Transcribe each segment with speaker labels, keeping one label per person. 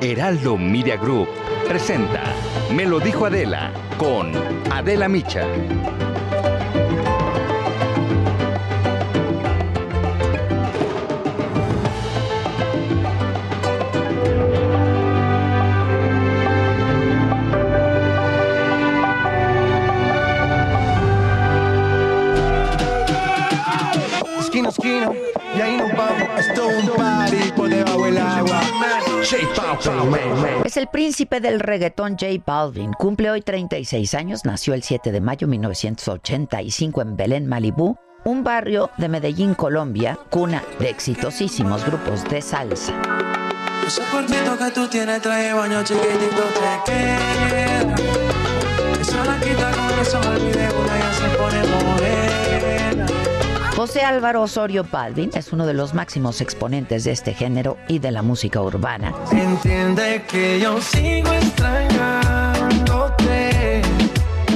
Speaker 1: Heraldo Media Group presenta Me lo dijo Adela con Adela Micha.
Speaker 2: Esquino, esquino, y ahí nos vamos. Esto es un party pues, por debajo del agua.
Speaker 3: Es el príncipe del reggaetón J Balvin. Cumple hoy 36 años, nació el 7 de mayo de 1985 en Belén, Malibú, un barrio de Medellín, Colombia, cuna de exitosísimos grupos de salsa.
Speaker 4: Ese cuartito que tú tienes trae de baño chiquitito te queda. Esa laquita con los ojos mi deuda ya se pone morena.
Speaker 3: José Álvaro Osorio Balvin es uno de los máximos exponentes de este género y de la música urbana.
Speaker 4: Entiende que yo sigo extrañándote.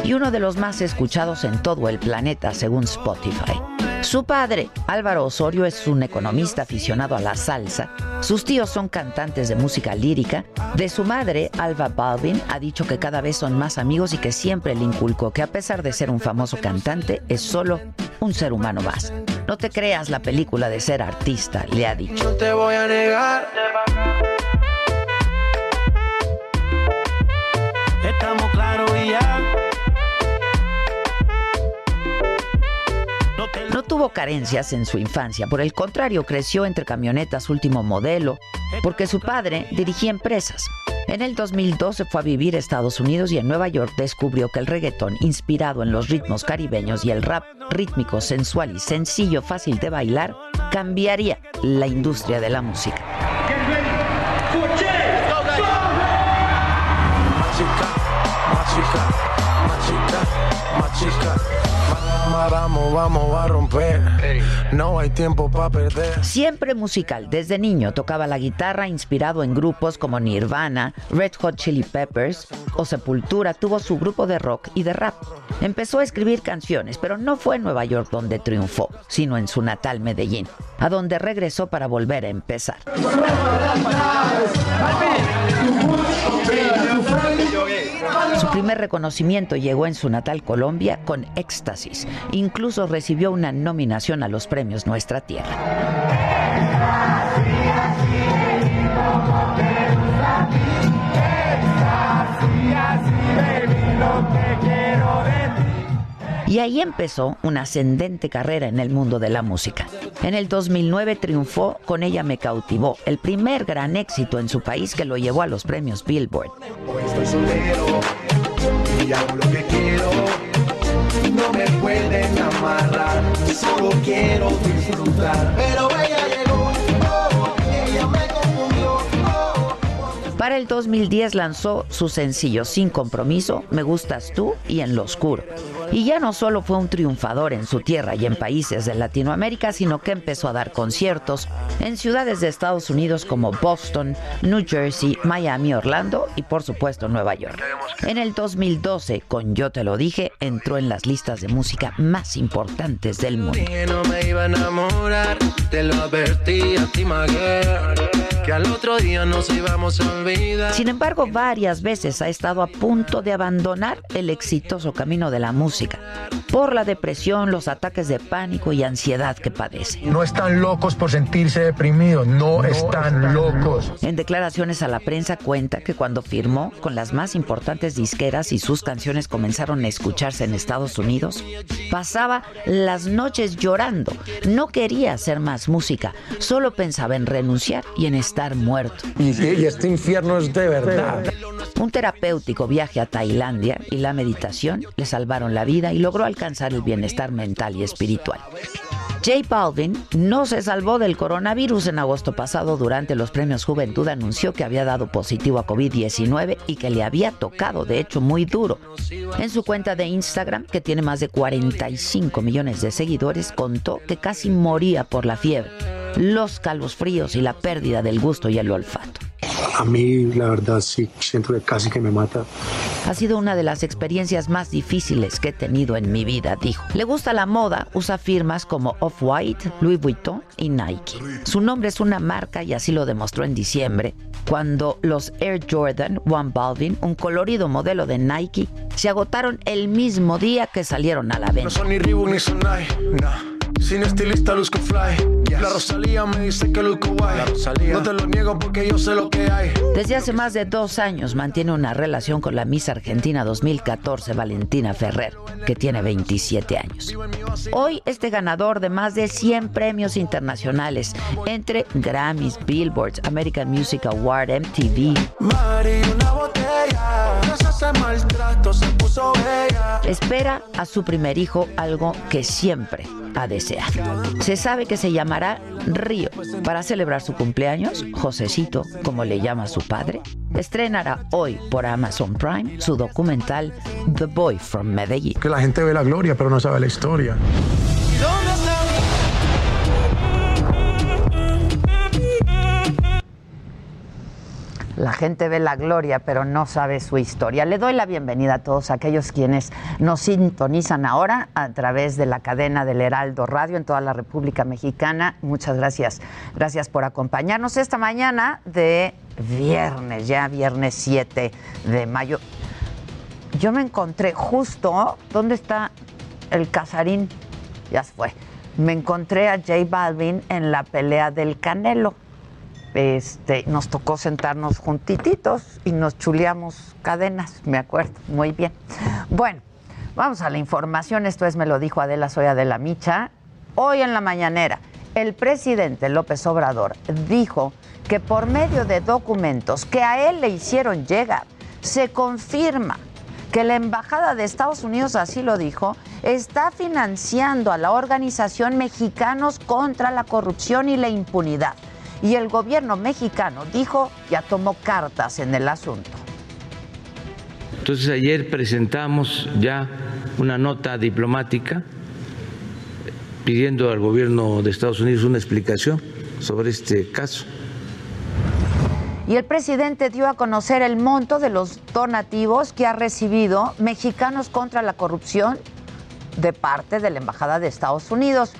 Speaker 3: y uno de los más escuchados en todo el planeta según Spotify. Su padre, Álvaro Osorio, es un economista aficionado a la salsa. Sus tíos son cantantes de música lírica. De su madre, Alba Balvin, ha dicho que cada vez son más amigos y que siempre le inculcó que a pesar de ser un famoso cantante, es solo un ser humano más. No te creas la película de ser artista, le ha dicho.
Speaker 4: No te voy a negar. Estamos claros y ya. No te
Speaker 3: No tuvo carencias en su infancia, por el contrario, creció entre camionetas último modelo, porque su padre dirigía empresas. En el 2012 fue a vivir a Estados Unidos y en Nueva York descubrió que el reggaetón, inspirado en los ritmos caribeños y el rap rítmico, sensual y sencillo, fácil de bailar, cambiaría la industria de la música.
Speaker 4: Machica, machica, machica, machica. Vamos, vamos, vamos a romper. No hay tiempo para perder.
Speaker 3: Siempre musical, desde niño tocaba la guitarra inspirado en grupos como Nirvana, Red Hot Chili Peppers o Sepultura, tuvo su grupo de rock y de rap. Empezó a escribir canciones, pero no fue en Nueva York donde triunfó, sino en su natal Medellín, a donde regresó para volver a empezar. Su primer reconocimiento llegó en su natal Colombia con éxtasis. Incluso recibió una nominación a los premios Nuestra Tierra. Y ahí empezó una ascendente carrera en el mundo de la música. En el 2009 triunfó con Ella me cautivó, el primer gran éxito en su país que lo llevó a los premios Billboard.
Speaker 2: Estoy soltero y hago lo que quiero. No me pueden amarrar, solo quiero disfrutar. Pero ella llegó, oh, ella me confundió. oh.
Speaker 3: Para el 2010 lanzó su sencillo Sin Compromiso, Me Gustas Tú y En Lo Oscuro. Y ya no solo fue un triunfador en su tierra y en países de Latinoamérica, sino que empezó a dar conciertos en ciudades de Estados Unidos como Boston, New Jersey, Miami, Orlando y por supuesto Nueva York. En el 2012, con Yo Te Lo Dije, entró en las listas de música más importantes del mundo.
Speaker 4: Que no me iba a enamorar, te lo advertí a ti, my girl, Que al otro día nos íbamos a olvidar.
Speaker 3: Sin embargo, varias veces ha estado a punto de abandonar el exitoso camino de la música por la depresión, los ataques de pánico y ansiedad que padece.
Speaker 5: No están locos por sentirse deprimidos, no, están, locos.
Speaker 3: En declaraciones a la prensa cuenta que cuando firmó con las más importantes disqueras y sus canciones comenzaron a escucharse en Estados Unidos, pasaba las noches llorando. No quería hacer más música, solo pensaba en renunciar y en estar muerto.
Speaker 2: Y, y este infierno es de verdad.
Speaker 3: Un terapéutico viaje a Tailandia y la meditación le salvaron la vida y logró alcanzar el bienestar mental y espiritual. J Balvin no se salvó del coronavirus en agosto pasado durante los premios Juventud anunció que había dado positivo a COVID-19 y que le había tocado de hecho muy duro. En su cuenta de Instagram, que tiene más de 45 millones de seguidores, contó que casi moría por la fiebre, los calvos fríos y la pérdida del gusto y el olfato.
Speaker 6: A mí, la verdad, sí, siento que casi que me mata.
Speaker 3: Ha sido una de las experiencias más difíciles que he tenido en mi vida, dijo. Le gusta la moda, usa firmas como Off-White, Louis Vuitton y Nike. Su nombre es una marca y así lo demostró en diciembre, cuando los Air Jordan One Balvin, un colorido modelo de Nike, se agotaron el mismo día que salieron a la
Speaker 7: No
Speaker 3: venta.
Speaker 7: son ni Reebok ni Sonai, no. Sin estilista luzco fly. La Rosalía me dice que luzco guay. No te lo niego porque yo sé lo que hay.
Speaker 3: Desde hace más de dos años mantiene una relación con la Miss Argentina 2014 Valentina Ferrer, que tiene 27 años. Hoy este ganador de más de 100 premios internacionales, entre Grammys, Billboards, American Music Award, MTV,
Speaker 4: Mari, una botella. Gracias a ese maltrato se puso bella.
Speaker 3: espera a su primer hijo algo que siempre ha deseado. Se sabe que se llamará Río. Para celebrar su cumpleaños, Josecito, como le llama su padre, estrenará hoy por Amazon Prime su documental The Boy from Medellín.
Speaker 8: Que la gente ve la gloria, pero no sabe la historia.
Speaker 4: ¿Dónde está mi
Speaker 3: La gente ve la gloria, pero no sabe su historia. Le doy la bienvenida a todos aquellos quienes nos sintonizan ahora a través de la cadena del Heraldo Radio en toda la República Mexicana. Muchas gracias. Gracias por acompañarnos esta mañana de viernes, ya viernes 7 de mayo. Yo me encontré justo, ¿dónde está el casarín? Ya se fue. Me encontré a J Balvin en la pelea del Canelo este, nos tocó sentarnos juntititos y nos chuleamos cadenas, me acuerdo, muy bien. Bueno, vamos a la información, esto es, me lo dijo Adela, soy Adela Micha. Hoy en la mañanera, el presidente López Obrador dijo que por medio de documentos que a él le hicieron llegar, se confirma que la Embajada de Estados Unidos, así lo dijo, está financiando a la organización Mexicanos contra la Corrupción y la Impunidad. Y el gobierno mexicano dijo ya tomó cartas en el asunto.
Speaker 9: Entonces ayer presentamos ya una nota diplomática pidiendo al gobierno de Estados Unidos una explicación sobre este caso.
Speaker 3: Y el presidente dio a conocer el monto de los donativos que ha recibido Mexicanos contra la Corrupción de parte de la Embajada de Estados Unidos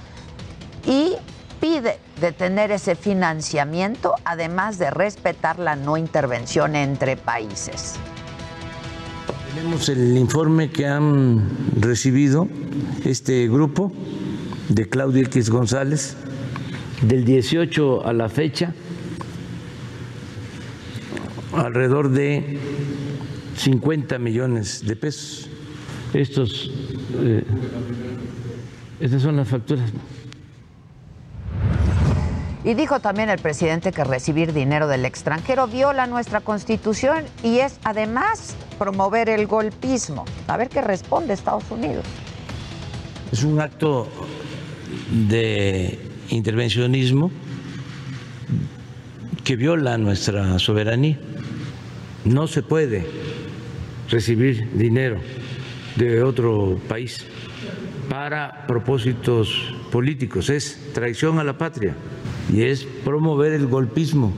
Speaker 3: y pide detener ese financiamiento, además de respetar la no intervención entre países.
Speaker 9: Tenemos el informe que han recibido este grupo de Claudio X González del 18 a la fecha, alrededor de 50 millones de pesos. Estos, eh, estas son las facturas.
Speaker 3: Y dijo también el presidente que recibir dinero del extranjero viola nuestra constitución y es además promover el golpismo. A ver qué responde Estados Unidos.
Speaker 9: Es un acto de intervencionismo que viola nuestra soberanía. No se puede recibir dinero de otro país para propósitos políticos. Es traición a la patria y es promover el golpismo.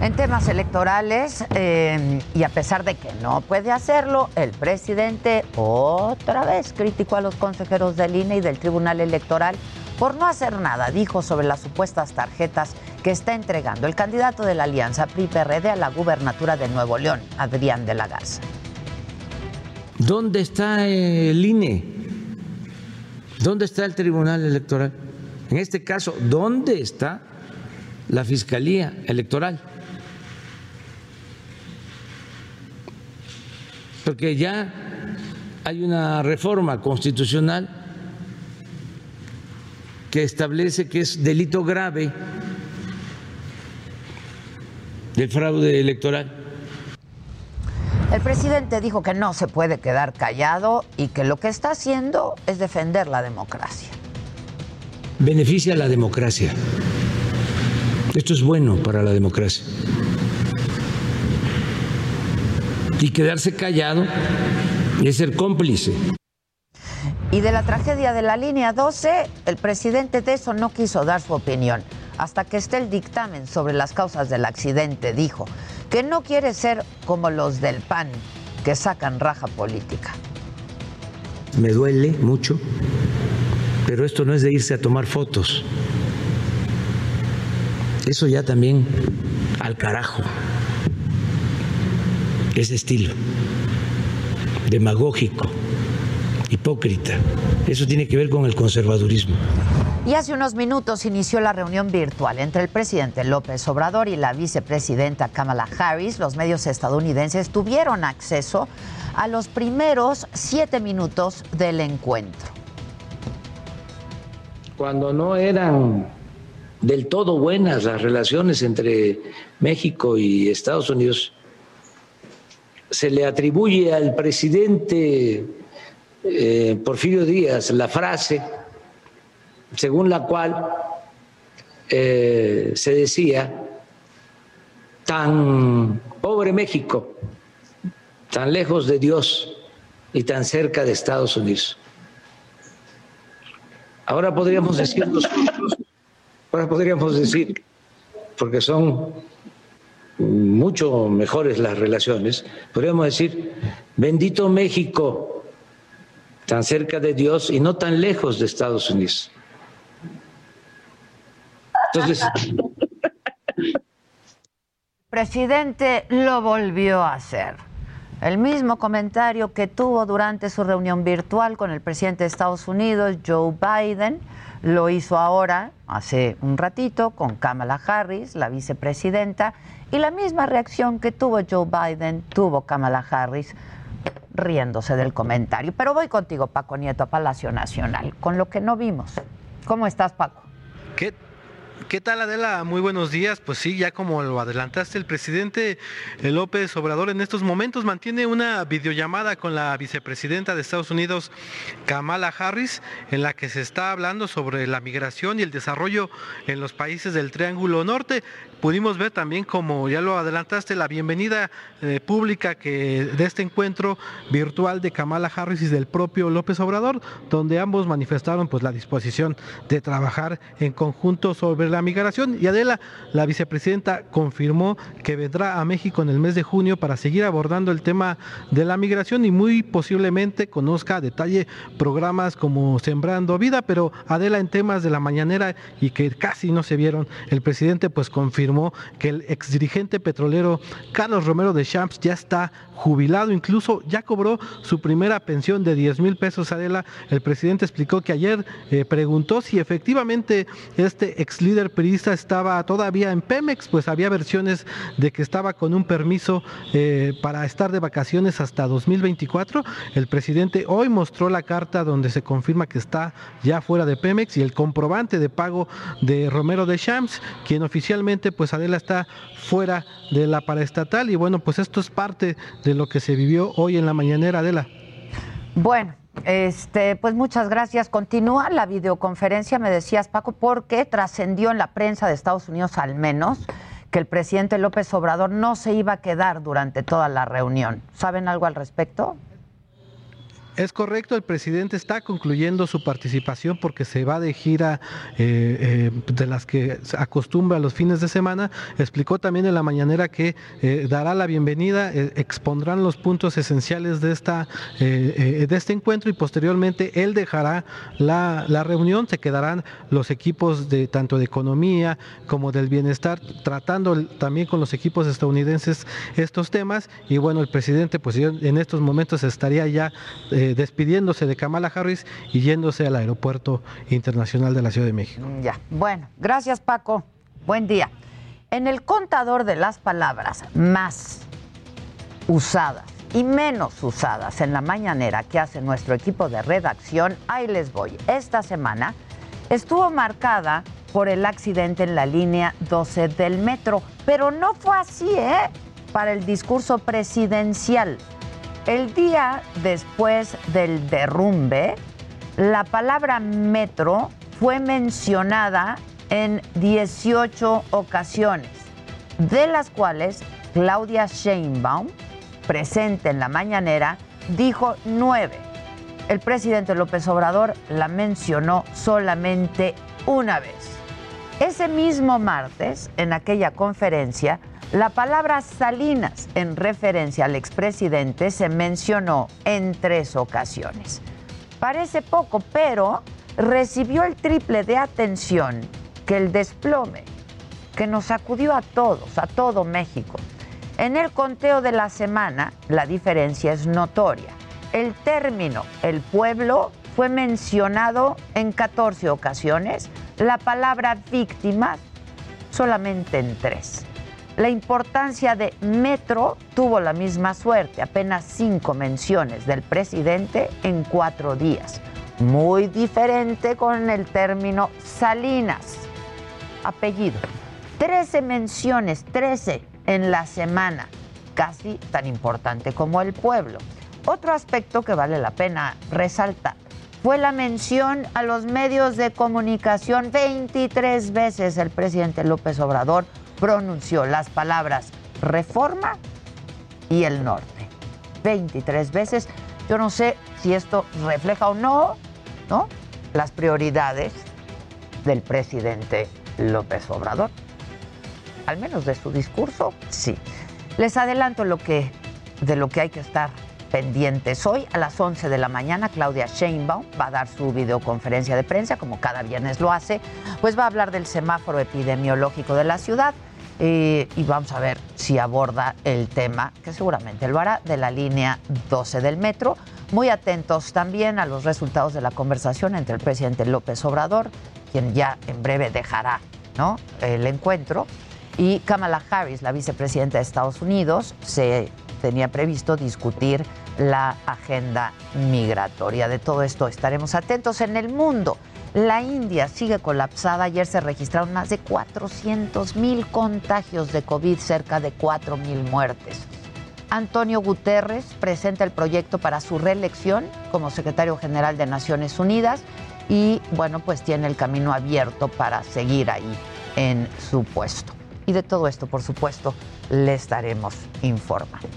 Speaker 3: En temas electorales, eh, y a pesar de que no puede hacerlo, el presidente otra vez criticó a los consejeros del INE y del Tribunal Electoral por no hacer nada, dijo sobre las supuestas tarjetas que está entregando el candidato de la Alianza PRI-PRD a la gubernatura de Nuevo León, Adrián de la Garza.
Speaker 9: ¿Dónde está el INE? ¿Dónde está el Tribunal Electoral? En este caso, ¿dónde está la Fiscalía Electoral? Porque ya hay una reforma constitucional que establece que es delito grave el fraude electoral.
Speaker 3: El presidente dijo que no se puede quedar callado y que lo que está haciendo es defender la democracia.
Speaker 9: beneficia a la democracia. Esto es bueno para la democracia. Y quedarse callado es ser cómplice.
Speaker 3: Y de la tragedia de la línea 12, el presidente de eso no quiso dar su opinión. Hasta que esté el dictamen sobre las causas del accidente, dijo que no quiere ser como los del PAN, que sacan raja política.
Speaker 9: Me duele mucho, pero esto no es de irse a tomar fotos. Eso ya también al carajo. Ese estilo demagógico, hipócrita. Eso tiene que ver con el conservadurismo.
Speaker 3: Y hace unos minutos inició la reunión virtual entre el presidente López Obrador y la vicepresidenta Kamala Harris. Los medios estadounidenses tuvieron acceso a los primeros siete minutos del encuentro.
Speaker 9: Cuando no eran del todo buenas las relaciones entre México y Estados Unidos, se le atribuye al presidente eh, Porfirio Díaz la frase según la cual eh, se decía, tan pobre México, tan lejos de Dios y tan cerca de Estados Unidos. Ahora podríamos decir nosotros, ahora podríamos decir, porque son mucho mejores las relaciones, podríamos decir, bendito México, tan cerca de Dios y no tan lejos de Estados Unidos. Entonces...
Speaker 3: Presidente lo volvió a hacer. El mismo comentario que tuvo durante su reunión virtual con el presidente de Estados Unidos, Joe Biden, lo hizo ahora, hace un ratito, con Kamala Harris, la vicepresidenta, y la misma reacción que tuvo Joe Biden, tuvo Kamala Harris, riéndose del comentario. Pero voy contigo, Paco Nieto, a Palacio Nacional, con lo que no vimos. ¿Cómo estás, Paco?
Speaker 2: ¿Qué ¿Qué tal Adela? Muy buenos días. Pues sí, ya como lo adelantaste, el presidente López Obrador en estos momentos mantiene una videollamada con la vicepresidenta de Estados Unidos, Kamala Harris, en la que se está hablando sobre la migración y el desarrollo en los países del Triángulo Norte. Pudimos ver también, como ya lo adelantaste, la bienvenida eh, pública que, de este encuentro virtual de Kamala Harris y del propio López Obrador, donde ambos manifestaron pues, la disposición de trabajar en conjunto sobre la la migración. Y Adela, la vicepresidenta, confirmó que vendrá a México en el mes de junio para seguir abordando el tema de la migración y muy posiblemente conozca a detalle programas como Sembrando Vida, pero Adela en temas de la mañanera y que casi no se vieron, el presidente pues confirmó que el exdirigente petrolero Carlos Romero de Champs ya está jubilado, incluso ya cobró su primera pensión de 10 mil pesos. Adela, el presidente explicó que ayer eh, preguntó si efectivamente este ex líder periodista estaba todavía en Pemex, pues había versiones de que estaba con un permiso eh, para estar de vacaciones hasta 2024. El presidente hoy mostró la carta donde se confirma que está ya fuera de Pemex y el comprobante de pago de Romero de Shams, quien oficialmente pues Adela está fuera de la paraestatal y bueno, pues esto es parte de lo que se vivió hoy en la mañanera Adela.
Speaker 3: Bueno, este, pues muchas gracias. Continúa la videoconferencia, me decías, Paco, porque trascendió en la prensa de Estados Unidos al menos que el presidente López Obrador no se iba a quedar durante toda la reunión. ¿Saben algo al respecto?
Speaker 2: Es correcto, el presidente está concluyendo su participación porque se va de gira eh, eh, de las que acostumbra los fines de semana. Explicó también en la mañanera que eh, dará la bienvenida, eh, expondrán los puntos esenciales de, esta, de este encuentro y posteriormente él dejará la, la, reunión. Se quedarán los equipos de tanto de economía como del bienestar, tratando también con los equipos estadounidenses estos temas. Y bueno, el presidente pues en estos momentos estaría ya eh, despidiéndose de Kamala Harris y yéndose al Aeropuerto Internacional de la Ciudad de México.
Speaker 3: Ya, bueno, gracias Paco. Buen día. En el contador de las palabras más usadas y menos usadas en la mañanera que hace nuestro equipo de redacción, ahí les voy. Esta semana estuvo marcada por el accidente en la línea 12 del metro, pero no fue así, ¿eh? Para el discurso presidencial. El día después del derrumbe, la palabra metro fue mencionada en 18 ocasiones, de las cuales Claudia Sheinbaum, presente en la mañanera, dijo nueve. El presidente López Obrador la mencionó solamente una vez. Ese mismo martes, en aquella conferencia, La palabra Salinas en referencia al expresidente se mencionó en tres ocasiones. Parece poco, pero recibió el triple de atención que el desplome que nos sacudió a todos, a todo México. En el conteo de la semana, la diferencia es notoria. El término el pueblo fue mencionado en 14 ocasiones, la palabra víctimas solamente en tres. La importancia de Metro tuvo la misma suerte, apenas cinco menciones del presidente en cuatro días. Muy diferente con el término Salinas, apellido. 13 menciones, 13 en la semana, casi tan importante como el pueblo. Otro aspecto que vale la pena resaltar fue la mención a los medios de comunicación. 23 veces el presidente López Obrador pronunció las palabras reforma y el norte. 23 veces. Yo no sé si esto refleja o no, ¿no? Las prioridades del presidente López Obrador. Al menos de su discurso, sí. Les adelanto lo que, de lo que hay que estar pendientes. Hoy a las 11 de la mañana Claudia Sheinbaum va a dar su videoconferencia de prensa, como cada viernes lo hace, pues va a hablar del semáforo epidemiológico de la ciudad eh, y vamos a ver si aborda el tema, que seguramente lo hará, de la línea 12 del metro. Muy atentos también a los resultados de la conversación entre el presidente López Obrador, quien ya en breve dejará ¿no? el encuentro, y Kamala Harris, la vicepresidenta de Estados Unidos, se tenía previsto discutir la agenda migratoria. De todo esto estaremos atentos en el mundo. La India sigue colapsada. Ayer se registraron más de 400 mil contagios de COVID, cerca de 4 mil muertes. Antonio Guterres presenta el proyecto para su reelección como secretario general de Naciones Unidas y, bueno, pues tiene el camino abierto para seguir ahí en su puesto. Y de todo esto, por supuesto, le estaremos informando.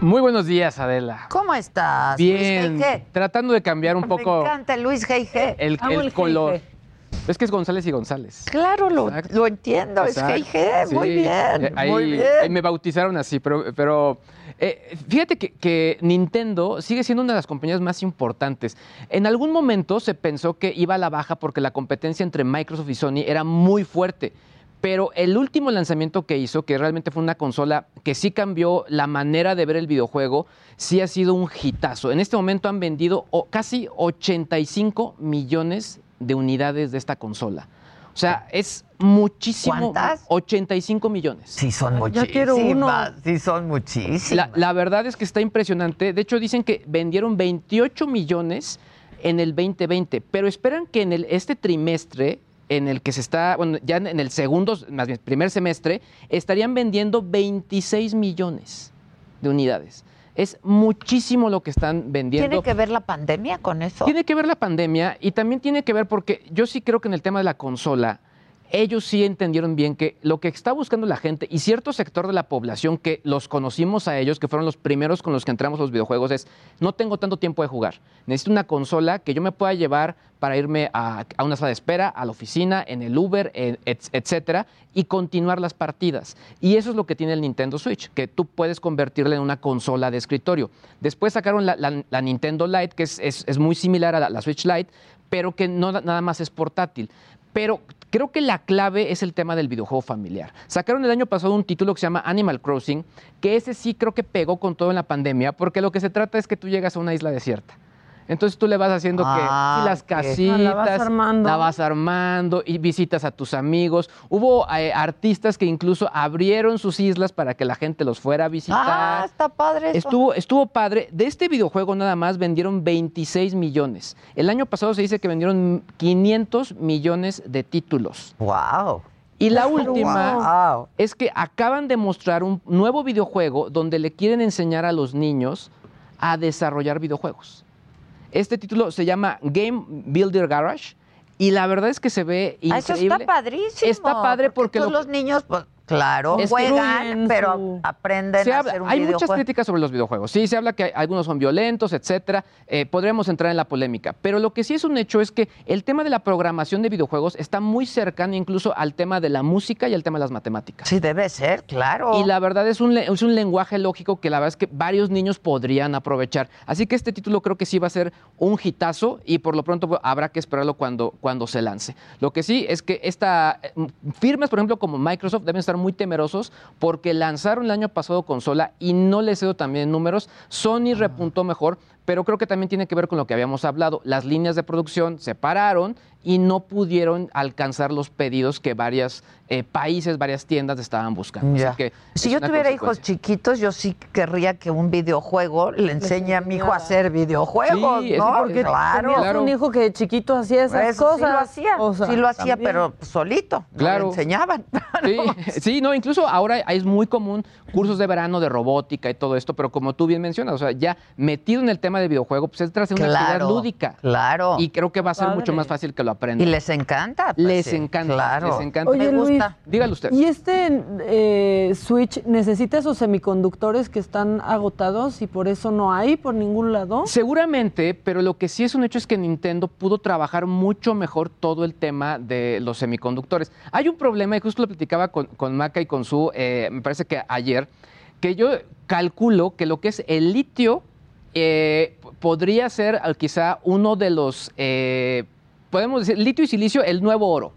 Speaker 10: Muy buenos días, Adela.
Speaker 3: ¿Cómo estás?
Speaker 10: Bien,
Speaker 3: Luis G.G.?
Speaker 10: tratando de cambiar un
Speaker 3: Me
Speaker 10: poco
Speaker 3: encanta Luis G.G.
Speaker 10: el, el
Speaker 11: Amo el
Speaker 10: color.
Speaker 11: jefe.
Speaker 10: Es que es González y González.
Speaker 3: Claro, lo,
Speaker 10: Exacto.
Speaker 3: lo entiendo,
Speaker 10: Exacto.
Speaker 3: es G.G. Muy
Speaker 10: Sí,
Speaker 3: bien,
Speaker 10: eh, ahí-
Speaker 3: muy bien.
Speaker 10: ahí me bautizaron así, pero, pero eh, fíjate que, que Nintendo sigue siendo una de las compañías más importantes. En algún momento se pensó que iba a la baja porque la competencia entre Microsoft y Sony era muy fuerte. Pero el último lanzamiento que hizo, que realmente fue una consola que sí cambió la manera de ver el videojuego, sí ha sido un hitazo. En este momento han vendido o- casi 85 millones de unidades de esta consola. O sea, es muchísimo.
Speaker 3: ¿Cuántas?
Speaker 10: 85 millones.
Speaker 3: Sí son
Speaker 11: Ya quiero
Speaker 3: muchísimas, sí son muchísimas.
Speaker 10: La, la verdad es que está impresionante. De hecho, dicen que vendieron 28 millones en el 2020, pero esperan que en el, este trimestre, en el que se está, bueno, ya en el segundo, más bien primer semestre, estarían vendiendo 26 millones de unidades. Es muchísimo lo que están vendiendo.
Speaker 3: ¿Tiene que ver la pandemia con eso?
Speaker 10: Tiene que ver la pandemia y también tiene que ver porque yo sí creo que en el tema de la consola, ellos sí entendieron bien que lo que está buscando la gente y cierto sector de la población que los conocimos a ellos, que fueron los primeros con los que entramos a los videojuegos, es no tengo tanto tiempo de jugar. Necesito una consola que yo me pueda llevar para irme a, a una sala de espera, a la oficina, en el Uber, en- et- etcétera, y continuar las partidas. Y eso es lo que tiene el Nintendo Switch, que tú puedes convertirla en una consola de escritorio. Después sacaron la, la- la Nintendo Lite, que es, es- es muy similar a la, la Switch Lite, pero que no na- nada más es portátil. Pero creo que la clave es el tema del videojuego familiar. Sacaron el año pasado un título que se llama Animal Crossing, que ese sí creo que pegó con todo en la pandemia, porque lo que se trata es que tú llegas a una isla desierta. Entonces tú le vas haciendo
Speaker 3: Ah,
Speaker 10: que las
Speaker 3: ok.
Speaker 10: casitas,
Speaker 11: La vas armando.
Speaker 10: la vas armando y visitas a tus amigos. Hubo eh, artistas que incluso abrieron sus islas para que la gente los fuera a visitar.
Speaker 3: ah, está padre eso.
Speaker 10: Estuvo, estuvo padre. De este videojuego nada más vendieron 26 millones. El año pasado se dice que vendieron 500 millones de títulos.
Speaker 3: Wow.
Speaker 10: Y la última
Speaker 3: Wow.
Speaker 10: es que acaban de mostrar un nuevo videojuego donde le quieren enseñar a los niños a desarrollar videojuegos. Este título se llama Game Builder Garage y la verdad es que se ve increíble.
Speaker 3: Ah, eso está padrísimo.
Speaker 10: Está padre porque
Speaker 3: todos
Speaker 10: lo-
Speaker 3: los niños pues, Claro,
Speaker 10: Destruyen
Speaker 3: juegan,
Speaker 10: su-
Speaker 3: pero aprenden
Speaker 10: Se
Speaker 3: a
Speaker 10: habla-
Speaker 3: hacer un
Speaker 10: hay
Speaker 3: videojuego.
Speaker 10: muchas críticas sobre los videojuegos. Sí, se habla que hay- algunos son violentos, etcétera. Eh, podremos entrar en la polémica. Pero lo que sí es un hecho es que el tema de la programación de videojuegos está muy cercano incluso al tema de la música y al tema de las matemáticas.
Speaker 3: Sí, debe ser, claro.
Speaker 10: Y la verdad es un, le- es un lenguaje lógico que la verdad es que varios niños podrían aprovechar. Así que este título creo que sí va a ser un hitazo y por lo pronto pues, habrá que esperarlo cuando, cuando se lance. Lo que sí es que esta eh, m- firmas, por ejemplo, como Microsoft deben estar muy temerosos porque lanzaron el año pasado consola y no les cedo también números.
Speaker 3: Ah.
Speaker 10: Sony repuntó mejor, pero creo que también tiene que ver con lo que habíamos hablado. Las líneas de producción se pararon y no pudieron alcanzar los pedidos que varios países, varias tiendas estaban buscando.
Speaker 3: Ya.
Speaker 10: Así que
Speaker 3: si
Speaker 10: es
Speaker 3: yo
Speaker 10: una
Speaker 3: tuviera hijos
Speaker 10: consecuencia.
Speaker 3: chiquitos, yo sí querría que un videojuego le enseñe a mi hijo a hacer videojuegos,
Speaker 10: Sí, es
Speaker 3: ¿no?
Speaker 10: porque
Speaker 3: claro.
Speaker 11: Tenías un
Speaker 10: Claro.
Speaker 11: hijo que de chiquito hacía esas
Speaker 3: Eso
Speaker 11: cosas.
Speaker 3: sí lo hacía,
Speaker 11: O sea,
Speaker 3: sí lo hacía,
Speaker 11: también.
Speaker 3: pero solito. no
Speaker 10: Claro.
Speaker 3: le enseñaban.
Speaker 10: Sí, sí, no, incluso ahora es muy común cursos de verano de robótica y todo esto, pero como tú bien mencionas, o sea, ya metido en el tema de videojuego, pues es tras una actividad
Speaker 3: Claro,
Speaker 10: lúdica.
Speaker 3: Claro.
Speaker 10: Y creo que va a ser mucho
Speaker 11: Padre.
Speaker 10: más fácil que lo
Speaker 3: Y
Speaker 10: aprendan.
Speaker 3: les encanta. pues,
Speaker 10: Les
Speaker 3: sí,
Speaker 10: encanta,
Speaker 3: Claro.
Speaker 10: les encanta.
Speaker 11: Oye,
Speaker 3: Me gusta.
Speaker 11: Luis,
Speaker 10: Dígalo usted.
Speaker 11: ¿Y este eh, Switch necesita esos semiconductores que están agotados y por eso no hay por ningún lado?
Speaker 10: Seguramente, pero lo que sí es un hecho es que Nintendo pudo trabajar mucho mejor todo el tema de los semiconductores. Hay un problema, y justo lo platicaba con, con Maca y con su, eh, me parece que ayer, que yo calculo que lo que es el litio eh, p- podría ser al- quizá uno de los, eh, podemos decir, litio y silicio, el nuevo oro.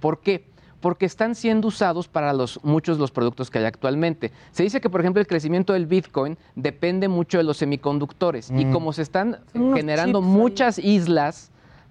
Speaker 10: ¿Por qué? Porque están siendo usados para los, muchos de los productos que hay actualmente. Se dice que, por ejemplo, el crecimiento del Bitcoin depende mucho de los semiconductores. Y como se están
Speaker 11: Son unos
Speaker 10: generando
Speaker 11: chips ahí.
Speaker 10: muchas islas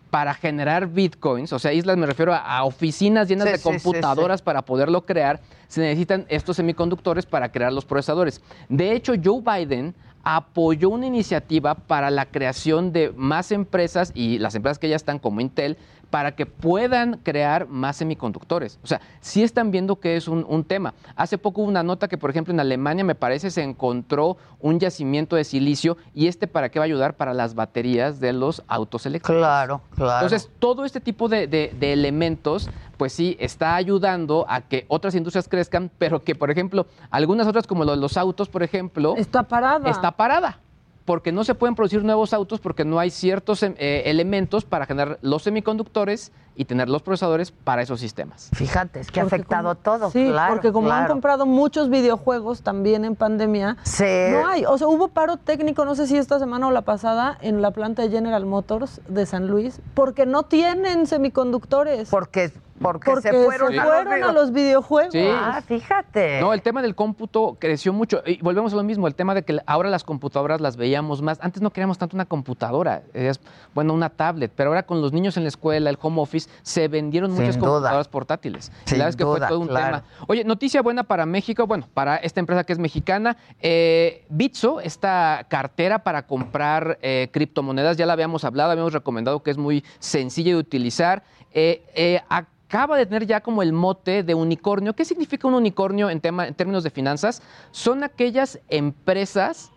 Speaker 10: para generar Bitcoins, o sea, islas me refiero a, a oficinas llenas
Speaker 3: Sí,
Speaker 10: de
Speaker 3: sí, sí, sí.
Speaker 10: computadoras para poderlo crear, se necesitan estos semiconductores para crear los procesadores. De hecho, Joe Biden apoyó una iniciativa para la creación de más empresas y las empresas que ya están como Intel para que puedan crear más semiconductores. O sea, sí están viendo que es un, un tema. Hace poco hubo una nota que, por ejemplo, en Alemania, me parece, se encontró un yacimiento de silicio y este para qué va a ayudar para las baterías de los autos eléctricos.
Speaker 3: Claro, claro.
Speaker 10: Entonces, todo este tipo de, de- de elementos, pues sí, está ayudando a que otras industrias crezcan, pero que, por ejemplo, algunas otras, como lo de los autos, por ejemplo,
Speaker 11: Está parada.
Speaker 10: está parada, porque no se pueden producir nuevos autos porque no hay ciertos em, eh, elementos para generar los semiconductores y tener los procesadores para esos sistemas.
Speaker 3: Fíjate, es que ha
Speaker 11: Porque
Speaker 3: afectado
Speaker 11: como-
Speaker 3: todo.
Speaker 11: Sí,
Speaker 3: claro,
Speaker 11: porque como han
Speaker 3: claro.
Speaker 11: comprado muchos videojuegos también en pandemia,
Speaker 3: Se-
Speaker 11: no hay. O sea, hubo paro técnico, no sé si esta semana o la pasada, en la planta de General Motors de San Luis, porque no tienen semiconductores.
Speaker 3: Porque, porque,
Speaker 11: porque
Speaker 3: se fueron, a los
Speaker 11: a
Speaker 3: videos-
Speaker 11: los videojuegos.
Speaker 10: Sí.
Speaker 3: Ah, fíjate.
Speaker 10: No, el tema del cómputo creció mucho. Y volvemos a lo mismo, el tema de que ahora las computadoras las veíamos más. Antes no queríamos tanto una computadora, es, bueno, una tablet, pero ahora con los niños en la escuela, el home office, se vendieron
Speaker 3: Sin
Speaker 10: muchas
Speaker 3: duda.
Speaker 10: computadoras portátiles. Y
Speaker 3: Sin
Speaker 10: la verdad es que
Speaker 3: duda,
Speaker 10: fue todo un
Speaker 3: claro.
Speaker 10: tema. Oye, noticia buena para México, bueno, para esta empresa que es mexicana. eh, Bitso, esta cartera para comprar eh, criptomonedas, ya la habíamos hablado, habíamos recomendado que es muy sencilla de utilizar. Eh, eh, acaba de tener ya como el mote de unicornio. ¿Qué significa un unicornio en, tema, en términos de finanzas? Son aquellas empresas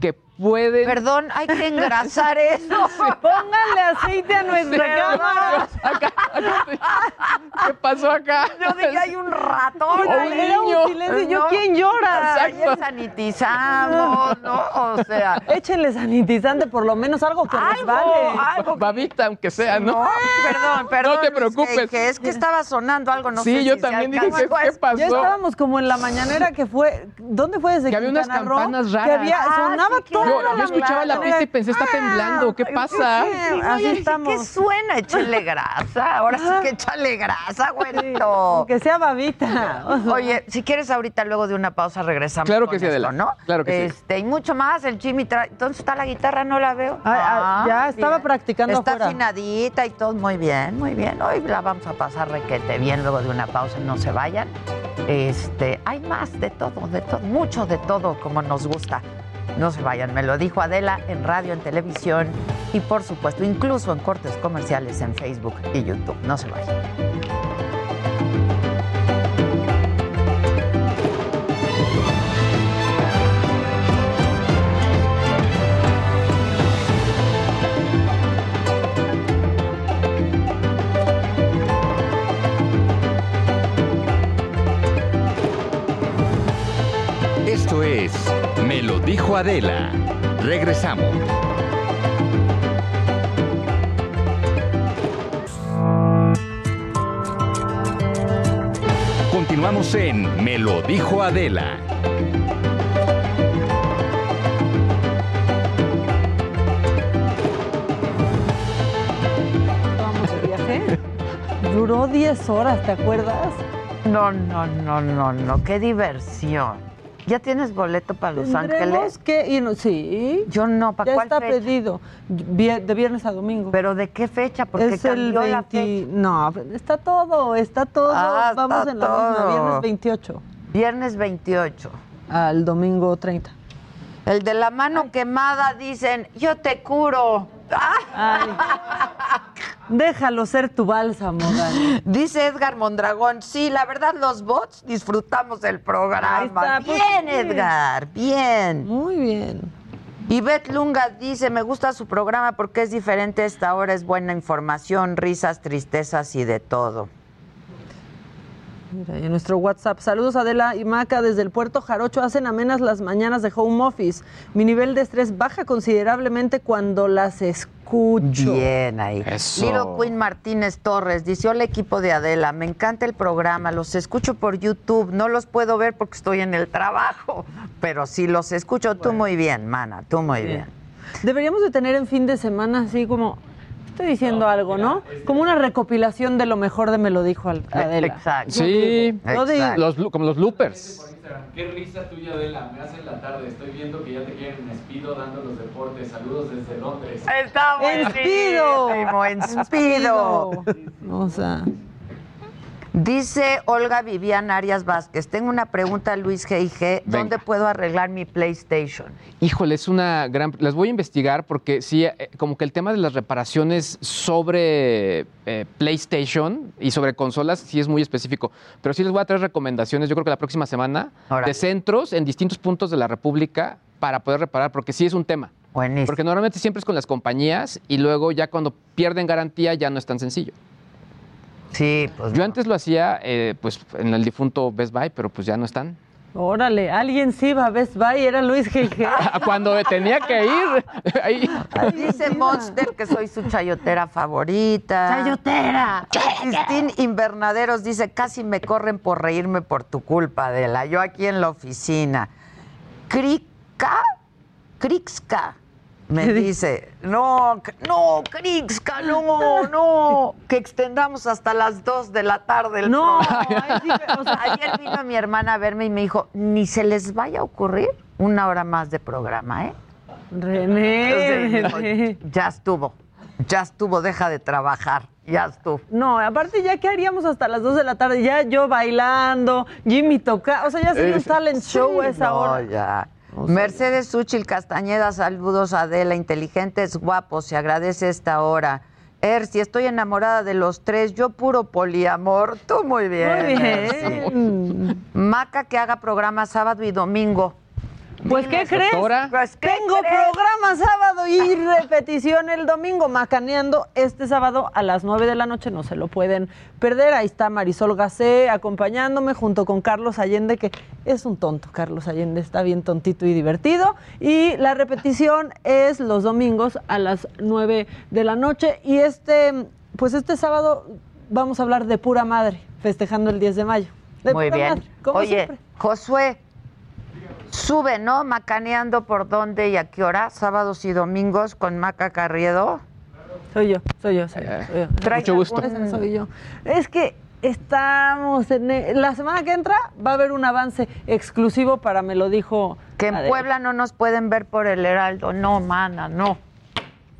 Speaker 10: que pueden...
Speaker 3: Perdón, hay que engrasar eso.
Speaker 11: Pónganle aceite a nuestra
Speaker 3: Perdón.
Speaker 11: cama.
Speaker 10: Acá- acá- ¿Qué pasó acá?
Speaker 3: Yo dije, hay un ratón.
Speaker 10: O un
Speaker 3: ahí".
Speaker 11: Era
Speaker 10: Oh,
Speaker 11: un
Speaker 10: niño.
Speaker 11: silencio. ¿Yo
Speaker 3: No.
Speaker 11: quién llora?
Speaker 3: Ayer sanitizamos, ¿no? O sea,
Speaker 11: Échenle sanitizante, por lo menos algo que les
Speaker 3: algo,
Speaker 11: vale.
Speaker 3: algo.
Speaker 10: Babita, aunque sea, ¿no?
Speaker 3: No, perdón, perdón.
Speaker 10: No te
Speaker 3: Luis, Que,
Speaker 10: preocupes.
Speaker 3: que es que estaba sonando algo, no
Speaker 10: sí,
Speaker 3: sé
Speaker 10: yo
Speaker 3: si se
Speaker 10: también dije, ¿qué,
Speaker 3: alcanzó pues, a
Speaker 10: qué pasó?
Speaker 11: Ya estábamos como en la mañanera que fue. ¿Dónde fue desde
Speaker 10: Que había unas
Speaker 11: Quintana Roo?
Speaker 10: campanas
Speaker 11: Que
Speaker 10: raras.
Speaker 11: había,
Speaker 3: Ah,
Speaker 11: sonaba
Speaker 3: sí,
Speaker 11: todo.
Speaker 3: claro. Ah,
Speaker 10: Yo, yo escuchaba la pista y pensé, está temblando, ¿qué pasa?
Speaker 3: Sí,
Speaker 11: Ah, Así
Speaker 3: oye,
Speaker 11: estamos.
Speaker 3: ¿Qué suena? Échale grasa. Ahora sí que échale grasa, güerito.
Speaker 11: Que sea babita. O sea,
Speaker 3: Oye, si quieres ahorita luego de una pausa regresamos.
Speaker 10: Claro
Speaker 3: con
Speaker 10: que sí,
Speaker 3: esto,
Speaker 10: Adela.
Speaker 3: ¿no?
Speaker 10: Claro que sí.
Speaker 3: este, Y mucho más, el Jimmy trae. ¿Dónde está la guitarra? No la veo.
Speaker 11: Ah, ah, ya estaba practicando
Speaker 3: Está
Speaker 11: afuera.
Speaker 3: afinadita y todo. Muy bien, muy bien. Hoy la vamos a pasar requete bien luego de una pausa, no se vayan. Este, hay más de todo, de todo, mucho de todo como nos gusta. No se vayan, me lo dijo Adela en radio, en televisión y por supuesto incluso en cortes comerciales en Facebook y YouTube. No se vayan.
Speaker 1: dijo Adela. Regresamos. Continuamos en Me lo dijo Adela.
Speaker 11: de viaje. Duró 10 horas, ¿te acuerdas?
Speaker 3: No, no, no, no, no. Qué diversión. ¿Ya tienes boleto para Los Ángeles?
Speaker 11: Tendremos que ir, no, sí.
Speaker 3: Yo no, ¿para
Speaker 11: Ya
Speaker 3: cuál
Speaker 11: está
Speaker 3: fecha?
Speaker 11: pedido, vie- de viernes a domingo.
Speaker 3: ¿Pero de qué fecha? Porque
Speaker 11: es el
Speaker 3: cambió la
Speaker 11: 20 No, está todo, está todo.
Speaker 3: Ah,
Speaker 11: Vamos
Speaker 3: está
Speaker 11: en la misma,
Speaker 3: todo.
Speaker 11: viernes 28.
Speaker 3: Viernes 28.
Speaker 11: Al domingo 30.
Speaker 3: El de la mano quemada dicen, yo te curo.
Speaker 11: Déjalo ser tu bálsamo, Dani.
Speaker 3: Dice Edgar Mondragón, sí, la verdad los bots disfrutamos del
Speaker 11: Ahí
Speaker 3: programa.
Speaker 11: está, pues,
Speaker 3: bien,
Speaker 11: sí.
Speaker 3: Edgar, bien.
Speaker 11: Muy bien.
Speaker 3: Yvette Lunga dice, me gusta su programa porque es diferente a esta hora, es buena información, risas, tristezas y de todo.
Speaker 11: Mira, y en nuestro WhatsApp. Saludos Adela y Maca desde el Puerto Jarocho. Hacen amenas las mañanas de home office. Mi nivel de estrés baja considerablemente cuando las escucho.
Speaker 3: Bien ahí. Lilo Queen Martínez Torres dice, hola equipo de Adela, me encanta el programa, los escucho por YouTube, no los puedo ver porque estoy en el trabajo, pero sí los escucho, tú muy bien, mana, tú muy bien.
Speaker 11: Deberíamos de tener en fin de semana así como... Estoy diciendo algo, ¿no? Como una recopilación de lo mejor de Me lo dijo Al- Adela.
Speaker 3: Exacto.
Speaker 11: Yo
Speaker 10: Sí,
Speaker 11: digo, yo digo.
Speaker 10: los lu- como los loopers.
Speaker 12: Qué risa tuya, Adela. Me hace la tarde. Estoy viendo que ya te quieren en Espido dando los deportes. Saludos desde Londres.
Speaker 3: Está buenísimo, en Speedo.
Speaker 11: O sea...
Speaker 3: Dice Olga Vivian Arias Vázquez, tengo una pregunta Luis G.I.G., ¿dónde puedo arreglar mi PlayStation?
Speaker 10: Híjole, es una gran. Las voy a investigar porque sí, eh, como que el tema de las reparaciones sobre eh, PlayStation y sobre consolas sí es muy específico. Pero sí les voy a traer recomendaciones, yo creo que la próxima semana, de centros en distintos puntos de la República para poder reparar, porque sí es un tema.
Speaker 3: Buenísimo.
Speaker 10: Porque normalmente siempre es con las compañías y luego ya cuando pierden garantía ya no es tan sencillo.
Speaker 3: Sí, pues.
Speaker 10: Yo antes lo hacía eh, pues en el difunto Best Buy, pero pues ya no están.
Speaker 11: Órale, alguien sí va a Best Buy, era Luis G.G.
Speaker 10: Cuando tenía que ir. ahí.
Speaker 3: Dice Monster que soy su chayotera favorita.
Speaker 11: ¡Chayotera!
Speaker 3: Cristín Invernaderos dice, casi me corren por reírme por tu culpa, Adela. Yo aquí en la oficina. Crica, Crixca, me dice, no, c- no, Crixca, no, no, que extendamos hasta las 2 de la tarde el
Speaker 11: No,
Speaker 3: programa". ayer vino mi hermana a verme y me dijo, ni se les vaya a ocurrir una hora más de programa, ¿eh?
Speaker 11: René,
Speaker 3: Entonces,
Speaker 11: René.
Speaker 3: dijo, ya estuvo, ya estuvo, deja de trabajar, ya estuvo.
Speaker 11: No, aparte ya que haríamos hasta las 2 de la tarde, ya yo bailando, Jimmy toca, o sea, ya sería un
Speaker 3: Eh,
Speaker 11: talent
Speaker 3: sí,
Speaker 11: show a esa
Speaker 3: no,
Speaker 11: hora.
Speaker 3: ya. Mercedes Suchil Castañeda, saludos Adela, inteligentes, guapos, se agradece esta hora. Erci, estoy enamorada de los tres, yo puro poliamor, tú muy bien.
Speaker 11: Muy bien.
Speaker 3: Erci. Maca que haga programa sábado y domingo.
Speaker 11: Pues, ¿qué crees?
Speaker 3: Pues, ¿qué
Speaker 11: Tengo
Speaker 3: crees?
Speaker 11: programa sábado y repetición el domingo, macaneando este sábado a las 9 de la noche, no se lo pueden perder. Ahí está Marisol Gacé acompañándome junto con Carlos Allende, que es un tonto, Carlos Allende está bien tontito y divertido. Y la repetición es los domingos a las 9 de la noche. Y este, pues este sábado vamos a hablar de pura madre, festejando el 10 de mayo. De
Speaker 3: Muy
Speaker 11: pura
Speaker 3: bien.
Speaker 11: madre, como
Speaker 3: Oye,
Speaker 11: siempre.
Speaker 3: Josué, sube, ¿no? Macaneando por dónde y a qué hora, sábados y domingos con Maca Carriedo.
Speaker 11: Soy yo, soy yo, soy yo. soy yo.
Speaker 3: Trae Mucho gusto.
Speaker 11: Esa soy yo. Es que estamos en e- la semana que entra va a haber un avance exclusivo para me lo dijo
Speaker 3: Que en
Speaker 11: Adela.
Speaker 3: Puebla no nos pueden ver por el Heraldo. No, mana, no.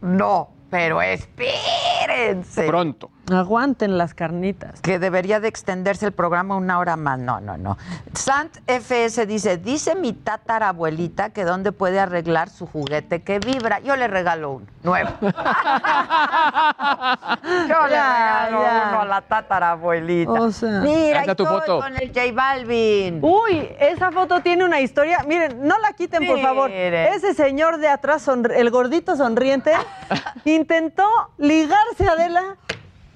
Speaker 3: No, pero espérense.
Speaker 10: Pronto.
Speaker 11: Aguanten las carnitas.
Speaker 3: Que debería de extenderse el programa una hora más. No, no, no. Sant FS dice, dice mi tatarabuelita que dónde puede arreglar su juguete que vibra. Yo le regalo uno, nuevo. Yo le
Speaker 11: Ya,
Speaker 3: regalo
Speaker 11: ya.
Speaker 3: uno a la tatarabuelita.
Speaker 11: O sea. Ahí
Speaker 3: Mira,
Speaker 11: está
Speaker 3: ahí
Speaker 11: tu
Speaker 3: estoy
Speaker 11: foto.
Speaker 3: con el J Balvin.
Speaker 11: Uy, esa foto tiene una historia. Miren, no la quiten, por favor.
Speaker 3: Miren.
Speaker 11: Ese señor de atrás, sonr- el gordito sonriente, intentó ligarse a Adela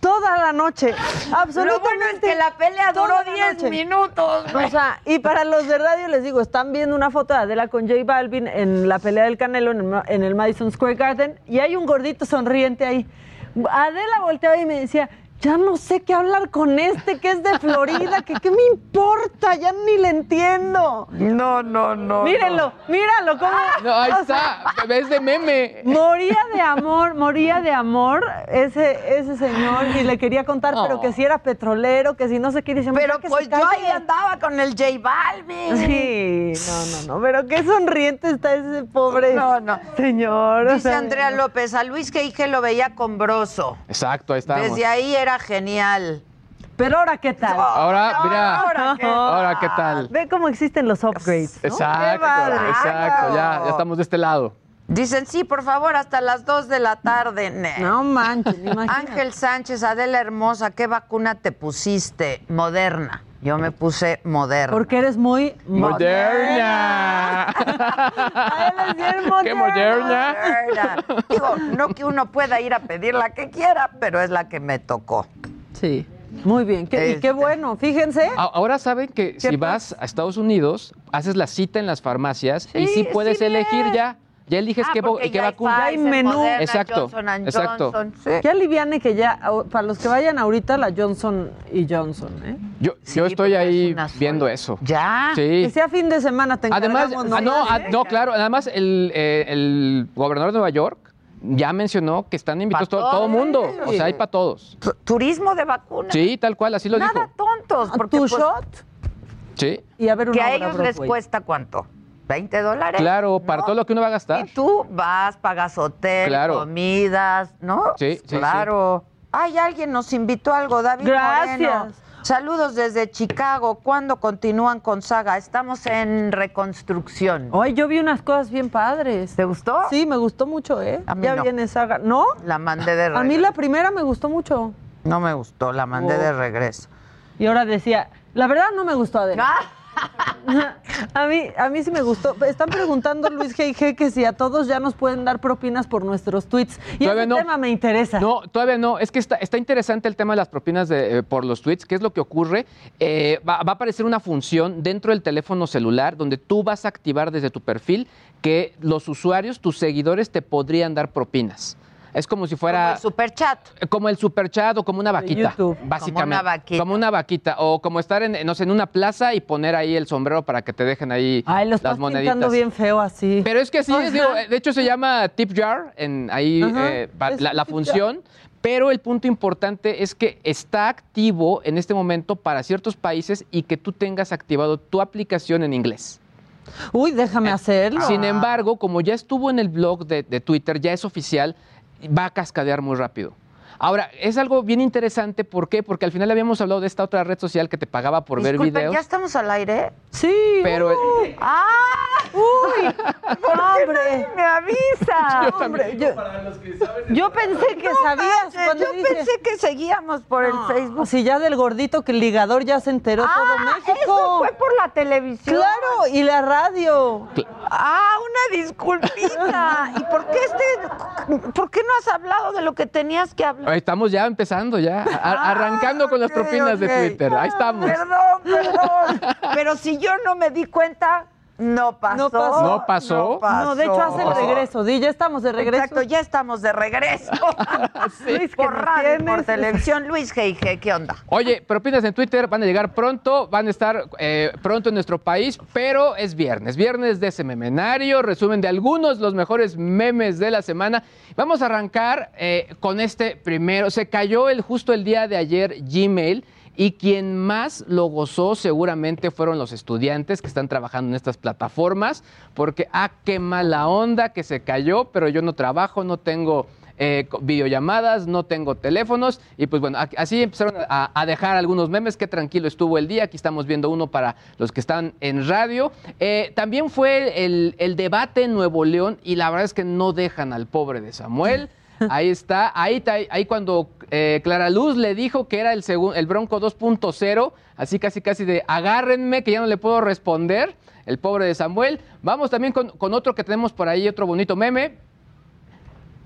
Speaker 11: Toda la noche. Absolutamente.
Speaker 3: Lo bueno es que la pelea duró
Speaker 11: toda la
Speaker 3: 10
Speaker 11: noche.
Speaker 3: minutos. güey.
Speaker 11: O sea, y para los de radio les digo, están viendo una foto de Adela con J Balvin en la pelea del Canelo en el, Ma- en el Madison Square Garden y hay un gordito sonriente ahí. Adela volteaba y me decía, ya no sé qué hablar con este que es de Florida, que qué me importa, ya ni le entiendo.
Speaker 3: No, no, no.
Speaker 11: Mírenlo, míralo, cómo...
Speaker 10: Ah, No, ahí
Speaker 11: o
Speaker 10: está. Es de meme.
Speaker 11: Moría de amor, moría de amor ese, ese señor y le quería contar, pero que si era petrolero, que si no sé qué, dice,
Speaker 3: Pero
Speaker 11: "Ya que se
Speaker 3: pues yo ahí
Speaker 11: calle".
Speaker 3: andaba con el J Balvin.
Speaker 11: Sí, no, no, no, pero qué sonriente está ese pobre
Speaker 3: No, no.
Speaker 11: señor. o
Speaker 3: Dice
Speaker 11: sea,
Speaker 3: Andrea López, a Luis que dije lo veía con broso.
Speaker 10: Exacto, ahí está.
Speaker 3: Desde ahí era genial. Oh,
Speaker 11: Pero ahora qué tal.
Speaker 10: Ahora, mira,
Speaker 3: ahora qué
Speaker 10: ahora qué tal.
Speaker 11: Ve cómo existen los upgrades. ¿no?
Speaker 3: Qué
Speaker 10: Exacto,
Speaker 3: bárbaro.
Speaker 10: exacto, ya,
Speaker 3: Oh.
Speaker 10: ya estamos de este lado.
Speaker 3: Dicen, sí, por favor, hasta las 2 de la tarde. ne.
Speaker 11: No manches, imagínate.
Speaker 3: Ángel Sánchez, Adela Hermosa, ¿qué vacuna te pusiste? Moderna. Yo me puse moderna.
Speaker 11: Porque eres muy
Speaker 10: Moderna. Qué moderna.
Speaker 3: Moderna. Digo, no que uno pueda ir a pedir la que quiera, pero es la que me tocó.
Speaker 11: Sí. Muy bien. qué- Y
Speaker 3: Este.
Speaker 11: qué bueno, fíjense.
Speaker 10: A- Ahora saben que si vas a Estados Unidos, haces la cita en las farmacias y
Speaker 3: Sí,
Speaker 10: sí puedes
Speaker 3: sí,
Speaker 10: elegir
Speaker 3: bien.
Speaker 10: ya. Ya eliges
Speaker 3: Ah,
Speaker 10: qué, vo-
Speaker 3: porque
Speaker 10: qué
Speaker 3: ya hay
Speaker 10: vacuna.
Speaker 11: hay menú.
Speaker 3: Moderna,
Speaker 10: Exacto,
Speaker 3: Johnson and
Speaker 10: exacto.
Speaker 3: Johnson, sí.
Speaker 11: Qué aliviane que ya, au- para los que vayan ahorita, la Johnson y Johnson, ¿eh?
Speaker 10: Yo, yo estoy ahí viendo eso.
Speaker 3: Ya.
Speaker 10: Sí.
Speaker 11: Que sea fin de semana, te
Speaker 10: Además,
Speaker 11: encargamos
Speaker 10: ah, no, ah,
Speaker 11: nosotros.
Speaker 3: ¿eh?
Speaker 10: no, claro, además el, eh, el gobernador de Nueva York ya mencionó que están invitados
Speaker 3: Pa'
Speaker 10: todo, todo
Speaker 3: todos.
Speaker 10: mundo, o sea, hay para todos.
Speaker 3: Tu- Turismo de vacunas.
Speaker 10: Sí, tal cual, así lo
Speaker 3: Nada
Speaker 10: dijo.
Speaker 3: tontos. Porque,
Speaker 11: Tu
Speaker 3: pues,
Speaker 11: shot
Speaker 10: Sí,
Speaker 11: y a ver una
Speaker 3: que a
Speaker 11: obra
Speaker 3: ellos les
Speaker 11: Broadway.
Speaker 3: cuesta cuánto? ¿20 dólares?
Speaker 10: claro, para
Speaker 3: No.
Speaker 10: todo lo que uno va a gastar.
Speaker 3: Y tú vas, pagas hotel,
Speaker 10: Claro.
Speaker 3: comidas, ¿no?
Speaker 10: Sí, sí,
Speaker 3: Claro. Ay, alguien nos invitó algo, David
Speaker 11: Gracias.
Speaker 3: Moreno. Saludos desde Chicago. ¿Cuándo continúan con Saga? Estamos en reconstrucción.
Speaker 11: Ay, yo vi unas cosas bien padres.
Speaker 3: ¿Te gustó?
Speaker 11: Sí, me gustó mucho, ¿eh?
Speaker 3: A mí
Speaker 11: ya
Speaker 3: no.
Speaker 11: viene saga. ¿No?
Speaker 3: La mandé de regreso.
Speaker 11: A mí la primera me gustó mucho.
Speaker 3: No me gustó, la mandé
Speaker 11: Oh.
Speaker 3: de regreso.
Speaker 11: Y ahora decía, la verdad no me gustó Adela.
Speaker 3: Ah.
Speaker 11: A mí, a mí sí me gustó. Están preguntando Luis G.I.G. que si a todos ya nos pueden dar propinas por nuestros tweets. Y
Speaker 10: Todavía
Speaker 11: ese
Speaker 10: no.
Speaker 11: tema me interesa.
Speaker 10: No, todavía no. Es que está, está interesante el tema de las propinas de, eh, por los tweets. ¿Qué es lo que ocurre? Eh, va, va a aparecer una función dentro del teléfono celular donde tú vas a activar desde tu perfil que los usuarios, tus seguidores, te podrían dar propinas. Es como si
Speaker 3: Como
Speaker 10: fuera eh,
Speaker 3: el superchat.
Speaker 10: como el superchat o como una vaquita,
Speaker 11: YouTube.
Speaker 10: básicamente.
Speaker 3: Como una vaquita.
Speaker 10: Como una vaquita, O como estar en, no sé, en una plaza y poner ahí el sombrero para que te dejen ahí
Speaker 11: Ay, lo estás
Speaker 10: las moneditas.
Speaker 11: pintando bien feo así.
Speaker 10: Pero es que sí,
Speaker 11: Ajá.
Speaker 10: es, digo, eh, de hecho se llama tip jar, en ahí
Speaker 11: Ajá,
Speaker 10: eh, va-
Speaker 11: es
Speaker 10: la,
Speaker 11: un
Speaker 10: la
Speaker 11: tip
Speaker 10: función. Pero el punto importante es que está activo en este momento para ciertos países y que tú tengas activado tu aplicación en inglés.
Speaker 11: Uy, déjame hacerlo.
Speaker 10: eh, Sin
Speaker 3: Ah.
Speaker 10: embargo, como ya estuvo en el blog de, de Twitter, ya es oficial, va a cascadear muy rápido. Ahora, es algo bien interesante, ¿por qué? Porque al final habíamos hablado de esta otra red social que te pagaba por ver
Speaker 3: Disculpen,
Speaker 10: videos.
Speaker 3: ¿ya estamos al aire?
Speaker 11: Sí.
Speaker 10: Pero eh,
Speaker 3: ¡Ah!
Speaker 11: Uy, hombre.
Speaker 3: ¡Me avisa!
Speaker 11: Hombre, yo,
Speaker 12: Para los que saben,
Speaker 11: yo pensé que sabías
Speaker 3: manches,
Speaker 11: cuando
Speaker 3: yo
Speaker 11: dije-
Speaker 3: pensé que seguíamos por
Speaker 11: No,
Speaker 3: el Facebook.
Speaker 11: Si ya del gordito que el ligador ya se enteró todo
Speaker 3: ah,
Speaker 11: México.
Speaker 3: eso fue por la televisión.
Speaker 11: Claro, y la radio.
Speaker 3: Ah, una disculpita. ¿Y por qué este por qué no has hablado de lo que tenías que hablar?
Speaker 10: estamos ya empezando, ya, a- arrancando con las
Speaker 3: Ah, ok,
Speaker 10: propinas
Speaker 3: ok.
Speaker 10: de Twitter. Ahí estamos.
Speaker 3: Perdón, perdón. Pero si yo no me di cuenta, no pasó.
Speaker 11: No pasó.
Speaker 10: No pasó.
Speaker 11: No, de hecho hace el regreso. Di, ya estamos de regreso.
Speaker 3: Exacto, ya estamos de regreso.
Speaker 11: Luis, que
Speaker 3: por
Speaker 11: nos
Speaker 3: radio, y por
Speaker 11: tienes.
Speaker 3: televisión. Luis G.I.G., ¿qué onda?
Speaker 10: Oye, propinas en Twitter van a llegar pronto, van a estar eh, pronto en nuestro país, pero es viernes, viernes de ese memenario, resumen de algunos los mejores memes de la semana. Vamos a arrancar eh, con este primero. Se cayó el justo el día de ayer Gmail. Y quien más lo gozó seguramente fueron los estudiantes que están trabajando en estas plataformas, porque ah, qué mala onda que se cayó, pero yo no trabajo, no tengo eh, co- videollamadas, no tengo teléfonos. Y pues bueno, a- así empezaron a, a dejar algunos memes. Qué tranquilo estuvo el día. Aquí estamos viendo uno para los que están en radio. Eh, también fue el, el debate en Nuevo León y la verdad es que no dejan al pobre de Samuel. Ahí está, ahí, ta- ahí cuando eh, Clara Luz le dijo que era el, segun- el Bronco 2.0, así casi casi de agárrenme que ya no le puedo responder, el pobre de Samuel. Vamos también con, con otro que tenemos por ahí, otro bonito meme.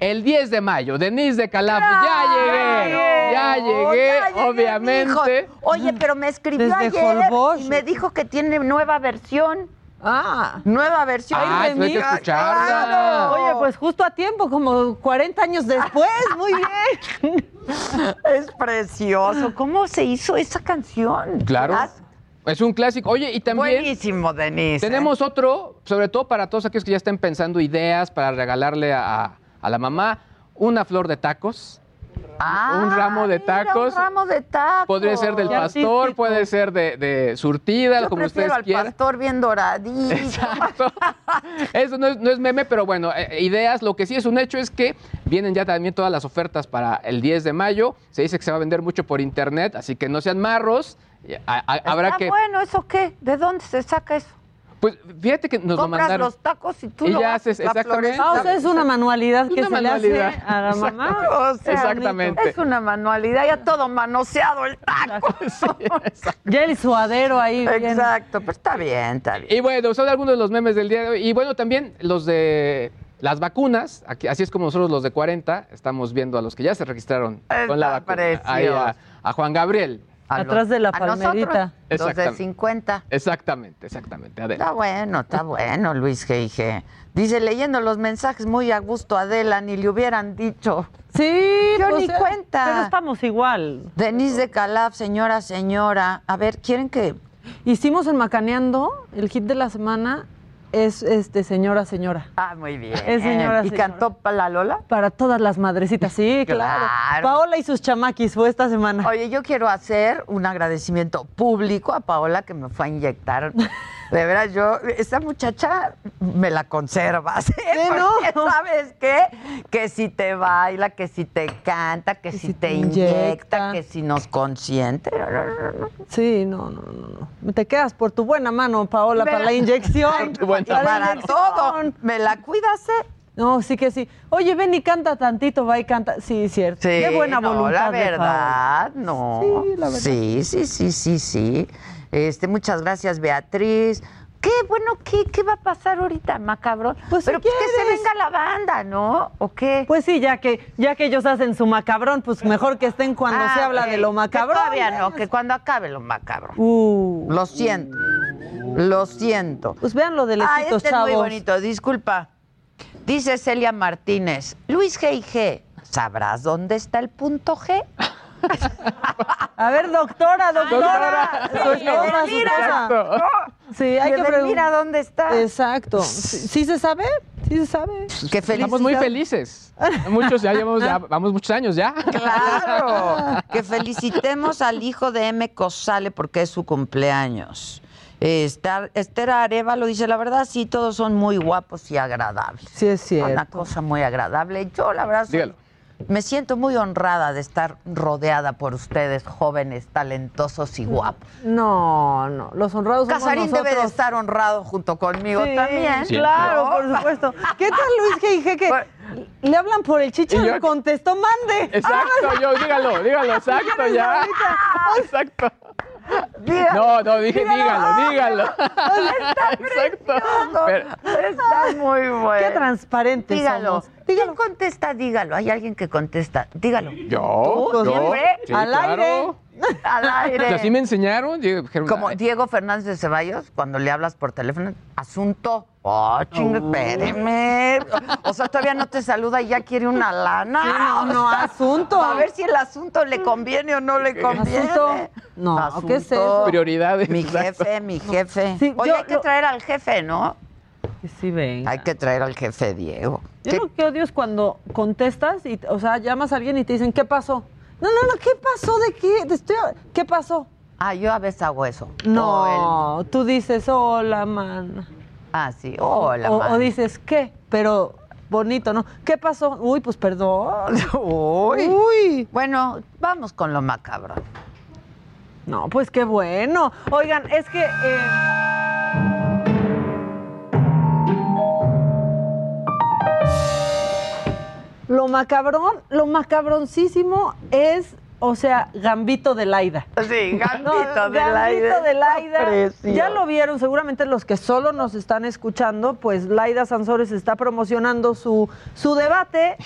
Speaker 10: El 10 de mayo, Denise de Calaf, ya llegué. Ya
Speaker 3: Oh,
Speaker 10: llegué, obviamente.
Speaker 3: Hijo, Oye, pero me escribió
Speaker 10: Desde
Speaker 3: ayer
Speaker 10: Holbox.
Speaker 3: y me dijo que tiene nueva versión.
Speaker 11: Ah.
Speaker 3: Nueva versión.
Speaker 10: Ay, pues hay que escucharla.
Speaker 3: Claro.
Speaker 11: Oye, pues justo a tiempo, como 40 años después, muy bien.
Speaker 3: Es precioso. ¿Cómo se hizo esa canción?
Speaker 10: Claro. Es un clásico. Oye, y también.
Speaker 3: Buenísimo, Denise. ¿eh?
Speaker 10: Tenemos otro, sobre todo para todos aquellos que ya estén pensando ideas para regalarle a, a la mamá, una flor de tacos.
Speaker 3: Ah,
Speaker 10: un ramo de
Speaker 3: mira,
Speaker 10: tacos.
Speaker 3: Un ramo de tacos.
Speaker 10: Podría ser del pastor, puede ser de, de surtida,
Speaker 3: Yo
Speaker 10: como ustedes
Speaker 3: prefiero al
Speaker 10: quieran.
Speaker 3: pastor bien doradito.
Speaker 10: Eso no es, no es meme, pero bueno, eh, ideas. Lo que sí es un hecho es que vienen ya también todas las ofertas para el 10 de mayo. Se dice que se va a vender mucho por internet, así que no sean marros. Y a- a- habrá
Speaker 3: Está
Speaker 10: que.
Speaker 3: bueno, ¿eso qué? ¿De dónde se saca eso?
Speaker 10: Pues fíjate que nos lo
Speaker 3: Compras
Speaker 10: mandaron.
Speaker 3: los tacos y tú
Speaker 10: Y
Speaker 3: lo
Speaker 10: ya
Speaker 3: haces,
Speaker 10: haces,
Speaker 3: la
Speaker 10: exactamente.
Speaker 3: floresta.
Speaker 11: Ah, O sea, es una manualidad que
Speaker 10: Una
Speaker 11: se le hace
Speaker 10: manualidad.
Speaker 11: a la mamá.
Speaker 3: O sea,
Speaker 10: Exactamente.
Speaker 3: Es una manualidad, ya todo manoseado el taco.
Speaker 11: Ya el suadero ahí. bien.
Speaker 3: Exacto, pero está bien, está bien.
Speaker 10: Y bueno, son algunos de los memes del día de hoy. Y bueno, también los de las vacunas. Aquí, así es como nosotros los de 40 estamos viendo a los que ya se registraron con la
Speaker 3: Está
Speaker 10: vacuna. Ahí a, a Juan Gabriel.
Speaker 3: A los-
Speaker 11: Atrás de la
Speaker 3: a nosotros,
Speaker 11: palmerita.
Speaker 3: Los de
Speaker 10: Exactamente.
Speaker 3: 50.
Speaker 10: Exactamente, exactamente. Adela.
Speaker 3: Está bueno, está bueno, Luis G.I.G. Dice, leyendo los mensajes muy a gusto, Adela, ni le hubieran dicho.
Speaker 11: Sí,
Speaker 3: Yo
Speaker 11: pues,
Speaker 3: ni
Speaker 11: o sea,
Speaker 3: cuenta.
Speaker 11: Pero estamos igual.
Speaker 3: Denise de Calaf, señora, señora. A ver, ¿quieren que...?
Speaker 11: Hicimos en Macaneando, el hit de la semana es este Señora, Señora.
Speaker 3: Ah, muy bien.
Speaker 11: Es señora,
Speaker 3: ¿Y
Speaker 11: señora.
Speaker 3: cantó para la Lola?
Speaker 11: Para todas las madrecitas, sí, claro.
Speaker 3: Claro.
Speaker 11: Paola y sus chamaquis fue esta semana.
Speaker 3: Oye, yo quiero hacer un agradecimiento público a Paola que me fue a inyectar. De veras, yo, esta muchacha me la conservas. ¿eh?
Speaker 11: Sí, ¿no?
Speaker 3: Porque, ¿Sabes qué? Que si te baila, que si te canta, que, si, te inyecta,
Speaker 11: inyecta.
Speaker 3: que si nos consiente.
Speaker 11: Sí, no, no, no, no. Te quedas por tu buena mano, Paola,
Speaker 3: Me
Speaker 11: para
Speaker 3: la-
Speaker 11: la inyección.
Speaker 10: Por tu buena
Speaker 11: Para la
Speaker 3: Para
Speaker 11: inyección.
Speaker 3: todo. Me la cuidas, ¿eh?
Speaker 11: No, sí que sí. Oye, ven y canta tantito, va y canta. Sí, cierto. Qué buena
Speaker 3: no,
Speaker 11: voluntad.
Speaker 3: La
Speaker 11: de Paola.
Speaker 3: verdad, no. Sí,
Speaker 11: la verdad.
Speaker 3: Sí, sí, sí, sí, sí. Este, muchas gracias, Beatriz. Qué bueno, ¿qué, qué va a pasar ahorita, macabrón?
Speaker 11: Pues,
Speaker 3: Pero
Speaker 11: si
Speaker 3: pues, que se
Speaker 11: quieres.
Speaker 3: venga la banda, ¿no? ¿O qué?
Speaker 11: Pues sí, ya que, ya que ellos hacen su macabrón, pues mejor que estén cuando
Speaker 3: Ah,
Speaker 11: se habla
Speaker 3: ok.
Speaker 11: de lo macabrón.
Speaker 3: Que todavía no, que cuando acabe lo macabro.
Speaker 11: Uh,
Speaker 3: Lo siento. Lo siento.
Speaker 11: pues vean lo de
Speaker 3: Ah,
Speaker 11: Lecitos,
Speaker 3: este
Speaker 11: chavos.
Speaker 3: es muy bonito, disculpa. Dice Celia Martínez, Luis G y G, ¿sabrás dónde está el punto G?
Speaker 11: A ver, doctora, doctora.
Speaker 3: Doctora.
Speaker 11: Su esposa, su
Speaker 3: Mira.
Speaker 11: esposa. Sí, hay
Speaker 3: Mira,
Speaker 11: que
Speaker 3: Mira
Speaker 11: preguntar.
Speaker 3: dónde está.
Speaker 11: Exacto. ¿Sí, sí se sabe? Sí se sabe.
Speaker 3: Qué feliz.
Speaker 10: Estamos muy felices. Muchos ya llevamos, ya, vamos muchos años ya.
Speaker 3: Claro, que felicitemos al hijo de M. Cosale porque es su cumpleaños. Eh, Estar, Esther Arevalo dice, la verdad sí, todos son muy guapos y agradables.
Speaker 11: Sí, es
Speaker 3: Una
Speaker 11: cierto.
Speaker 3: cosa muy agradable. Yo, la verdad, soy-
Speaker 10: Dígalo.
Speaker 3: me siento muy honrada de estar rodeada por ustedes, jóvenes, talentosos y guapos.
Speaker 11: No, no. Los honrados somos
Speaker 3: Casarín debe de
Speaker 11: nosotros.
Speaker 3: estar honrado junto conmigo
Speaker 11: Sí,
Speaker 3: también.
Speaker 11: Claro,
Speaker 3: ¿no?
Speaker 11: por supuesto. ¿Qué tal Luis que dije que
Speaker 3: Bueno.
Speaker 11: le hablan por el chicha
Speaker 10: Y yo-
Speaker 11: no contestó, mande?
Speaker 10: Exacto, yo, dígalo, dígalo, exacto, ya. Exacto. No,
Speaker 3: Dígalo.
Speaker 10: no, dije, dígalo, dígalo. Exacto. Pero-
Speaker 3: Está muy bueno.
Speaker 11: Qué transparente
Speaker 3: Dígalo.
Speaker 11: somos.
Speaker 3: Dígalo. ¿Quién contesta? Dígalo. Hay alguien que contesta. Dígalo.
Speaker 10: yo,
Speaker 3: Tú,
Speaker 10: yo,
Speaker 3: siempre
Speaker 10: sí,
Speaker 11: al
Speaker 10: claro.
Speaker 11: aire.
Speaker 10: O
Speaker 3: Al
Speaker 10: sea,
Speaker 3: aire.
Speaker 10: Así me enseñaron. yo- dijeron,
Speaker 3: Como
Speaker 10: "Ay,
Speaker 3: Diego Fernández de Ceballos, cuando le hablas por teléfono, asunto. Oh, chingue, espéreme. O sea, todavía no te saluda y ya quiere una lana.
Speaker 11: Sí, no, no,
Speaker 3: O sea,
Speaker 11: asunto.
Speaker 3: A ver si el asunto le conviene o no le conviene.
Speaker 11: Asunto. No, ¿qué es eso?
Speaker 10: Prioridades,
Speaker 3: Mi
Speaker 10: exacto.
Speaker 3: jefe, mi jefe.
Speaker 11: Sí,
Speaker 3: Oye,
Speaker 11: yo-
Speaker 3: hay que
Speaker 11: lo-
Speaker 3: traer al jefe, ¿no?
Speaker 11: Sí, venga.
Speaker 3: Hay que traer al jefe Diego.
Speaker 11: Yo
Speaker 3: ¿Qué-
Speaker 11: lo que odio es cuando contestas y, o sea, llamas a alguien y te dicen, "¿Qué pasó?" No, no, no, ¿qué pasó? ¿De qué? Te estoy a- ¿Qué pasó?
Speaker 3: Ah, yo a veces hago eso. O el-
Speaker 11: No, tú dices, "Hola, man."
Speaker 3: Ah, sí. Hola,
Speaker 11: o, o
Speaker 3: man.
Speaker 11: dices, "¿Qué?" Pero bonito, ¿no? ¿Qué pasó? Uy, pues perdón.
Speaker 3: Uy.
Speaker 11: Uy.
Speaker 3: Bueno, vamos con lo macabro.
Speaker 11: No, pues qué bueno. Oigan, es que. eh, Lo macabrón, lo macabroncísimo es O sea, Gambito de Laida.
Speaker 3: Sí, Gambito de
Speaker 11: Gambito
Speaker 3: Laida.
Speaker 11: de Laida.
Speaker 3: Precioso.
Speaker 11: Ya lo vieron, seguramente los que solo nos están escuchando, pues Laida Sansores está promocionando su, su debate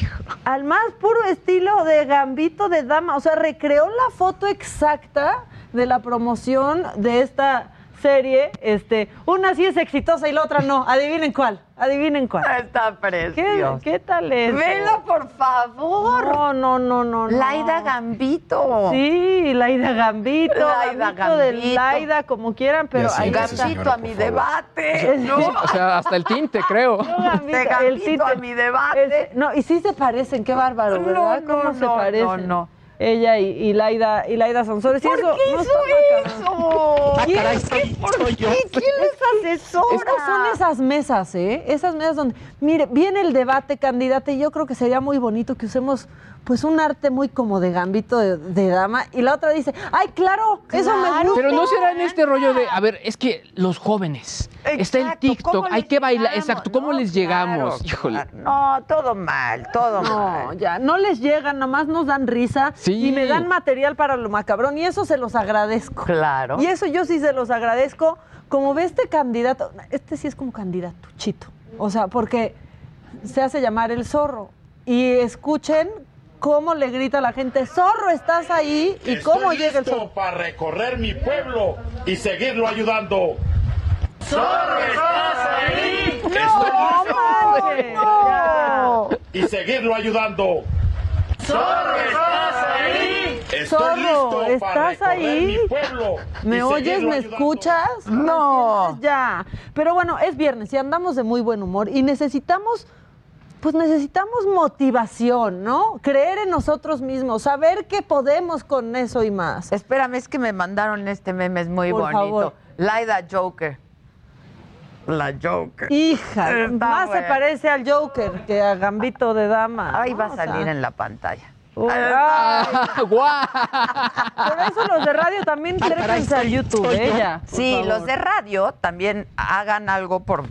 Speaker 11: al más puro estilo de Gambito de Dama. O sea, recreó la foto exacta de la promoción de esta serie. Este, una sí es exitosa y la otra no. Adivinen cuál, adivinen cuál.
Speaker 3: Está
Speaker 11: ¿Qué,
Speaker 3: precioso.
Speaker 11: qué tal es?
Speaker 3: Velo, por favor.
Speaker 11: No, no, no, no. no.
Speaker 3: Laida Gambito.
Speaker 11: Sí, Laida Gambito.
Speaker 3: Laida
Speaker 11: Gambito de
Speaker 3: Gambito.
Speaker 11: Laida, como quieran, pero
Speaker 3: Ya
Speaker 11: ahí
Speaker 3: siéntese,
Speaker 11: está.
Speaker 3: señora, Gambito a por mi favor. debate, ¿no?
Speaker 10: O sea, hasta el tinte, creo.
Speaker 11: No, Gambito,
Speaker 3: De Gambito
Speaker 11: tinte.
Speaker 3: a mi debate.
Speaker 11: Este, no, y sí se parecen, qué bárbaro,
Speaker 3: No,
Speaker 11: ¿verdad?
Speaker 3: no,
Speaker 11: ¿Cómo se
Speaker 3: no,
Speaker 11: parecen?
Speaker 3: no, no.
Speaker 11: Ella y, y Laida, y Laida Sansores. y
Speaker 3: ¿Por
Speaker 11: eso
Speaker 3: qué
Speaker 11: no
Speaker 3: hizo
Speaker 11: está macabrón.
Speaker 3: eso?
Speaker 10: Ah,
Speaker 11: ¿Quién?
Speaker 3: ¿Qué? ¿Por
Speaker 11: soy yo?
Speaker 3: qué? ¿Quién les asesora?
Speaker 11: Estas son esas mesas, ¿eh? Esas mesas donde, mire, viene el debate, candidata, y yo creo que sería muy bonito que usemos, pues, un arte muy como de gambito de, de dama. Y la otra dice, ay, claro, eso me gusta.
Speaker 10: Pero no será en este rollo de, a ver, es que los jóvenes, está el TikTok, hay que bailar, exacto, ¿cómo les llegamos? Híjole.
Speaker 3: No, todo mal, todo mal.
Speaker 11: No, ya, no les llegan, nomás nos dan risa
Speaker 10: Sí.
Speaker 11: y me dan material para lo macabrón y eso se los agradezco.
Speaker 3: Claro.
Speaker 11: Y eso yo sí se los agradezco. Como ve este candidato, este sí es como candidatuchito. O sea, porque se hace llamar el zorro. Y escuchen cómo le grita la gente, zorro, estás ahí y cómo
Speaker 13: Estoy
Speaker 11: llega el
Speaker 13: listo
Speaker 11: zorro.
Speaker 13: para recorrer mi pueblo y seguirlo ayudando.
Speaker 11: ¡Zorro,
Speaker 13: estás ahí!
Speaker 11: ¡No,
Speaker 13: ¡Estoy listo!
Speaker 11: No.
Speaker 13: Y seguirlo ayudando. ¡Zorro, estás ahí! Estoy
Speaker 11: Zorro,
Speaker 13: listo para
Speaker 11: ¿estás
Speaker 13: recorrer
Speaker 11: ahí?
Speaker 13: mi pueblo. y
Speaker 11: ¿Me oyes?
Speaker 13: seguirlo
Speaker 11: ¿Me
Speaker 13: ayudando.
Speaker 11: escuchas? No. Ah, Ya. Pero bueno, es viernes y andamos de muy buen humor y necesitamos, pues necesitamos motivación, ¿no? Creer en nosotros mismos, saber que podemos con eso y más.
Speaker 3: Espérame, es que me mandaron este meme, es muy
Speaker 11: Por
Speaker 3: bonito.
Speaker 11: favor.
Speaker 3: Laida Joker. La Joker.
Speaker 11: Hija,
Speaker 3: Está
Speaker 11: más se
Speaker 3: bueno.
Speaker 11: parece al Joker que a Gambito de Dama.
Speaker 3: Ahí
Speaker 11: ¿no?
Speaker 3: va a
Speaker 11: O sea,
Speaker 3: salir en la pantalla.
Speaker 11: ¡Uy! Por eso los de radio también
Speaker 3: Ah,
Speaker 11: trépense al YouTube, ¿eh? Ya, por
Speaker 3: Sí,
Speaker 11: favor.
Speaker 3: los de radio también hagan algo por,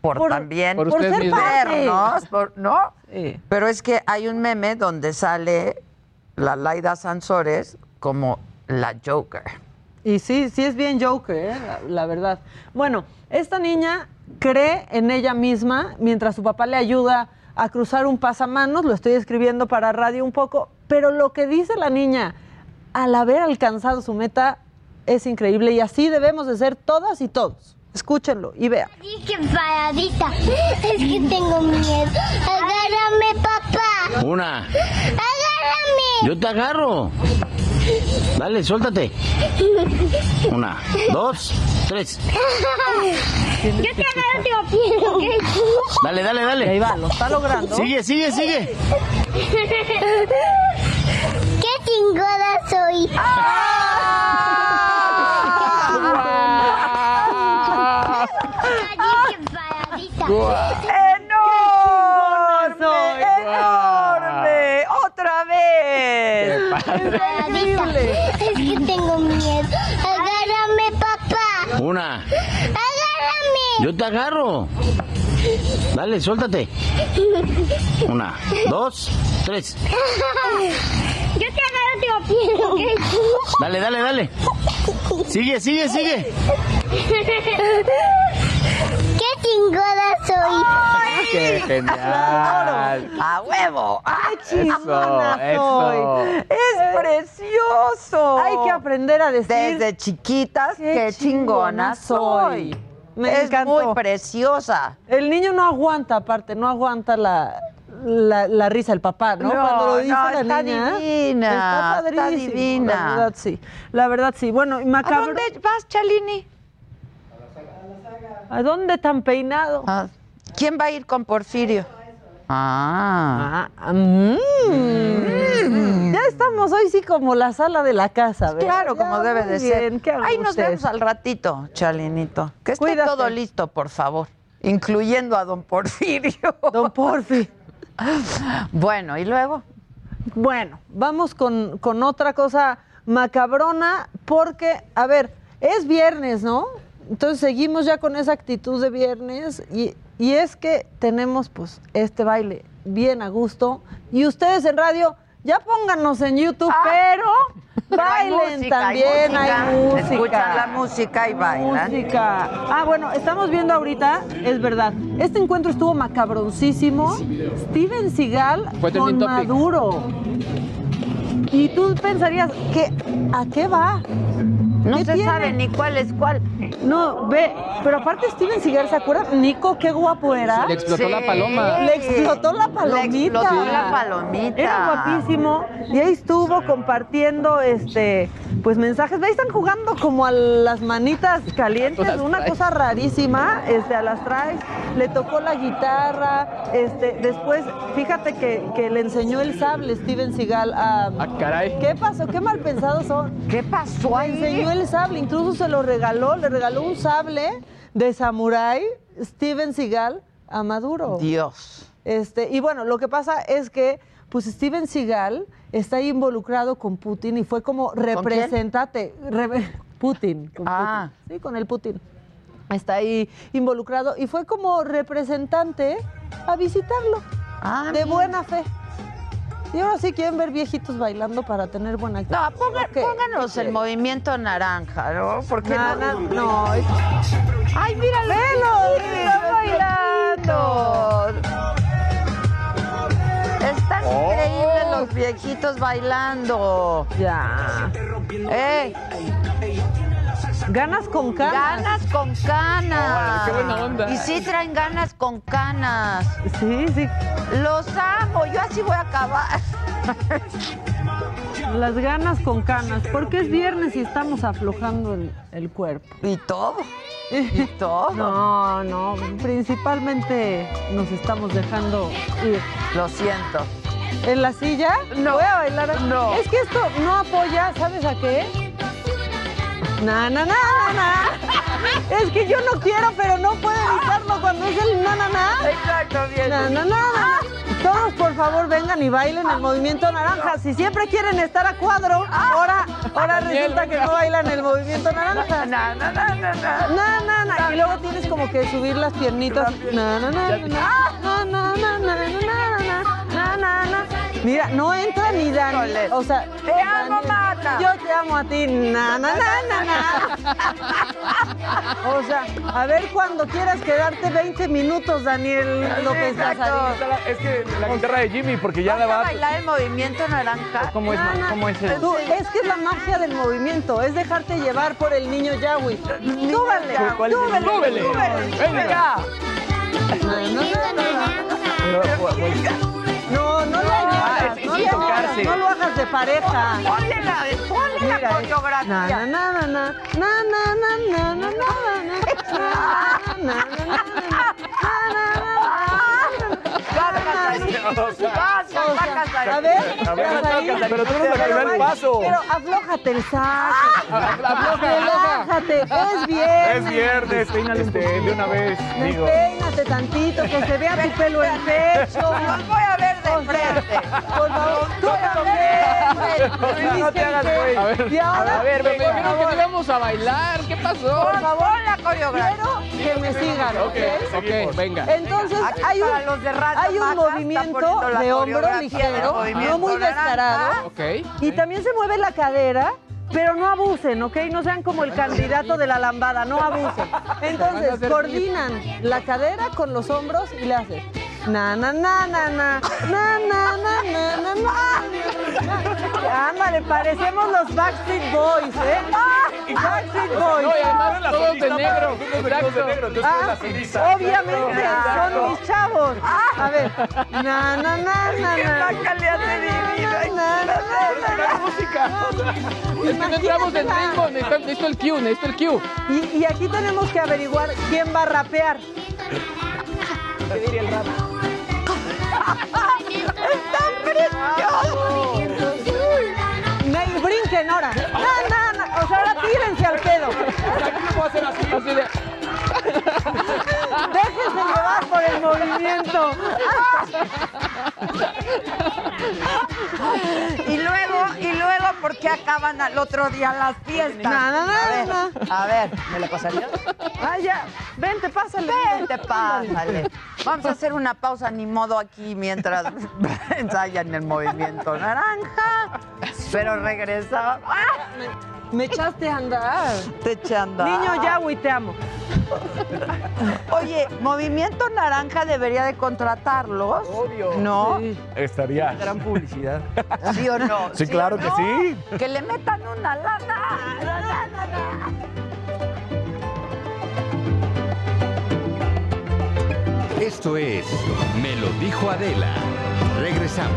Speaker 3: por,
Speaker 11: Por-
Speaker 3: también
Speaker 11: por Por ustedes ser mismos. parte.
Speaker 3: vernos, por- ¿no?
Speaker 11: Sí.
Speaker 3: Pero es que hay un meme donde sale la Laida Sansores como la Joker.
Speaker 11: Y sí, sí es bien Joker, ¿eh? la, la verdad. Bueno, esta niña cree en ella misma mientras su papá le ayuda a cruzar un pasamanos, lo estoy escribiendo para radio un poco, pero lo que dice la niña al haber alcanzado su meta es increíble y así debemos de ser todas y todos. Escúchenlo y vean.
Speaker 14: Dije paradita, es que tengo miedo. Agárrame, papá.
Speaker 15: Una.
Speaker 14: Agárrame.
Speaker 15: Yo te agarro. Dale, suéltate. Una, dos, tres.
Speaker 14: Yo te agarro te lo pido, ¿ok?
Speaker 15: Dale, dale, dale.
Speaker 11: Ahí va, lo está logrando.
Speaker 15: Sigue, sigue, sigue.
Speaker 14: ¡Qué chingada soy!
Speaker 11: ¡Ah!
Speaker 14: Dije paradita.
Speaker 3: ¡Enorme! ¡Enorme! ¡Otra vez!
Speaker 14: Paradita, es que tengo miedo. Agárrame, papá.
Speaker 15: Una.
Speaker 14: Agárrame.
Speaker 15: Yo te agarro. Dale, suéltate. Una, dos, tres.
Speaker 14: Yo te agarro te lo pido, ¿ok?
Speaker 15: Dale, dale, dale. Sigue, sigue, sigue.
Speaker 14: ¡Qué chingada soy!
Speaker 15: ¡Qué genial!
Speaker 3: ¡A huevo! ¡Ay, chingona
Speaker 11: eso.
Speaker 3: soy! ¡Es precioso!
Speaker 11: Hay que aprender a decir
Speaker 3: Desde chiquitas, qué, chingona, soy.
Speaker 11: Me
Speaker 3: es
Speaker 11: encantó.
Speaker 3: muy preciosa.
Speaker 11: El niño no aguanta, aparte, no aguanta la, la, la risa del papá, ¿no?
Speaker 3: No,
Speaker 11: Cuando lo dice
Speaker 3: no,
Speaker 11: la
Speaker 3: está
Speaker 11: niña. ¿eh?
Speaker 3: divina,
Speaker 11: Está
Speaker 3: está
Speaker 11: padrísimo.
Speaker 3: divina.
Speaker 11: La verdad sí. La verdad sí. Bueno, y
Speaker 3: ¿A
Speaker 11: macabro.
Speaker 3: dónde vas, Chalini?
Speaker 11: ¿A dónde tan peinado?
Speaker 3: Ah, ¿Quién va a ir con Porfirio?
Speaker 11: Ah. Mm. Ya estamos hoy sí como la sala de la casa, ¿verdad?
Speaker 3: Claro,
Speaker 11: Ya,
Speaker 3: como debe
Speaker 11: muy
Speaker 3: de ser.
Speaker 11: bien, qué a
Speaker 3: Ahí nos
Speaker 11: gusto.
Speaker 3: vemos al ratito, Chalinito. Que esté
Speaker 11: Cuídate.
Speaker 3: todo listo, por favor. Incluyendo a don Porfirio.
Speaker 11: Don Porfi.
Speaker 3: Bueno, y luego.
Speaker 11: Bueno, vamos con, con otra cosa macabrona, porque, a ver, es viernes, ¿no? Entonces seguimos ya con esa actitud de viernes y, y es que tenemos pues este baile bien a gusto y ustedes en radio Ya pónganos en YouTube, pero
Speaker 3: Ah. hay
Speaker 11: bailen
Speaker 3: música, hay
Speaker 11: también, hay música.
Speaker 3: música. Escuchan la música y bailan.
Speaker 11: Música. Ah, bueno, estamos viendo ahorita, es verdad, este encuentro estuvo macabroncísimo. Steven Seagal
Speaker 10: Fue
Speaker 11: con
Speaker 10: trending topic.
Speaker 11: Maduro. Y tú pensarías, que ¿a qué va?
Speaker 3: No se sabe ni cuál es cuál.
Speaker 11: No, ve, pero aparte Steven Seagal, ¿se acuerdan? Nico, qué guapo era.
Speaker 10: Le explotó Sí. la paloma.
Speaker 11: Le explotó la palomita.
Speaker 3: Le explotó la palomita.
Speaker 11: Era guapísimo. Y ahí estuvo compartiendo este pues mensajes. Ahí están jugando como a las manitas calientes,
Speaker 3: A las
Speaker 11: una
Speaker 3: traes.
Speaker 11: cosa rarísima, este, a las traes. Le tocó la guitarra, este, después, fíjate que, que le enseñó el sable Steven Seagal a. Ah,
Speaker 10: caray.
Speaker 11: ¿Qué pasó? Qué mal pensados son.
Speaker 3: ¿Qué pasó ahí?
Speaker 11: Le enseñó el sable, incluso se lo regaló, le regaló un sable de samurái Steven Seagal a Maduro.
Speaker 3: Dios.
Speaker 11: Este, y bueno, lo que pasa es que pues Steven Seagal está ahí involucrado con Putin y fue como
Speaker 3: quién? Ah.
Speaker 11: representate re- Putin, con Putin. Sí, con el Putin. Está ahí involucrado y fue como representante a visitarlo.
Speaker 3: Ah,
Speaker 11: de buena fe. Y ahora sí quieren ver viejitos bailando para tener buena actitud.
Speaker 3: No, ponga- pónganos el movimiento naranja, ¿no? Porque
Speaker 11: Na- na- no, es-
Speaker 3: ¡Ay, míralo!
Speaker 11: ¡Velo!
Speaker 3: Sí, ¡Están bailando! Están
Speaker 11: Oh.
Speaker 3: increíbles los viejitos bailando.
Speaker 11: Ya.
Speaker 3: ¡Eh!
Speaker 11: Ganas con canas.
Speaker 3: Ganas con canas.
Speaker 11: Órale, qué buena onda.
Speaker 3: Y sí traen ganas con canas.
Speaker 11: Sí, sí.
Speaker 3: Los amo, yo así voy a acabar.
Speaker 11: Las ganas con canas, porque es viernes y estamos aflojando el, el cuerpo.
Speaker 3: Y todo. Y todo.
Speaker 11: No, no, principalmente nos estamos dejando ir.
Speaker 3: Lo siento.
Speaker 11: ¿En la silla? No. ¿Voy a bailar?
Speaker 3: No.
Speaker 11: Es que esto no apoya, ¿sabes a qué? Na, na, na, na, na. Es que yo no quiero, pero no puedo evitarlo cuando es el na, na, na.
Speaker 3: Exacto, bien.
Speaker 11: Na, na, na, na. Todos, por favor, vengan y bailen el movimiento naranja. Si siempre quieren estar a cuadro, ahora, ahora resulta que no bailan el movimiento naranja.
Speaker 3: Na, na, na, na, na.
Speaker 11: Na, na, na. Y luego tienes como que subir las piernitas. Na, na, na, na, na. Na, na, na, na, na, na, na, na, na, na. Mira, no entra ni Dani.
Speaker 3: Híjole.
Speaker 11: O sea,
Speaker 3: Te amo, Mata.
Speaker 11: Yo te amo a ti. Na, na, na, na, na. O sea, a ver cuando quieras quedarte 20 minutos, Daniel López
Speaker 3: exacto.
Speaker 11: Casarín.
Speaker 16: Es que la guitarra de Jimmy, porque ya la
Speaker 3: ¿Vas a
Speaker 16: va.
Speaker 3: bailar el movimiento naranja?
Speaker 16: ¿Cómo es, ma- cómo es el-
Speaker 11: Tú, es que es la magia del movimiento, es dejarte llevar por el niño Yahweh. Súbale,
Speaker 16: ¿Cuál es el-
Speaker 11: súbele,
Speaker 16: Súbele.
Speaker 11: súbele,
Speaker 16: Venga.
Speaker 11: súbele.
Speaker 16: Pero, bu- bu-
Speaker 11: No, Ah, no,
Speaker 16: Ah,
Speaker 11: no le añadas,
Speaker 3: es- es
Speaker 11: no le
Speaker 3: tocarse.
Speaker 11: añadas, no lo hagas de pareja.
Speaker 3: Ponle la, ponle la
Speaker 11: Mira, Na, na,
Speaker 3: coreografía.
Speaker 11: na, na, na, na, na, na, na, na, na, na, na, na, na, na,
Speaker 3: Vas, Casarín. Vas,
Speaker 11: na.
Speaker 3: vas, Casarín.
Speaker 11: A ver,
Speaker 16: A ver,
Speaker 11: Casarín.
Speaker 16: Casarín, pero tú no nos acabas el paso.
Speaker 11: Pero aflójate el saco.
Speaker 16: afloja, afloja.
Speaker 11: Relájate, es viernes.
Speaker 16: Es viernes, este, de una vez, digo.
Speaker 11: Despeínate tantito, que se vea tu pelo en pecho.
Speaker 3: Los voy a ver de frente.
Speaker 11: Por favor, tú también.
Speaker 16: No te hagas, güey.
Speaker 11: A ver, y ahora,
Speaker 16: A ver,
Speaker 10: Me
Speaker 16: ven, ven.
Speaker 10: dijeron que no íbamos a bailar. ¿Qué pasó?
Speaker 11: por favor,
Speaker 3: Pon la coreografía.
Speaker 11: quiero que me sigan, ¿ok?
Speaker 10: Ok, venga.
Speaker 11: Entonces,
Speaker 3: Aquí
Speaker 11: hay un,
Speaker 3: para los de Radio
Speaker 11: hay un
Speaker 3: Maca está
Speaker 11: movimiento
Speaker 3: poniendo la
Speaker 11: de hombro
Speaker 3: coreografía del
Speaker 11: ligero, no
Speaker 3: movimiento
Speaker 11: muy
Speaker 3: naranja.
Speaker 11: descarado.
Speaker 10: Ok.
Speaker 11: Y también se mueve la cadera, pero no abusen, ¿ok? No sean como el candidato de la lambada, no abusen. Entonces, coordinan la cadera con los hombros y le hacen. Na, na, na, na, na, na, na, na, na, na, na. Ándale, parecemos los Backstreet Boys, ¿eh? Backstreet Boys.
Speaker 10: Ah, No, y además todos de negro.
Speaker 16: Todos de negro, tú eres la
Speaker 11: Ah,
Speaker 16: ceniza.
Speaker 11: obviamente, son mis chavos. A ver. Na, na, na, na, na.
Speaker 3: Sácale a Teddy,
Speaker 11: Na, na, na, na.
Speaker 10: Es que no entramos en
Speaker 11: Imagínatela.
Speaker 10: ritmo. Necesito, necesito el cue, necesito el cue.
Speaker 11: Y, y aquí tenemos que averiguar quién va a rapear. Me- brinquen ahora. Na, na, na. O sea, ahora tírense al pedo.
Speaker 10: Así de,
Speaker 11: Déjense llevar por el movimiento.
Speaker 3: Y luego, y luego, por qué acaban al otro día las fiestas.
Speaker 11: Nada, nada,
Speaker 3: a ver,
Speaker 11: nada.
Speaker 3: a ver, ¿me la pasaría?
Speaker 11: Ah, ya. Vente, pásale.
Speaker 3: Vente, pásale. Vamos a hacer una pausa, ni modo aquí, mientras ensayan el movimiento naranja. Pero regresamos.
Speaker 11: Me echaste a andar.
Speaker 3: Te eché a andar.
Speaker 11: Niño Yahweh, te amo.
Speaker 3: Oye, Movimiento Naranja debería de contratarlos. Obvio. ¿No? Sí,
Speaker 16: Estaría.
Speaker 3: Gran
Speaker 16: publicidad.
Speaker 3: o no?
Speaker 16: Sí, claro
Speaker 3: o
Speaker 16: que
Speaker 3: no?
Speaker 16: sí.
Speaker 3: Que le metan una lana. lana, lana.
Speaker 1: Esto es Me lo dijo Adela. Regresamos.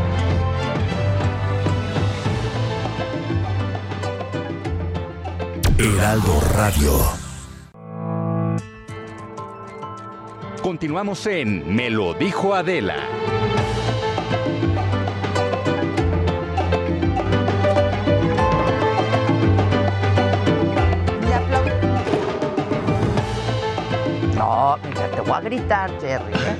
Speaker 17: Heraldo Radio.
Speaker 1: Continuamos en Me lo dijo Adela.
Speaker 3: No, mira, te voy a gritar, Jerry. ¿eh?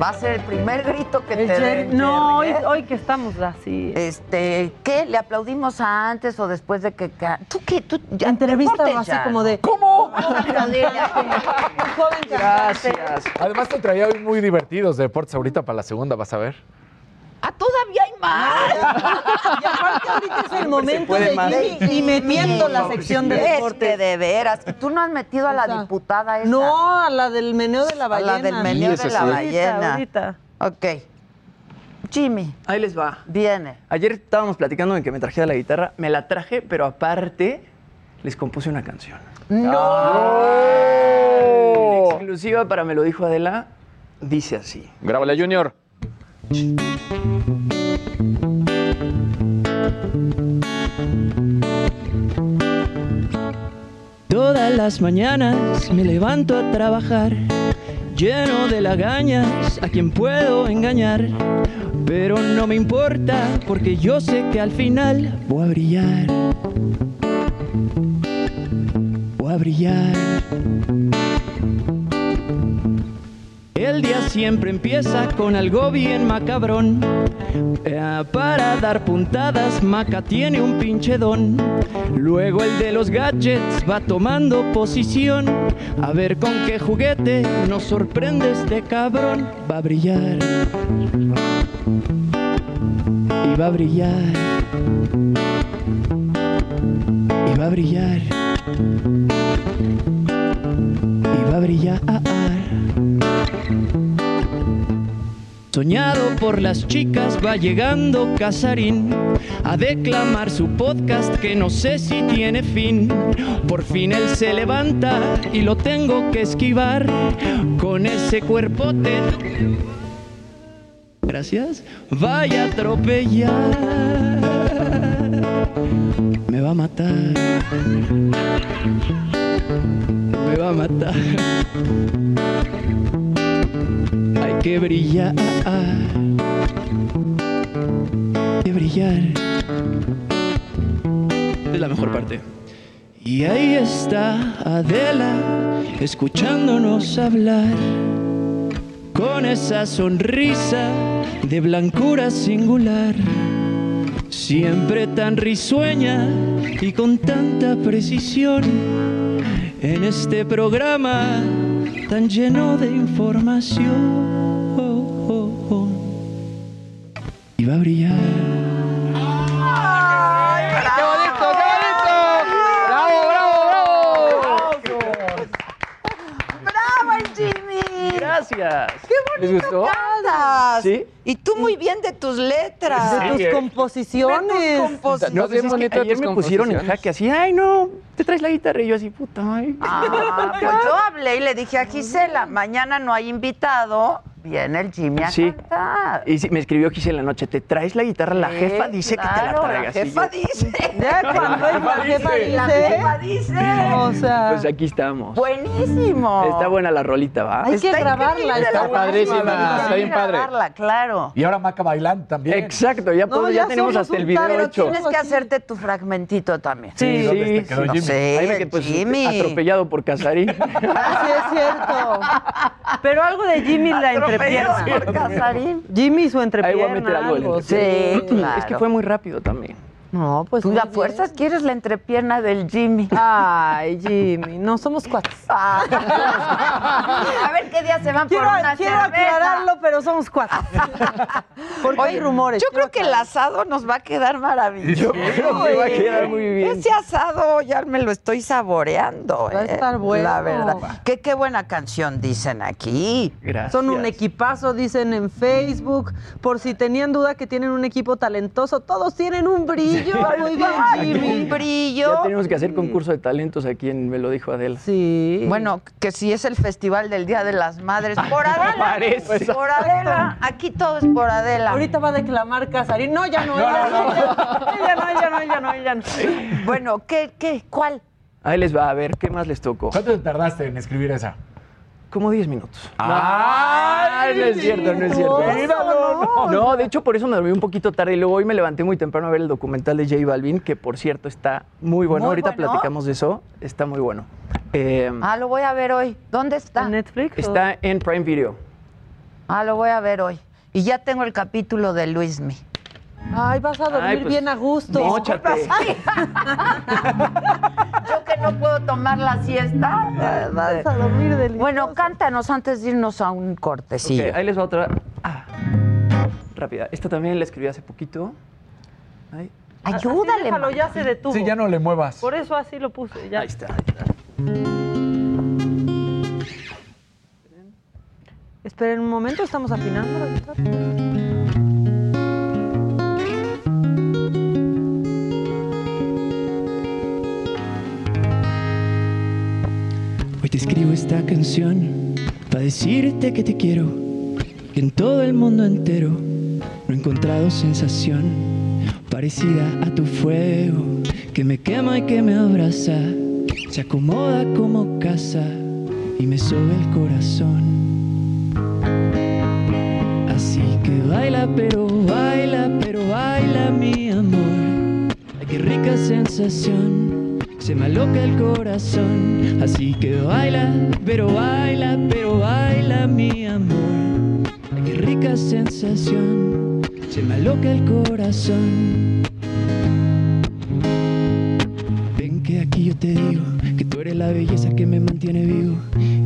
Speaker 3: Va a ser el primer grito que
Speaker 11: El
Speaker 3: te
Speaker 11: Jerry-
Speaker 3: den,
Speaker 11: no,
Speaker 3: Jerry,
Speaker 11: hoy-
Speaker 3: ¿eh?
Speaker 11: hoy que estamos así.
Speaker 3: Este, ¿qué? ¿Le aplaudimos antes o después de que ca- ¿Tú qué? ¿Tú ya
Speaker 11: Entrevista
Speaker 3: corten
Speaker 11: así
Speaker 3: ya,
Speaker 11: como
Speaker 3: ¿no?
Speaker 11: de.
Speaker 3: ¿Cómo? Vamos a aplaudirle a este
Speaker 11: joven cantante.
Speaker 16: Además te traía hoy muy divertidos deportes ahorita para la segunda, vas a ver.
Speaker 3: Ah, todavía hay más.
Speaker 11: Y aparte ahorita Este es el momento
Speaker 16: puede
Speaker 11: de
Speaker 16: más.
Speaker 11: Jimmy y metiendo la sección de deporte.
Speaker 3: Este, de veras. ¿Y tú no has metido a la diputada esa?
Speaker 11: No, a la del meneo de la
Speaker 3: A
Speaker 11: ballena.
Speaker 3: la del meneo de la ballena.
Speaker 11: Ahorita.
Speaker 3: Ok. Jimmy.
Speaker 18: Ahí les va.
Speaker 3: Viene.
Speaker 18: Ayer estábamos platicando de que me trajera la guitarra. Me la traje, pero aparte les compuse una canción. ¡No! Exclusiva para Me lo dijo Adela. Dice así.
Speaker 16: Grábale, Junior.
Speaker 18: Todas las mañanas me levanto a trabajar, lleno de lagañas a quien puedo engañar. Pero no me importa porque yo sé que al final voy a brillar. Voy a brillar. El día siempre empieza con algo bien macabrón. Eh, para dar puntadas, Maca tiene un pinche don. Luego el de los gadgets va tomando posición. A ver con qué juguete nos sorprende este cabrón. Va a brillar. Y va a brillar. Y va a brillar. Y va a brillar. Soñado por las chicas va llegando Casarín a declamar su podcast que no sé si tiene fin. Por fin él se levanta y lo tengo que esquivar con ese cuerpote. Gracias. Vaya a atropellar. Me va a matar. Me va a matar. Hay que brillar. Hay que brillar. Es la mejor parte. Y ahí está Adela, escuchándonos hablar. Con esa sonrisa de blancura singular. Siempre tan risueña y con tanta precisión. En este programa tan lleno de información. Y va a brillar.
Speaker 16: ¡Qué bonito, qué bonito! ¡Bravo, bravo, bravo!
Speaker 3: ¡Bravo, el Jimmy!
Speaker 18: Gracias.
Speaker 3: ¡Qué bonito
Speaker 18: ¿Les gustó?
Speaker 3: cantas!
Speaker 18: ¿Sí?
Speaker 3: Y tú muy bien de tus letras.
Speaker 18: De tus Sí, ¿eh?
Speaker 3: De tus composiciones.
Speaker 18: No, pues es que ayer me pusieron en jaque así, ay no, te traes la guitarra y yo así, puta, ay.
Speaker 3: Ah, pues yo hablé y le dije a Gisela, mañana no hay invitado, viene el Jimmy a
Speaker 18: Sí.
Speaker 3: cantar.
Speaker 18: Y sí, me escribió Quise en la noche, te traes la guitarra, la
Speaker 3: Sí,
Speaker 18: jefa dice que te la
Speaker 3: claro,
Speaker 18: traigas.
Speaker 3: La
Speaker 18: Y yo,
Speaker 3: jefa dice.
Speaker 11: Ya cuando es la jefa
Speaker 3: La
Speaker 4: ¿eh?
Speaker 11: dice.
Speaker 3: jefa dice.
Speaker 11: O sea.
Speaker 18: Pues aquí estamos.
Speaker 3: Buenísimo.
Speaker 18: Está buena la rolita, ¿va?
Speaker 11: Hay que grabarla.
Speaker 18: está
Speaker 11: buenísima.
Speaker 18: padrísima,
Speaker 11: Hay
Speaker 18: está
Speaker 11: que
Speaker 18: bien padre.
Speaker 3: Grabarla, claro.
Speaker 18: Y ahora Maca bailando también. Exacto, ya, puedo-
Speaker 3: No,
Speaker 18: ya
Speaker 3: ya
Speaker 18: tenemos
Speaker 3: somos
Speaker 18: hasta el
Speaker 3: un
Speaker 18: video
Speaker 3: Pero
Speaker 18: hecho.
Speaker 3: tienes que hacerte tu fragmentito también.
Speaker 18: sí, sí.
Speaker 3: No sé,
Speaker 18: Ahí me quedé, pues,
Speaker 3: Jimmy.
Speaker 18: atropellado por Casarín.
Speaker 11: Sí, es cierto. Pero algo de Jimmy la
Speaker 3: Atropellado
Speaker 11: entrepierna.
Speaker 3: por Casarín.
Speaker 11: Jimmy y su
Speaker 18: Ahí
Speaker 11: entrepierna.
Speaker 18: voy a meter algo. en el-
Speaker 11: sí,
Speaker 18: Es que fue muy rápido también.
Speaker 11: No, pues.
Speaker 3: Tú
Speaker 11: muy
Speaker 3: da
Speaker 11: bien.
Speaker 3: fuerzas, quieres la entrepierna del Jimmy.
Speaker 11: Ay, Jimmy, no somos cuates.
Speaker 3: A ver qué día se Ah. van
Speaker 11: Quiero,
Speaker 3: por una
Speaker 11: quiero
Speaker 3: cerveza.
Speaker 11: aclararlo, pero somos cuatro. Porque hay rumores.
Speaker 3: Yo creo que el asado nos va a quedar maravilloso.
Speaker 11: Yo creo que va a quedar muy bien.
Speaker 3: Ese asado ya me lo estoy saboreando.
Speaker 11: Va a
Speaker 3: eh,
Speaker 11: estar bueno.
Speaker 3: La verdad. Qué, qué buena canción dicen aquí.
Speaker 11: Son un equipazo, dicen en Facebook. Por si tenían duda que tienen un equipo talentoso, todos tienen un brillo. Muy bien, Jimmy.
Speaker 18: Ya tenemos que hacer concurso de talentos aquí en Me lo dijo Adela.
Speaker 11: Sí. Ah,
Speaker 3: Bueno, que si es el festival del Día de las Madres. Por Adela.
Speaker 18: Parece.
Speaker 3: Por Adela. Aquí todo es por Adela.
Speaker 11: Ahorita va a declamar Casarín. No, ya no. ella no, ella no, ella no, ella no, ella no.
Speaker 3: Bueno, ¿qué, qué, cuál?
Speaker 18: Ahí les va a ver qué más les tocó.
Speaker 17: ¿Cuánto te tardaste en escribir esa?
Speaker 18: Como 10 minutos.
Speaker 17: ¡Ay!
Speaker 18: No, no es cierto, no es cierto.
Speaker 17: Míralo, no,
Speaker 18: No, de hecho, por eso me dormí un poquito tarde y luego hoy me levanté muy temprano a ver el documental de J Balvin, que por cierto está muy bueno.
Speaker 3: Muy
Speaker 18: Ahorita
Speaker 3: bueno.
Speaker 18: platicamos de eso. Está muy bueno. Eh,
Speaker 3: Ah, lo voy a ver hoy. ¿Dónde está? ¿En
Speaker 11: Netflix?
Speaker 18: está en Prime Video.
Speaker 3: Ah, lo voy a ver hoy. Y ya tengo el capítulo de Luismi.
Speaker 11: Ay, vas a dormir
Speaker 3: Ay, pues,
Speaker 11: bien a gusto.
Speaker 3: discúlpate. Ay. Yo que no puedo tomar la siesta.
Speaker 11: Vas a dormir delicioso.
Speaker 3: Bueno, cántanos antes de irnos a un cortecillo.
Speaker 18: Ok, ahí les va otra. Ah, rápida. Esta también la escribí hace poquito. Ay.
Speaker 11: Ayúdale. déjalo, ya se detuvo.
Speaker 17: Sí, ya no le muevas.
Speaker 11: Por eso así lo puse. Ya.
Speaker 18: Ahí está.
Speaker 11: Esperen un momento, estamos afinando la guitarra.
Speaker 18: Hoy te escribo esta canción para decirte que te quiero. Que en todo el mundo entero no he encontrado sensación parecida a tu fuego que me quema y que me abraza, se acomoda como casa y me sube el corazón. Así que baila, pero baila, pero baila mi amor. Ay, qué rica sensación. Se me aloca el corazón, así que baila, pero baila, pero baila mi amor. Ay, qué rica sensación, se me aloca el corazón. Ven que aquí yo te digo que tú eres la belleza que me mantiene vivo.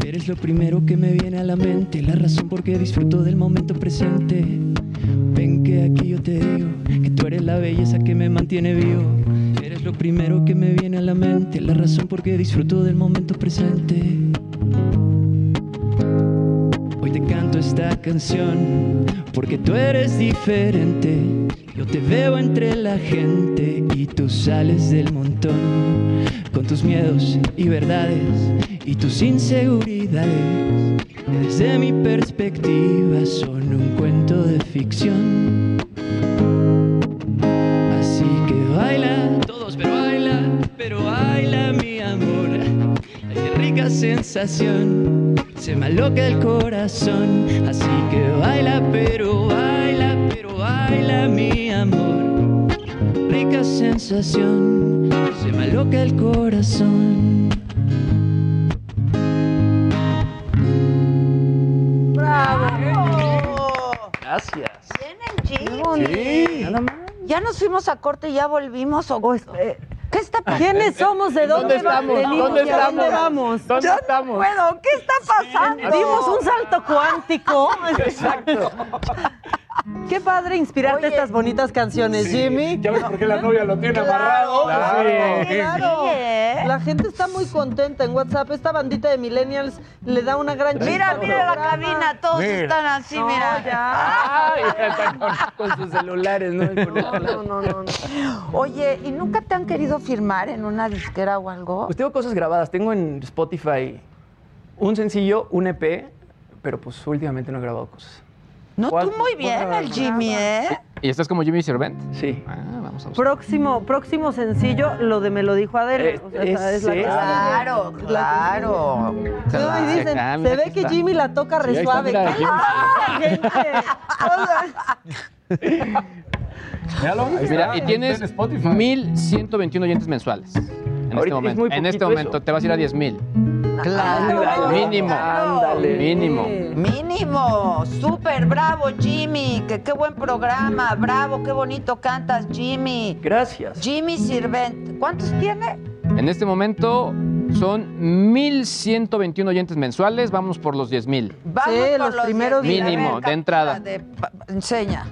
Speaker 18: Eres lo primero que me viene a la mente, la razón por qué disfruto del momento presente. Ven que aquí yo te digo que tú eres la belleza que me mantiene vivo. Eres lo primero que me viene a la mente, la razón por qué disfruto del momento presente. Hoy te canto esta canción porque tú eres diferente. Yo te veo entre la gente y tú sales del montón con tus miedos y verdades y tus inseguridades. que Desde mi perspectiva son un cuento de ficción. Así que baila, todos, pero baila, pero baila mi amor. Ay, qué rica sensación, se me aloca el corazón. Así que baila, pero baila, pero baila mi amor. Rica sensación, se me aloca el corazón.
Speaker 3: ¡Bravo!
Speaker 18: Gracias.
Speaker 3: Bien el Jimmy.
Speaker 18: Sí. Nada más.
Speaker 3: Ya nos fuimos a corte y ya volvimos. ¿o ¿Qué está pasando?
Speaker 11: ¿Quiénes somos? ¿De dónde,
Speaker 3: Eh, ¿Dónde estamos?
Speaker 11: venimos
Speaker 3: ¿Dónde
Speaker 11: y a dónde
Speaker 3: estamos?
Speaker 11: vamos?
Speaker 3: ¿Dónde
Speaker 11: Yo no
Speaker 3: estamos?
Speaker 11: puedo,
Speaker 3: ¿qué está pasando?
Speaker 11: Dimos un salto cuántico.
Speaker 17: Exacto.
Speaker 11: Qué padre inspirarte estas bonitas canciones, Jimmy.
Speaker 17: ¿Ya ves por qué la novia lo tiene
Speaker 11: Claro,
Speaker 17: amarrado?
Speaker 11: claro,
Speaker 17: Sí.
Speaker 11: claro.
Speaker 3: ¿eh?
Speaker 11: La gente está muy contenta en WhatsApp. Esta bandita de millennials le da una gran chispa
Speaker 3: Mira,
Speaker 11: al
Speaker 3: mira la
Speaker 11: programa.
Speaker 3: cabina, todos
Speaker 11: Mira.
Speaker 3: están así,
Speaker 11: No,
Speaker 3: mira.
Speaker 11: ya.
Speaker 18: Ay, está con, con sus celulares, ¿no?
Speaker 11: No, no, no, no.
Speaker 3: Oye, ¿y nunca te han querido firmar en una disquera o algo?
Speaker 18: Pues tengo cosas grabadas. Tengo en Spotify un sencillo, un EP, pero pues últimamente no he grabado cosas.
Speaker 3: No, tú muy bien, el Jimmy, ¿eh?
Speaker 10: ¿Y estás como Jimmy Servent? Ah,
Speaker 18: Sí.
Speaker 10: vamos a buscar.
Speaker 11: Próximo, próximo sencillo, lo de me lo dijo
Speaker 3: Eh,
Speaker 11: Adele.
Speaker 10: Es-
Speaker 11: O sea, esa es la
Speaker 10: ese.
Speaker 11: canción.
Speaker 3: Claro, claro.
Speaker 11: No, y dicen,
Speaker 3: Ah, mira,
Speaker 11: se ve
Speaker 3: aquí
Speaker 11: que
Speaker 3: está.
Speaker 11: Jimmy la toca
Speaker 3: Sí, ahí
Speaker 11: re
Speaker 3: está,
Speaker 11: suave.
Speaker 3: mira,
Speaker 11: ¡Qué
Speaker 3: Jimmy.
Speaker 11: bárbara, gente!
Speaker 17: Míralo, ahí
Speaker 10: Mira,
Speaker 17: está,
Speaker 10: y tienes
Speaker 17: está en Spotify.
Speaker 10: 1.121 oyentes mensuales. En
Speaker 18: Ahorita
Speaker 10: este
Speaker 18: es
Speaker 10: momento,
Speaker 18: muy
Speaker 10: en este
Speaker 18: poquito
Speaker 10: momento
Speaker 18: eso.
Speaker 10: te vas a ir a 10.000.
Speaker 11: O
Speaker 3: Claro.
Speaker 10: Mínimo.
Speaker 3: Ándale.
Speaker 10: Mínimo.
Speaker 3: Mínimo. Súper bravo, Jimmy. Que qué buen programa. Bravo, qué bonito cantas, Jimmy.
Speaker 18: Gracias.
Speaker 3: Jimmy Sirvent. ¿Cuántos tiene?
Speaker 10: En este momento son 1.121 oyentes mensuales. Vamos por los 10.000.
Speaker 3: Vamos
Speaker 11: Sí,
Speaker 3: por
Speaker 11: los primeros
Speaker 3: 10,000.
Speaker 10: mínimo,
Speaker 3: A
Speaker 10: de
Speaker 3: ver, captura
Speaker 10: entrada.
Speaker 3: de pa- enseña.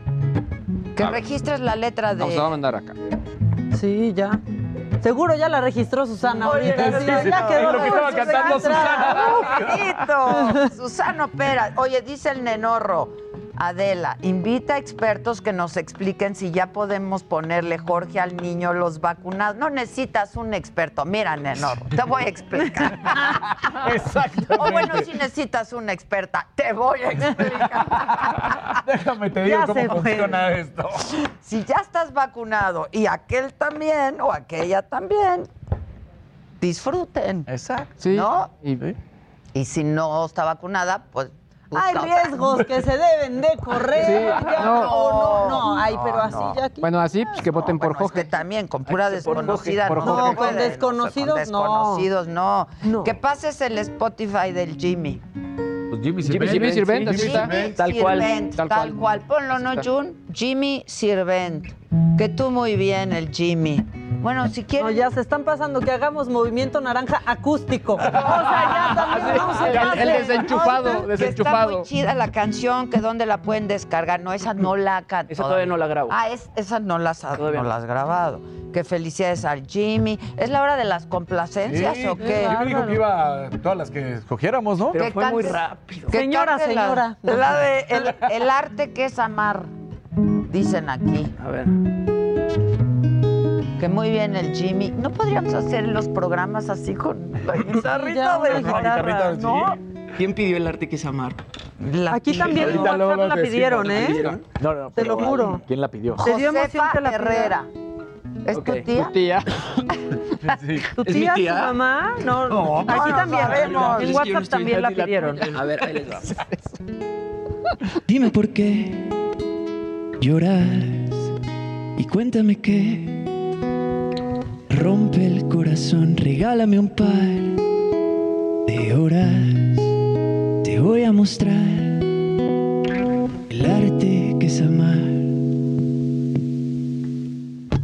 Speaker 3: Que
Speaker 10: A ver.
Speaker 3: registres la letra de.
Speaker 10: Nos la va Ah. a mandar acá.
Speaker 11: Sí, ya. Seguro ya la registró Susana.
Speaker 3: Oye,
Speaker 11: ahorita,
Speaker 3: sí,
Speaker 11: ya
Speaker 3: sí, sí.
Speaker 11: quedó
Speaker 3: Es lo que estaba
Speaker 11: registrada.
Speaker 3: cantando Susana. Pues Ojito. Susana Pera. Oye, dice el nenorro. Adela, invita a expertos que nos expliquen si ya podemos ponerle Jorge al niño los vacunados. No necesitas un experto. Mira, nenorro, te voy a explicar. Exacto. O bueno, si necesitas una experta, te voy a explicar.
Speaker 17: Déjame te
Speaker 3: Ya
Speaker 17: digo
Speaker 3: se
Speaker 17: cómo
Speaker 3: fue.
Speaker 17: funciona esto.
Speaker 3: Si ya estás vacunado y aquel también o aquella también, disfruten.
Speaker 17: Exacto.
Speaker 3: ¿No? Y si no está vacunada, pues. busca
Speaker 11: Hay
Speaker 3: otra.
Speaker 11: riesgos que se deben de correr.
Speaker 3: Sí,
Speaker 11: Ya,
Speaker 3: no.
Speaker 11: no, no, no, Ay,
Speaker 3: No,
Speaker 11: pero así
Speaker 3: no.
Speaker 11: ya aquí.
Speaker 10: Bueno, así pues, que voten por Jorge.
Speaker 3: También, con pura
Speaker 10: Ay, por Jorge,
Speaker 3: desconocida.
Speaker 10: por
Speaker 3: no,
Speaker 10: Jorge.
Speaker 3: se
Speaker 10: No,
Speaker 3: puede,
Speaker 11: con
Speaker 3: no se-
Speaker 11: desconocidos, no.
Speaker 3: desconocidos, no. Que pases el Spotify del Jimmy.
Speaker 17: Pues Jimmy
Speaker 10: Jimmy- Jimmy Sirvent, así está.
Speaker 3: Tal cual.
Speaker 10: Tal
Speaker 3: tal,
Speaker 10: cual.
Speaker 3: cual. Ponlo, ¿no,
Speaker 10: Así está.
Speaker 3: Jun? Jimmy Sirvent. Que tú muy bien, el Jimmy. Bueno, si quieres.
Speaker 11: No, ya se están pasando que hagamos movimiento naranja acústico. O sea, ya también no se
Speaker 10: Ya,
Speaker 11: pasen.
Speaker 10: el desenchufado,
Speaker 11: Ahorita-
Speaker 3: Que
Speaker 10: desenchufado.
Speaker 3: Está muy chida la canción, que dónde la pueden descargar. No, esa no la canto.
Speaker 18: Esa todavía no la grabo.
Speaker 3: Ah, es, esa no la, sa-
Speaker 18: Todavía
Speaker 3: no
Speaker 18: no.
Speaker 3: la has grabado. Qué felicidades al Jimmy. ¿Es la hora de las complacencias o qué?
Speaker 17: Jimmy dijo que iba a todas las que escogiéramos, ¿no?
Speaker 3: Que cantes- que
Speaker 11: Señora,
Speaker 3: cante la-
Speaker 11: señora.
Speaker 3: La, de el, el arte que es amar, dicen aquí.
Speaker 18: A ver.
Speaker 3: Que muy bien el Jimmy. ¿No podríamos hacer los programas así con la guitarrita de
Speaker 11: una guitarra,
Speaker 3: ¿no?
Speaker 18: ¿Quién pidió el arte que es amar?
Speaker 11: Aquí también en
Speaker 17: Ahorita luego lo
Speaker 11: WhatsApp la
Speaker 17: decimos.
Speaker 11: pidieron,
Speaker 17: ¿La
Speaker 11: ¿eh?
Speaker 17: pidieron? No, no, no,
Speaker 11: Te lo
Speaker 17: pero
Speaker 11: juro.
Speaker 17: ¿Quién la pidió?
Speaker 11: Te dio emoción
Speaker 3: Josefa
Speaker 11: que la pidiera.
Speaker 3: Herrera. ¿Es tu tía?
Speaker 10: Tu tía.
Speaker 11: ¿Tu
Speaker 18: ¿Es mi
Speaker 11: tía,
Speaker 18: tía?
Speaker 11: tu mamá? No,
Speaker 18: No,
Speaker 11: aquí
Speaker 3: no
Speaker 11: también.
Speaker 3: sabemos.
Speaker 11: En WhatsApp también la pidieron.
Speaker 18: A ver, ahí les va. Dime por qué lloras y cuéntame qué rompe el corazón. Regálame un par de horas. Te voy a mostrar el arte que es amar.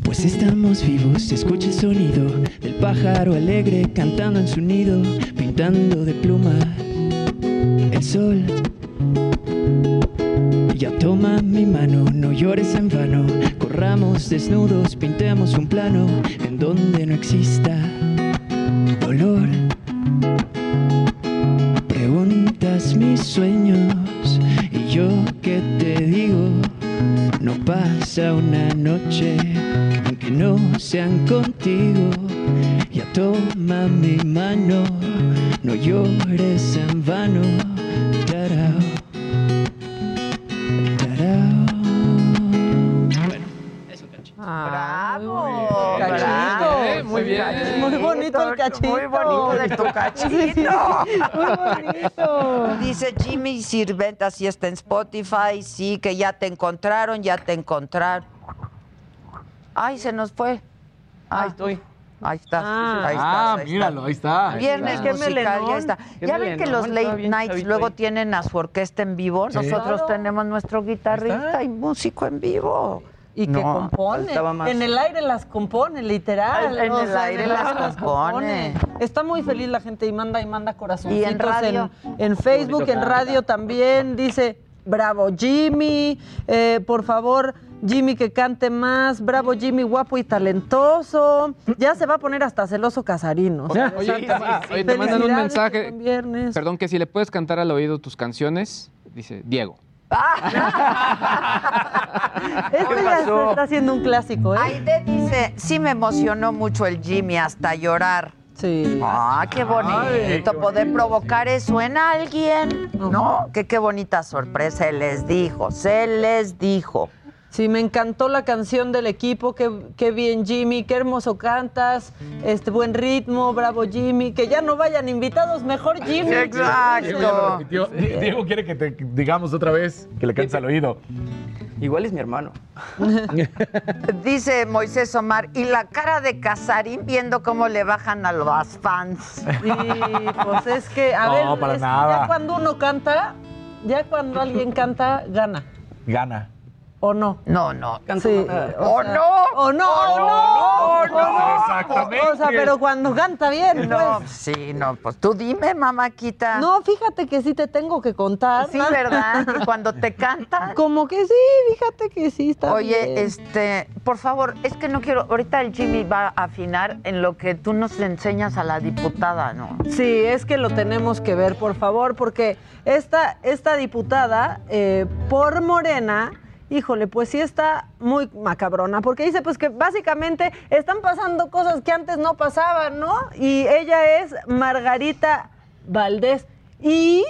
Speaker 18: Pues estamos vivos, se escucha el sonido del pájaro alegre cantando en su nido, pintando de pluma el sol. Ya toma mi mano, no llores en vano, corramos desnudos, pintemos un plano en donde no exista dolor. Preguntas mis sueños y yo que te digo, no pasa una noche en que no sean contigo. Ya toma mi mano, no llores en vano. Tarao, tarao. Bueno, eso cacho.
Speaker 3: ¡Bravo!
Speaker 11: Ah, Cachito.
Speaker 3: ¡Bravo!
Speaker 10: Eh, muy bien.
Speaker 11: Muy bonito el cachito.
Speaker 3: Muy bonito de tu cachito. Dice Jimmy Sirventa, si está en Spotify, sí, que ya te encontraron, ya te encontraron. Ay, se nos fue. Ah,
Speaker 18: Ahí estoy.
Speaker 3: ahí está.
Speaker 11: Ah.
Speaker 3: ahí está,
Speaker 17: Ah, míralo, ahí está.
Speaker 3: Viernes
Speaker 11: Qué
Speaker 3: musical, ya
Speaker 11: melenón.
Speaker 3: está.
Speaker 18: Qué
Speaker 3: Ya ven que
Speaker 18: melenón,
Speaker 3: los late
Speaker 18: está bien
Speaker 3: nights
Speaker 18: chavito
Speaker 3: luego
Speaker 18: ahí.
Speaker 3: tienen a su orquesta en vivo.
Speaker 17: Sí.
Speaker 3: Nosotros
Speaker 11: Claro.
Speaker 3: tenemos nuestro guitarrista y músico en vivo.
Speaker 11: Y que
Speaker 3: No.
Speaker 11: compone.
Speaker 18: faltaba más.
Speaker 11: En el aire las compone, literal.
Speaker 3: Al- en
Speaker 11: O
Speaker 3: el
Speaker 11: sea,
Speaker 3: aire
Speaker 11: en el
Speaker 3: las compone.
Speaker 11: Está muy feliz la gente y manda y manda corazoncitos
Speaker 3: Y en radio.
Speaker 11: en, en Facebook,
Speaker 18: Bonito
Speaker 11: en
Speaker 18: canta.
Speaker 11: radio también. Dice, bravo Jimmy, eh, por favor, Jimmy que cante más. Bravo Jimmy, guapo y talentoso. Ya se va a poner hasta celoso Casarino.
Speaker 10: Oye, oye, te mandan un mensaje.
Speaker 11: Viernes.
Speaker 10: Perdón, que si le puedes cantar al oído tus canciones, dice Diego.
Speaker 11: Este ya
Speaker 18: pasó?
Speaker 11: está haciendo un clásico, ¿eh?
Speaker 3: Aide dice, sí me emocionó mucho el Jimmy hasta llorar.
Speaker 11: Sí.
Speaker 3: Ah, qué bonito. Poder provocar eso en alguien. No, que qué bonita sorpresa. Se les dijo, se les dijo.
Speaker 11: Sí, me encantó la canción del equipo, qué, qué bien Jimmy, qué hermoso cantas, este buen ritmo, bravo Jimmy, que ya no vayan invitados, mejor Jimmy.
Speaker 3: Exacto.
Speaker 17: Diego, Diego quiere que te digamos otra vez que le cantes al oído.
Speaker 18: Igual es mi hermano.
Speaker 3: Dice Moisés Omar, y la cara de Casarín viendo cómo le bajan a los fans.
Speaker 11: Y pues es que, a
Speaker 17: No,
Speaker 11: ver,
Speaker 17: para
Speaker 11: es que
Speaker 17: nada.
Speaker 11: ya cuando uno canta, ya cuando alguien canta, gana.
Speaker 17: Gana.
Speaker 11: ¿O no?
Speaker 3: No, no.
Speaker 11: Sí,
Speaker 3: ¡O
Speaker 11: sea,
Speaker 3: no!
Speaker 11: ¡O no! ¡O no! ¡O no! Exactamente. O sea, pero cuando canta bien,
Speaker 3: No,
Speaker 11: pues.
Speaker 3: sí, no, pues tú dime, mamáquita.
Speaker 11: No, fíjate que sí te tengo que contar.
Speaker 3: Sí, ¿verdad? Y cuando te canta.
Speaker 11: Como que sí, fíjate que sí está
Speaker 3: Oye,
Speaker 11: bien.
Speaker 3: este, por favor, es que no quiero. Ahorita el Jimmy va a afinar en lo que tú nos enseñas a la diputada, ¿no?
Speaker 11: Sí, es que lo tenemos que ver, por favor, porque esta, esta diputada eh, por Morena, híjole, pues sí está muy macabrona, porque dice pues que básicamente están pasando cosas que antes no pasaban, ¿no? Y ella es Margarita Valdés y...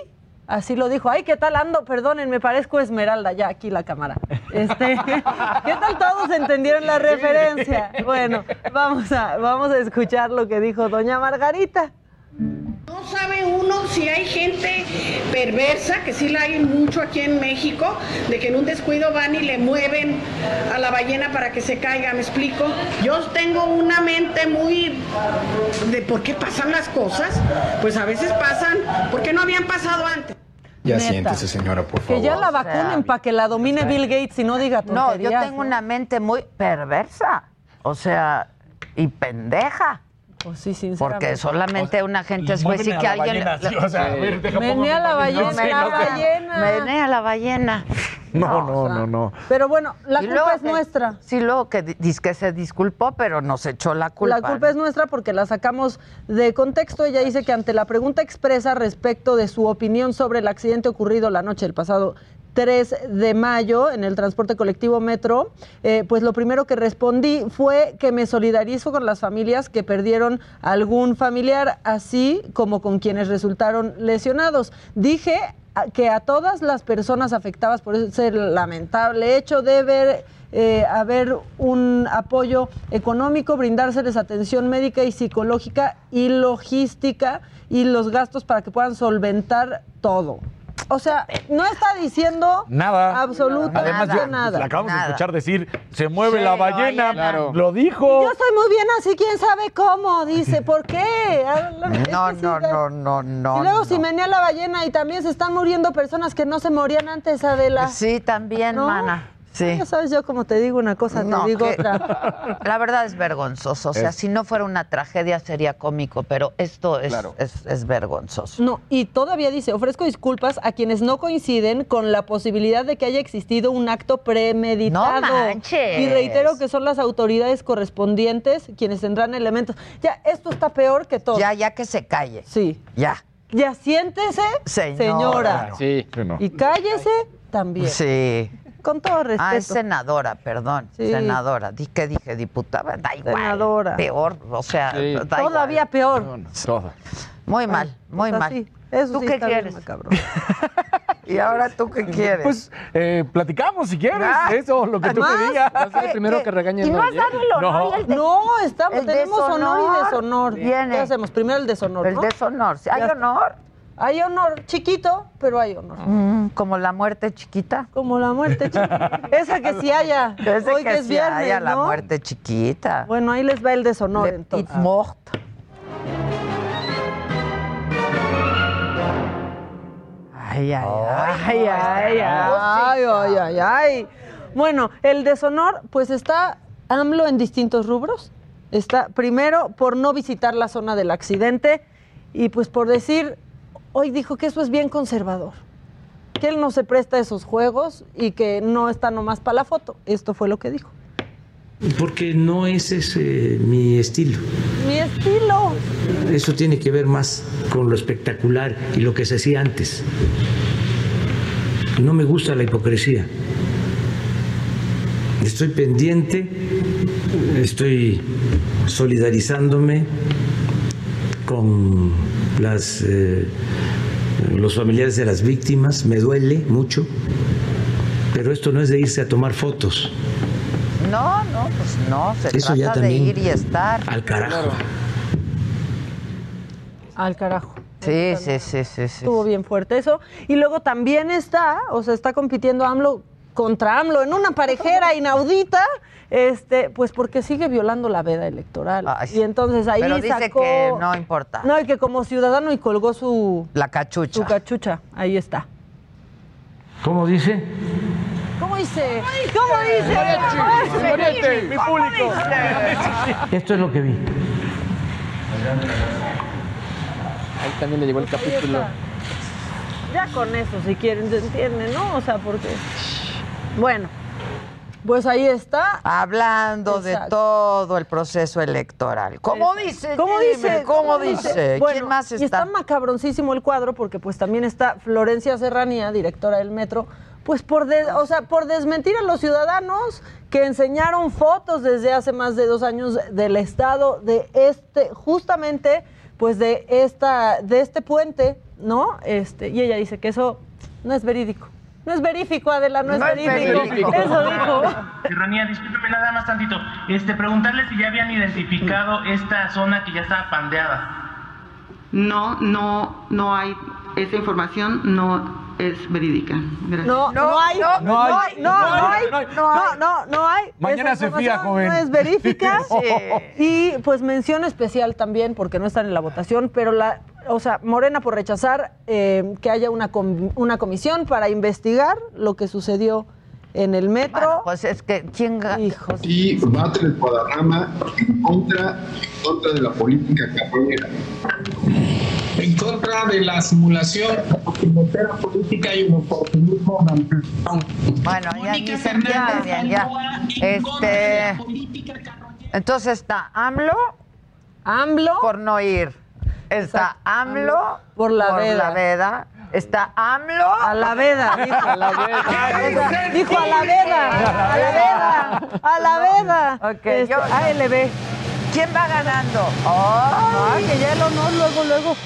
Speaker 11: Así lo dijo. Ay, ¿qué tal ando? Perdonen, me parezco Esmeralda. Ya, aquí la cámara. Este, ¿Qué tal todos entendieron la referencia? Bueno, vamos a, vamos a escuchar lo que dijo doña Margarita.
Speaker 19: No sabe uno si hay gente perversa, que sí la hay mucho aquí en México, de que en un descuido van y le mueven a la ballena para que se caiga, ¿me explico? Yo tengo una mente muy de por qué pasan las cosas, pues a veces pasan, porque no habían pasado antes.
Speaker 11: Ya Neta.
Speaker 20: siéntese, señora, por
Speaker 11: Que
Speaker 20: favor.
Speaker 11: ya la
Speaker 3: O sea,
Speaker 11: vacunen para que la domine Bill Gates y no diga
Speaker 3: No, yo
Speaker 11: tonterías.
Speaker 3: tengo una mente muy perversa. O sea, y pendeja.
Speaker 11: Pues sí, sinceramente.
Speaker 3: Porque solamente una gente es
Speaker 11: mueven
Speaker 3: juez y
Speaker 11: a
Speaker 3: que
Speaker 11: la
Speaker 3: alguien.
Speaker 11: ballena, sí, o sea, a ver, deja Menea pongo mi la ballena,
Speaker 3: No, menea
Speaker 11: la ballena.
Speaker 3: Menea la ballena.
Speaker 17: No, no, no, no.
Speaker 11: Pero bueno, la
Speaker 3: Y
Speaker 11: culpa
Speaker 3: luego
Speaker 11: es
Speaker 3: que-
Speaker 11: nuestra.
Speaker 3: Sí, luego que di- dice que se disculpó, pero nos echó la culpa.
Speaker 11: La culpa es nuestra porque la sacamos de contexto. Ella dice que ante la pregunta expresa respecto de su opinión sobre el accidente ocurrido la noche del pasado 3 de mayo en el transporte colectivo Metro, eh, pues lo primero que respondí fue que me solidarizo con las familias que perdieron algún familiar, así como con quienes resultaron lesionados. Dije a- que a todas las personas afectadas por ese lamentable hecho de ver eh, haber un apoyo económico, brindárseles atención médica y psicológica y logística y los gastos para que puedan solventar todo. O sea, no está diciendo
Speaker 17: Nada.
Speaker 11: absolutamente
Speaker 17: Además, yo- pues,
Speaker 11: nada.
Speaker 17: la acabamos
Speaker 11: Nada.
Speaker 17: de escuchar decir, se mueve
Speaker 11: Sí,
Speaker 17: la
Speaker 11: la
Speaker 17: ballena.
Speaker 11: ballena. Claro.
Speaker 17: Lo dijo.
Speaker 11: Yo soy muy bien así, quién sabe cómo, dice, ¿por qué?
Speaker 3: No, no, no, no, no.
Speaker 11: y luego
Speaker 3: no.
Speaker 11: si menea la ballena y también se están muriendo personas que no se morían antes, Adela.
Speaker 3: Sí, también, mana. Sí.
Speaker 11: Ya sabes, yo como te digo una cosa,
Speaker 3: No,
Speaker 11: te digo
Speaker 3: que-
Speaker 11: otra.
Speaker 3: La verdad es vergonzoso. O sea,
Speaker 11: Es-
Speaker 3: si no fuera una tragedia sería cómico, pero esto es, es, es vergonzoso.
Speaker 11: No, y todavía dice, ofrezco disculpas a quienes no coinciden con la posibilidad de que haya existido un acto premeditado.
Speaker 3: No manches.
Speaker 11: Y reitero que son las autoridades correspondientes quienes tendrán elementos. Ya, esto está peor que todo.
Speaker 3: Ya, ya que se calle.
Speaker 11: Sí.
Speaker 3: Ya.
Speaker 11: Ya siéntese,
Speaker 3: Señora.
Speaker 17: Sí.
Speaker 11: Y cállese también.
Speaker 3: Sí.
Speaker 11: Con todo respeto.
Speaker 3: Ah, es senadora, perdón.
Speaker 11: Sí.
Speaker 3: Senadora. Di, ¿Qué dije? Diputada. Da igual.
Speaker 11: Senadora.
Speaker 3: Peor, o sea, da igual.
Speaker 11: Todavía peor.
Speaker 3: Muy mal, muy
Speaker 11: pues
Speaker 3: mal.
Speaker 11: así. Eso
Speaker 3: ¿Tú
Speaker 11: sí
Speaker 3: qué
Speaker 11: está bien
Speaker 3: quieres?
Speaker 11: macabro.
Speaker 3: ¿Y ahora tú qué quieres? Ah.
Speaker 17: Pues eh, platicamos si quieres. Eso, lo que tú
Speaker 11: ¿Más?
Speaker 17: me digas.
Speaker 11: Va a ser el primero que regañe el no llega.
Speaker 17: No.
Speaker 11: No, estamos,
Speaker 3: el
Speaker 11: tenemos honor y
Speaker 3: deshonor
Speaker 11: deshonor.
Speaker 3: viene.
Speaker 11: ¿Qué hacemos? Primero el deshonor.
Speaker 3: El
Speaker 11: ¿no?
Speaker 3: deshonor. Sí, ¿Hay
Speaker 11: Ya está.
Speaker 3: honor?
Speaker 11: Hay honor, chiquito, pero hay honor.
Speaker 3: Mm, como la muerte chiquita.
Speaker 11: Como la muerte chiquita. Esa que sí haya.
Speaker 3: Desde
Speaker 11: Hoy
Speaker 3: que,
Speaker 11: que, es
Speaker 3: se
Speaker 11: viernes,
Speaker 3: haya la
Speaker 11: ¿no?
Speaker 3: muerte chiquita.
Speaker 11: Bueno, ahí les va el deshonor
Speaker 3: Le
Speaker 11: entonces.
Speaker 3: pit mort. Ay, ay,
Speaker 11: ay, ay, ay, ay, ay, ay. Bueno, el deshonor, pues está AMLO en distintos rubros. Está primero por no visitar la zona del accidente y pues por decir, hoy dijo que eso es bien conservador, que él no se presta a esos juegos y que no está nomás para la foto. Esto fue lo que dijo.
Speaker 9: Porque no es ese mi estilo.
Speaker 11: Mi estilo.
Speaker 9: Eso tiene que ver más con lo espectacular y lo que se hacía antes. No me gusta la hipocresía. Estoy pendiente, estoy solidarizándome con las, eh, los familiares de las víctimas, me duele mucho, pero esto no es de irse a tomar fotos.
Speaker 3: No, no, pues no, se
Speaker 9: Eso ya
Speaker 3: trata de
Speaker 9: también.
Speaker 3: ir y estar.
Speaker 9: Al carajo.
Speaker 11: Al carajo.
Speaker 3: Sí, sí, sí, sí, sí.
Speaker 11: Pues Estuvo bien fuerte eso. Y luego también está, o sea, está compitiendo AMLO contra AMLO en una parejera inaudita, este, pues porque sigue violando la veda electoral. y entonces ahí
Speaker 3: Pero dice
Speaker 11: sacó-
Speaker 3: que no importa.
Speaker 11: No, y que como ciudadano y colgó su
Speaker 3: la cachucha.
Speaker 11: Su cachucha, ahí está.
Speaker 9: ¿Cómo dice?
Speaker 11: ¿Cómo dice? ¿Cómo dice?
Speaker 17: Oriente, mi público.
Speaker 9: Esto es lo que vi.
Speaker 10: Ahí también le llegó el capítulo.
Speaker 11: Ya con eso, si quieren, se entiende, ¿no? O sea, porque. Bueno, pues ahí está.
Speaker 3: Hablando de
Speaker 11: Exacto.
Speaker 3: todo el proceso electoral. ¿Cómo dice?
Speaker 11: ¿Cómo
Speaker 3: Jimmy?
Speaker 11: dice?
Speaker 3: ¿Cómo dice?
Speaker 11: Bueno,
Speaker 3: ¿Quién más
Speaker 11: Y
Speaker 3: está?
Speaker 11: está macabroncísimo el cuadro porque pues también está Florencia Serranía, directora del Metro, pues por, de- o sea, por desmentir a los ciudadanos que enseñaron fotos desde hace más de dos años del estado de este, justamente, pues de esta, de este puente, ¿no? Este, y ella dice que eso no es verídico. No es verífico, Adela, no,
Speaker 16: No
Speaker 11: es
Speaker 16: es
Speaker 11: verídico.
Speaker 16: verífico.
Speaker 11: Eso dijo.
Speaker 20: Serranía, discúlpeme nada más tantito. Este, preguntarle si ya habían identificado esta zona que ya estaba pandeada.
Speaker 21: No, no, no hay, esa información no es verídica. Gracias.
Speaker 11: No, no, hay, no,
Speaker 21: no
Speaker 11: hay, no, no hay, no, no, no, hay.
Speaker 21: Mañana
Speaker 11: Esa
Speaker 21: se fía,
Speaker 11: información
Speaker 21: joven.
Speaker 11: No es verifica.
Speaker 21: Sí.
Speaker 11: Y pues mención especial también, porque no están en la votación, pero la, o sea, Morena por rechazar eh, que haya una, com- una comisión para investigar lo que sucedió en el metro.
Speaker 3: pues es que, ¿quién
Speaker 11: Hijos.
Speaker 22: y va el Guadarrama en contra, en contra de la política carronera. En contra de la simulación, la política y el oportunismo.
Speaker 3: Bueno, ya ni se entiende bien, ya. Este, entonces está AMLO.
Speaker 11: AMLO.
Speaker 3: Por no ir. Está AMLO.
Speaker 11: Por la veda.
Speaker 3: veda. Está AMLO. A
Speaker 11: la veda, dijo. A la veda. Dijo a la veda, a la veda, a la veda.
Speaker 3: Ok,
Speaker 11: Este,
Speaker 3: yo-
Speaker 11: ALB.
Speaker 3: ¿Quién va ganando?
Speaker 11: Ah,
Speaker 3: ¡Ay!
Speaker 11: que ya el honor luego, luego.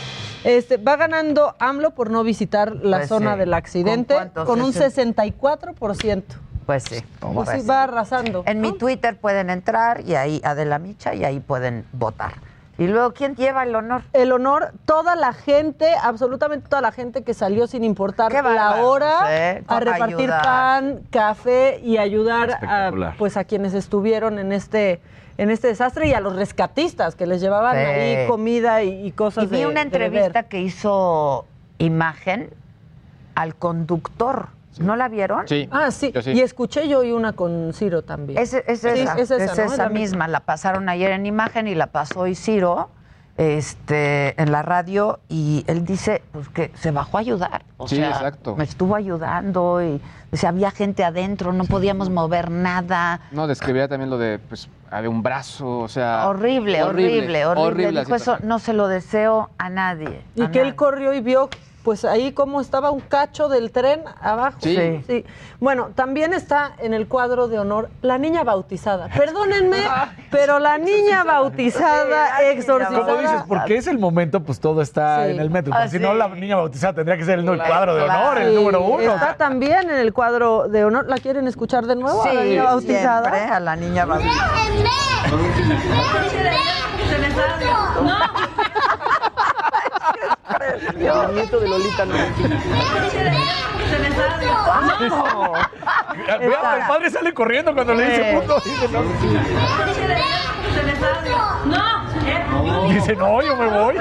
Speaker 11: Este, va ganando AMLO por no visitar la
Speaker 3: Pues
Speaker 11: zona
Speaker 3: sí.
Speaker 11: del accidente
Speaker 3: ¿Con cuánto?
Speaker 11: con, un 64%.
Speaker 3: Pues sí.
Speaker 11: Pues sí,
Speaker 3: pues
Speaker 11: va arrasando.
Speaker 3: En mi Twitter pueden entrar y ahí Adela Micha y ahí pueden votar. Y luego quién lleva el honor?
Speaker 11: El honor, toda la gente, absolutamente toda la gente que salió sin importar la
Speaker 3: bárbaros,
Speaker 11: hora
Speaker 3: ¿eh?
Speaker 11: a
Speaker 3: Con
Speaker 11: repartir
Speaker 3: ayuda.
Speaker 11: pan, café y ayudar a,
Speaker 3: Espectacular.
Speaker 11: pues, a quienes estuvieron en este en este desastre y a los rescatistas que les llevaban
Speaker 3: Sí.
Speaker 11: ahí comida y, y cosas
Speaker 3: Y vi
Speaker 11: de-
Speaker 3: una
Speaker 11: de beber.
Speaker 3: entrevista que hizo imagen al conductor. ¿No la vieron?
Speaker 10: Sí.
Speaker 11: Ah, sí.
Speaker 10: Yo sí.
Speaker 11: Y escuché yo y una con Ciro también.
Speaker 3: Es, es
Speaker 11: Sí,
Speaker 3: esa, es
Speaker 11: es esa, ¿no? Es
Speaker 3: esa
Speaker 11: la
Speaker 3: misma. La pasaron ayer en imagen y la pasó hoy Ciro este, en la radio y él dice pues, que se bajó a ayudar. O
Speaker 10: Sí,
Speaker 3: sea,
Speaker 10: exacto.
Speaker 3: me estuvo ayudando y o sea, había gente adentro, no podíamos mover nada.
Speaker 10: No, describía también lo de, pues, había un brazo, o sea...
Speaker 3: Horrible, horrible, horrible.
Speaker 10: la
Speaker 3: Dijo eso,
Speaker 10: situación.
Speaker 3: no se lo deseo a nadie.
Speaker 11: Y que él corrió y vio, pues ahí como estaba un cacho del tren abajo.
Speaker 3: Sí. Sí.
Speaker 11: Bueno, también está en el cuadro de honor la niña bautizada. Perdónenme, pero la niña bautizada, exorcizada.
Speaker 17: Como dices,
Speaker 3: Ah.
Speaker 17: porque es el momento, pues todo está
Speaker 11: Sí.
Speaker 17: en el metro. pues,
Speaker 11: Ah,
Speaker 17: si no,
Speaker 11: sí.
Speaker 17: la niña bautizada tendría que ser el cuadro de
Speaker 11: Claro.
Speaker 17: honor, el número uno.
Speaker 11: Está también en el cuadro de honor. ¿La quieren escuchar de nuevo? a la
Speaker 3: Sí,
Speaker 11: niña bautizada.
Speaker 3: siempre a la niña bautizada.
Speaker 10: El nieto de Lolita no.
Speaker 17: Vea, el padre sale corriendo cuando le dice puto. Dice no, dice, no yo me voy.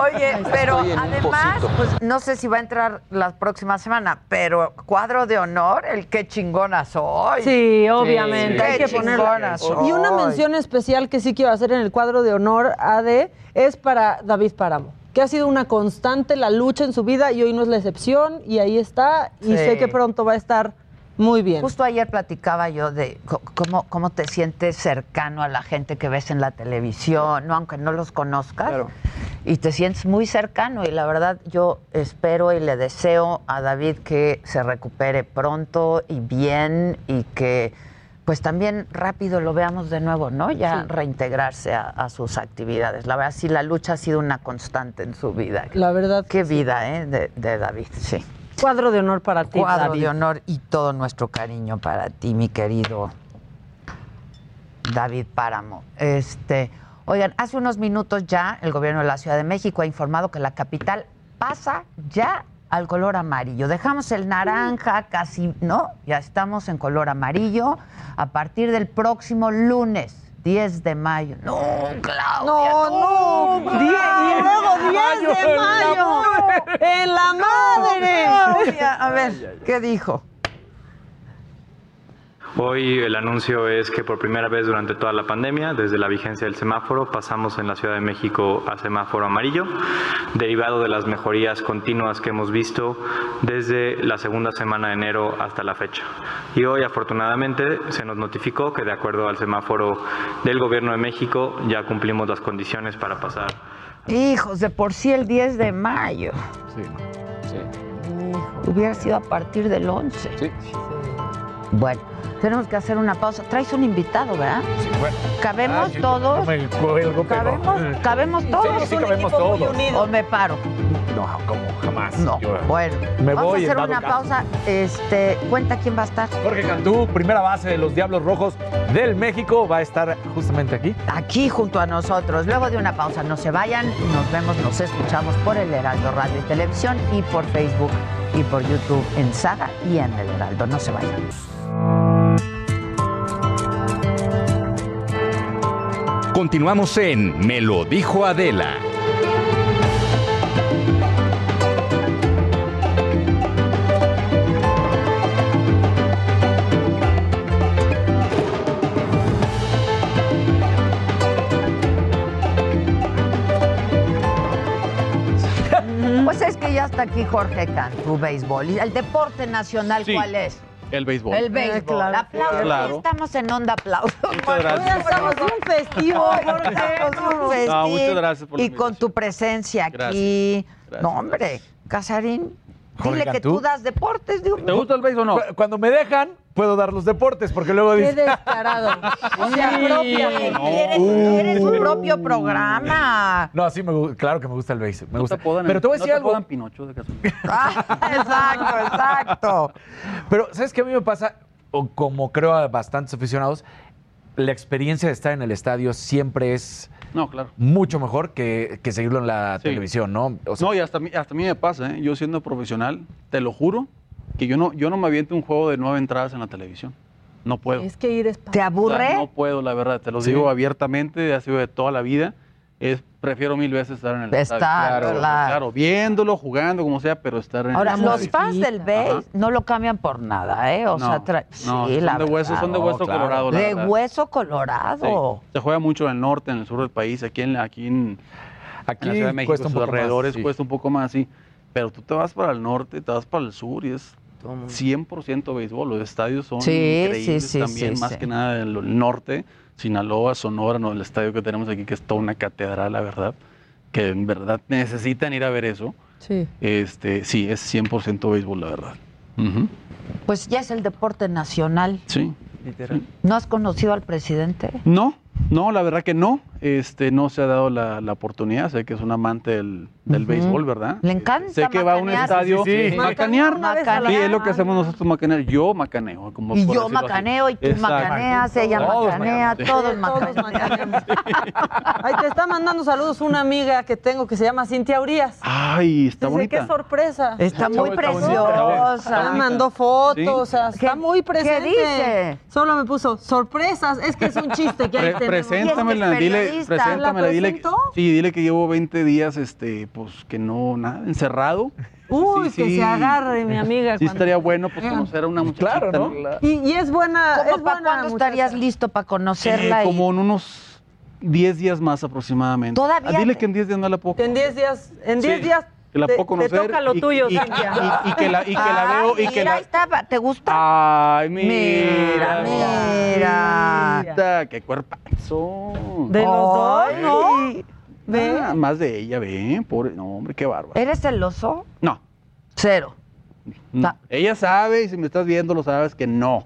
Speaker 3: Oye, pero
Speaker 17: Estoy en un
Speaker 3: además,
Speaker 17: pocito.
Speaker 3: pues no sé si va a entrar la próxima semana, pero cuadro de honor, el qué chingona soy.
Speaker 11: Sí, obviamente,
Speaker 3: Qué
Speaker 11: hay que
Speaker 3: chingona
Speaker 11: ponerla.
Speaker 3: soy.
Speaker 11: Y una mención especial que sí quiero hacer en el cuadro de honor AD es para David Páramo, que ha sido una constante la lucha en su vida y hoy no es la excepción y ahí está y
Speaker 3: Sí.
Speaker 11: sé que pronto va a estar muy bien.
Speaker 3: Justo ayer platicaba yo de co- cómo, cómo te sientes cercano a la gente que ves en la televisión, no aunque no los conozcas, y te sientes muy cercano. Y la verdad, yo espero y le deseo a David que se recupere pronto y bien y que pues también rápido lo veamos de nuevo, ¿no? Ya reintegrarse a, a sus actividades. La verdad, sí, la lucha ha sido una constante en su vida.
Speaker 11: La verdad.
Speaker 3: Qué vida, ¿eh? De, de David, sí.
Speaker 11: Cuadro de honor para ti.
Speaker 3: Cuadro
Speaker 11: David.
Speaker 3: de honor y todo nuestro cariño para ti, mi querido David Páramo. Este, oigan, hace unos minutos ya el gobierno de la Ciudad de México ha informado que la capital pasa ya al color amarillo. Dejamos el naranja casi, ¿no? Ya estamos en color amarillo a partir del próximo lunes, 10 de mayo. No, Claudia.
Speaker 11: No, no. Die- y luego 10 de mayo. En la madre.
Speaker 3: Claudia, A ver, ¿qué dijo?
Speaker 23: Hoy el anuncio es que por primera vez durante toda la pandemia, desde la vigencia del semáforo, pasamos en la Ciudad de México a semáforo amarillo, derivado de las mejorías continuas que hemos visto desde la segunda semana de enero hasta la fecha. Y hoy afortunadamente se nos notificó que de acuerdo al semáforo del Gobierno de México ya cumplimos las condiciones para pasar
Speaker 3: Hijos, de por sí el 10 de mayo.
Speaker 23: Sí,
Speaker 3: Hijo, hubiera sido a partir del 11. Sí. Bueno, tenemos que hacer una pausa. Traes un invitado, ¿verdad? ¿Cabemos todos? ¿Cabemos, cabemos todos?
Speaker 24: Sí, sí, cabemos todos.
Speaker 3: ¿O me paro?
Speaker 24: No, como jamás.
Speaker 3: No,
Speaker 24: Yo-
Speaker 3: bueno.
Speaker 24: Me
Speaker 3: Vamos
Speaker 24: voy
Speaker 3: a hacer
Speaker 24: en dado
Speaker 3: una
Speaker 24: caso.
Speaker 3: pausa. Este, cuenta quién va a estar.
Speaker 24: Jorge Cantú, primera base de los Diablos Rojos del México, va a estar justamente aquí.
Speaker 3: Aquí junto a nosotros. Luego de una pausa, no se vayan. Nos vemos, nos escuchamos por el Heraldo Radio y Televisión y por Facebook y por YouTube en Saga y en el Heraldo. No se vayan.
Speaker 1: Continuamos en Me lo dijo Adela.
Speaker 3: Pues es que ya está aquí Jorge Cantú, béisbol. ¿Y el deporte nacional
Speaker 7: Sí.
Speaker 3: cuál es?
Speaker 7: El béisbol.
Speaker 3: El béisbol. Aplausos.
Speaker 7: Claro.
Speaker 3: Estamos en onda aplausos.
Speaker 7: Muchas gracias.
Speaker 3: Hoy estamos un festivo, Jorge. Estamos un festín.
Speaker 7: No, muchas gracias por la
Speaker 3: Y con tu presencia aquí. No, hombre, Casarín,
Speaker 24: Jorge
Speaker 3: dile que
Speaker 24: Cantú.
Speaker 3: tú das deportes. digo,
Speaker 24: el béisbol o no? Cuando me dejan, puedo dar los deportes, porque luego
Speaker 3: Qué
Speaker 24: dicen...
Speaker 3: descarado. O sea, propio. Eres, eres
Speaker 7: Uh.
Speaker 3: tu propio programa.
Speaker 24: "Ah, No, sí, me, gu- claro que me gusta el béisbol. Me gusta.
Speaker 25: apodan el-
Speaker 24: Pero te voy a
Speaker 25: no
Speaker 24: decir
Speaker 25: te
Speaker 24: algo.
Speaker 25: apodan Pinocho, de casualidad.
Speaker 3: Exacto, exacto.
Speaker 24: Pero, ¿sabes qué a mí me pasa? O como creo a bastantes aficionados, la experiencia de estar en el estadio siempre es
Speaker 7: No, claro.
Speaker 24: mucho mejor que, que seguirlo en la televisión, ¿no? O sea,
Speaker 7: no, y hasta, a mí- hasta a mí me pasa, ¿eh? yo siendo profesional, te lo juro, que yo no, yo no me aviento un juego de nueve entradas en la televisión. No puedo.
Speaker 11: Es que ir es
Speaker 3: ¿Te
Speaker 7: O sea,
Speaker 3: aburre?
Speaker 7: no puedo, la verdad, te lo
Speaker 24: Sí.
Speaker 7: digo abiertamente, ha sido de toda la vida. Es, prefiero mil veces estar en el
Speaker 3: Estar,
Speaker 7: estadio.
Speaker 3: claro.
Speaker 7: claro, viéndolo, jugando, como sea, pero estar en
Speaker 3: Ahora,
Speaker 7: el
Speaker 3: los
Speaker 7: estadio.
Speaker 3: fans del BASE no lo cambian por nada, ¿eh? O
Speaker 7: No,
Speaker 3: sea, tra-
Speaker 7: no, son de hueso- son de hueso colorado, la
Speaker 3: de
Speaker 7: verdad.
Speaker 3: hueso
Speaker 7: Sí.
Speaker 3: colorado.
Speaker 7: Se juega mucho en el norte, en el sur del país, aquí en, aquí en,
Speaker 24: aquí
Speaker 7: en la Ciudad de México,
Speaker 24: cuesta un
Speaker 7: sus
Speaker 24: poco más,
Speaker 7: alrededores
Speaker 24: sí.
Speaker 7: cuesta un poco más, sí. Pero tú te vas para el norte, te vas para el sur y es 100% béisbol. Los estadios son
Speaker 3: Sí,
Speaker 7: increíbles
Speaker 3: sí, sí,
Speaker 7: también,
Speaker 3: sí,
Speaker 7: más
Speaker 3: sí.
Speaker 7: que nada el, el norte, Sinaloa, Sonora, no, el estadio que tenemos aquí, que es toda una catedral, la verdad, que en verdad necesitan ir a ver eso.
Speaker 11: Sí.
Speaker 7: Este, sí, es 100% béisbol, la verdad. Ujú.
Speaker 3: Pues ya es el deporte nacional.
Speaker 7: Sí.
Speaker 3: ¿No has conocido al presidente?
Speaker 7: No, no, la verdad que no. Este, no se ha dado la, la oportunidad. Sé que es un amante del, del
Speaker 3: Ujú.
Speaker 7: béisbol, ¿verdad?
Speaker 3: Le encanta.
Speaker 7: Sé que va a un
Speaker 3: macanear.
Speaker 7: estadio macanear.
Speaker 3: Macanear una vez a la
Speaker 7: Sí, es lo
Speaker 3: semana.
Speaker 7: que hacemos nosotros macanear. Yo macaneo. Como
Speaker 3: Y
Speaker 7: por
Speaker 3: yo
Speaker 7: decirlo así.
Speaker 3: macaneo, y tú
Speaker 7: Exacto.
Speaker 3: macaneas, ella
Speaker 7: Todos
Speaker 3: macanea,
Speaker 7: macaneamos.
Speaker 3: todos macanean.
Speaker 11: Ahí te está mandando saludos una amiga que tengo que se llama Cintia Urias.
Speaker 7: Ay, está
Speaker 11: Dice,
Speaker 7: bonita.
Speaker 11: qué sorpresa.
Speaker 3: Está muy
Speaker 7: bonita.
Speaker 3: preciosa.
Speaker 11: Me mandó fotos,
Speaker 7: Sí.
Speaker 11: o sea, está muy presente.
Speaker 3: dice?
Speaker 11: Solo me puso sorpresas, es que es un chiste que
Speaker 7: Pre-
Speaker 11: hay
Speaker 7: preséntamela, dile, preséntamela, dile, que- sí, dile que llevo 20 días, este, pues que no, nada, encerrado.
Speaker 11: Uy, que se agarre, mi amiga.
Speaker 7: Sí,
Speaker 11: cuando-
Speaker 7: estaría bueno pues, conocer a una muchachita.
Speaker 24: Claro, ¿no?
Speaker 7: La-
Speaker 11: Y, y es buena.
Speaker 3: ¿Cómo
Speaker 11: es
Speaker 3: pa'
Speaker 11: buena
Speaker 3: cuándo estarías listo para conocerla?
Speaker 7: Eh,
Speaker 3: y-
Speaker 7: como en unos 10 días más aproximadamente.
Speaker 3: Todavía
Speaker 7: Ah, dile
Speaker 3: te-
Speaker 7: que en 10 días no la puedo
Speaker 11: En 10 días, en
Speaker 7: Sí,
Speaker 11: 10 días
Speaker 7: que la
Speaker 11: te,
Speaker 7: puedo conocer
Speaker 11: te toca lo
Speaker 7: y-
Speaker 11: tuyo,
Speaker 7: y-
Speaker 11: Cintia.
Speaker 7: y- y que la- y que la
Speaker 3: Ay,
Speaker 7: veo y que
Speaker 3: mira,
Speaker 7: la-
Speaker 3: ahí estaba. ¿Te gusta?
Speaker 7: Ay,
Speaker 3: Ah, Mira,
Speaker 7: mira.
Speaker 3: mira.
Speaker 7: mira, Qué cuerpazo.
Speaker 3: De los dos,
Speaker 7: Ay.
Speaker 3: ¿no?
Speaker 7: Ah, más de ella, ve. Pobre, no, hombre, qué bárbaro.
Speaker 3: ¿Eres celoso?
Speaker 7: No. Mm.
Speaker 3: Cero.
Speaker 7: No. Ella sabe, y si me estás viendo, lo sabes que no.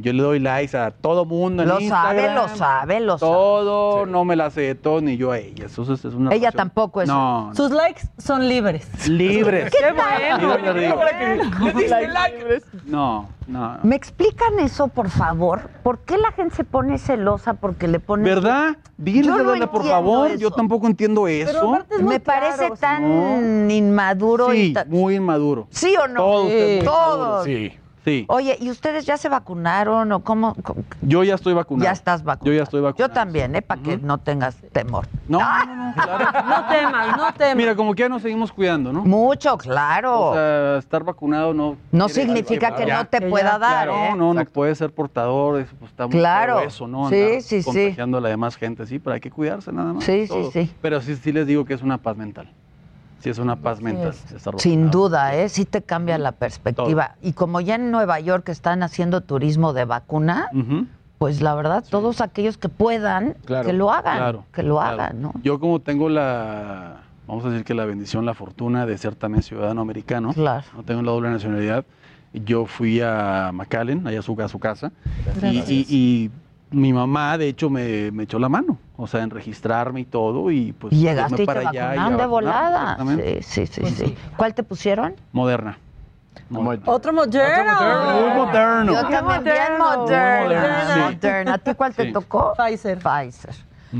Speaker 7: Yo le doy likes a todo mundo en
Speaker 3: Lo
Speaker 7: Instagram.
Speaker 3: sabe, lo sabe, lo sabe.
Speaker 7: Todo, no me la sé todo, ni yo a ella. Eso es, es una
Speaker 3: Ella
Speaker 7: relación-
Speaker 3: tampoco es-
Speaker 7: No,
Speaker 11: Sus likes son libres.
Speaker 7: no. libres.
Speaker 11: ¡Qué bueno!
Speaker 7: Libres,
Speaker 11: qué bueno.
Speaker 7: libres.
Speaker 11: Le diste like.
Speaker 7: No, no.
Speaker 3: ¿Me explican eso, por favor? ¿Por qué la gente se pone celosa porque le pone...
Speaker 7: ¿Verdad? Diles,
Speaker 3: Yo no
Speaker 7: Adela, por
Speaker 3: entiendo
Speaker 7: favor. Yo
Speaker 3: eso.
Speaker 7: tampoco entiendo eso.
Speaker 3: Me parece tan inmaduro y
Speaker 7: Sí,
Speaker 3: tan...
Speaker 7: muy inmaduro.
Speaker 3: ¿Sí o no?
Speaker 7: Todos.
Speaker 3: Sí.
Speaker 7: tenemos
Speaker 3: Todos.
Speaker 7: inmaduros, Sí. Sí.
Speaker 3: Oye, ¿y ustedes ya se vacunaron o cómo? cómo-
Speaker 7: Yo ya estoy vacunado.
Speaker 3: Ya estás vacunado.
Speaker 7: Yo ya estoy
Speaker 3: Yo
Speaker 7: vacunado.
Speaker 3: también, ¿eh? Para que no tengas temor.
Speaker 7: No,
Speaker 3: ¡Ah!
Speaker 11: No temas, no temas.
Speaker 7: Mira, como que ya nos seguimos cuidando, ¿no?
Speaker 3: Mucho, claro.
Speaker 7: O sea, estar vacunado no.
Speaker 3: No
Speaker 7: quiere-
Speaker 3: significa que no te pueda dar,
Speaker 7: Claro,
Speaker 3: ¿eh?
Speaker 7: no, no puede ser portador, eso, pues, está muy
Speaker 3: Claro.
Speaker 7: feo eso, ¿no?
Speaker 3: Sí,
Speaker 7: Andar
Speaker 3: sí, sí.
Speaker 7: Contagiando a la demás gente, sí, pero hay que cuidarse nada más.
Speaker 3: Sí, sí,
Speaker 7: todo.
Speaker 3: sí.
Speaker 7: Pero sí, sí les digo que es una paz mental. Sí, es una paz mental. estar
Speaker 3: Sin
Speaker 7: vacunado.
Speaker 3: duda, ¿eh? Sí te cambia la perspectiva. Y como ya en Nueva York están haciendo turismo de vacuna, pues la verdad, todos aquellos que puedan,
Speaker 7: Claro,
Speaker 3: que lo hagan,
Speaker 7: claro,
Speaker 3: que lo
Speaker 7: claro.
Speaker 3: hagan, ¿no?
Speaker 7: Yo como tengo la, vamos a decir que la bendición, la fortuna de ser también ciudadano americano, no tengo la doble nacionalidad, yo fui a McAllen, allá a su, a su casa, y,
Speaker 26: Gracias.
Speaker 7: y- y mi mamá de hecho me, me echó la mano, o sea, en registrarme y todo, y pues...
Speaker 3: Y llegaste
Speaker 7: irme
Speaker 3: y te
Speaker 7: para allá y
Speaker 3: vacunaron
Speaker 7: a
Speaker 3: de
Speaker 7: vacunar,
Speaker 3: volada.
Speaker 7: exactamente. Pues
Speaker 3: Sí, sí, sí, sí. ¿Cuál te pusieron?
Speaker 7: Moderna.
Speaker 11: Otro moderno.
Speaker 7: Muy moderno.
Speaker 3: Yo también bien
Speaker 11: moderno.
Speaker 3: moderna.
Speaker 7: Muy moderna, sí.
Speaker 3: moderna. ¿A ti cuál te tocó?
Speaker 11: Pfizer.
Speaker 3: Pfizer.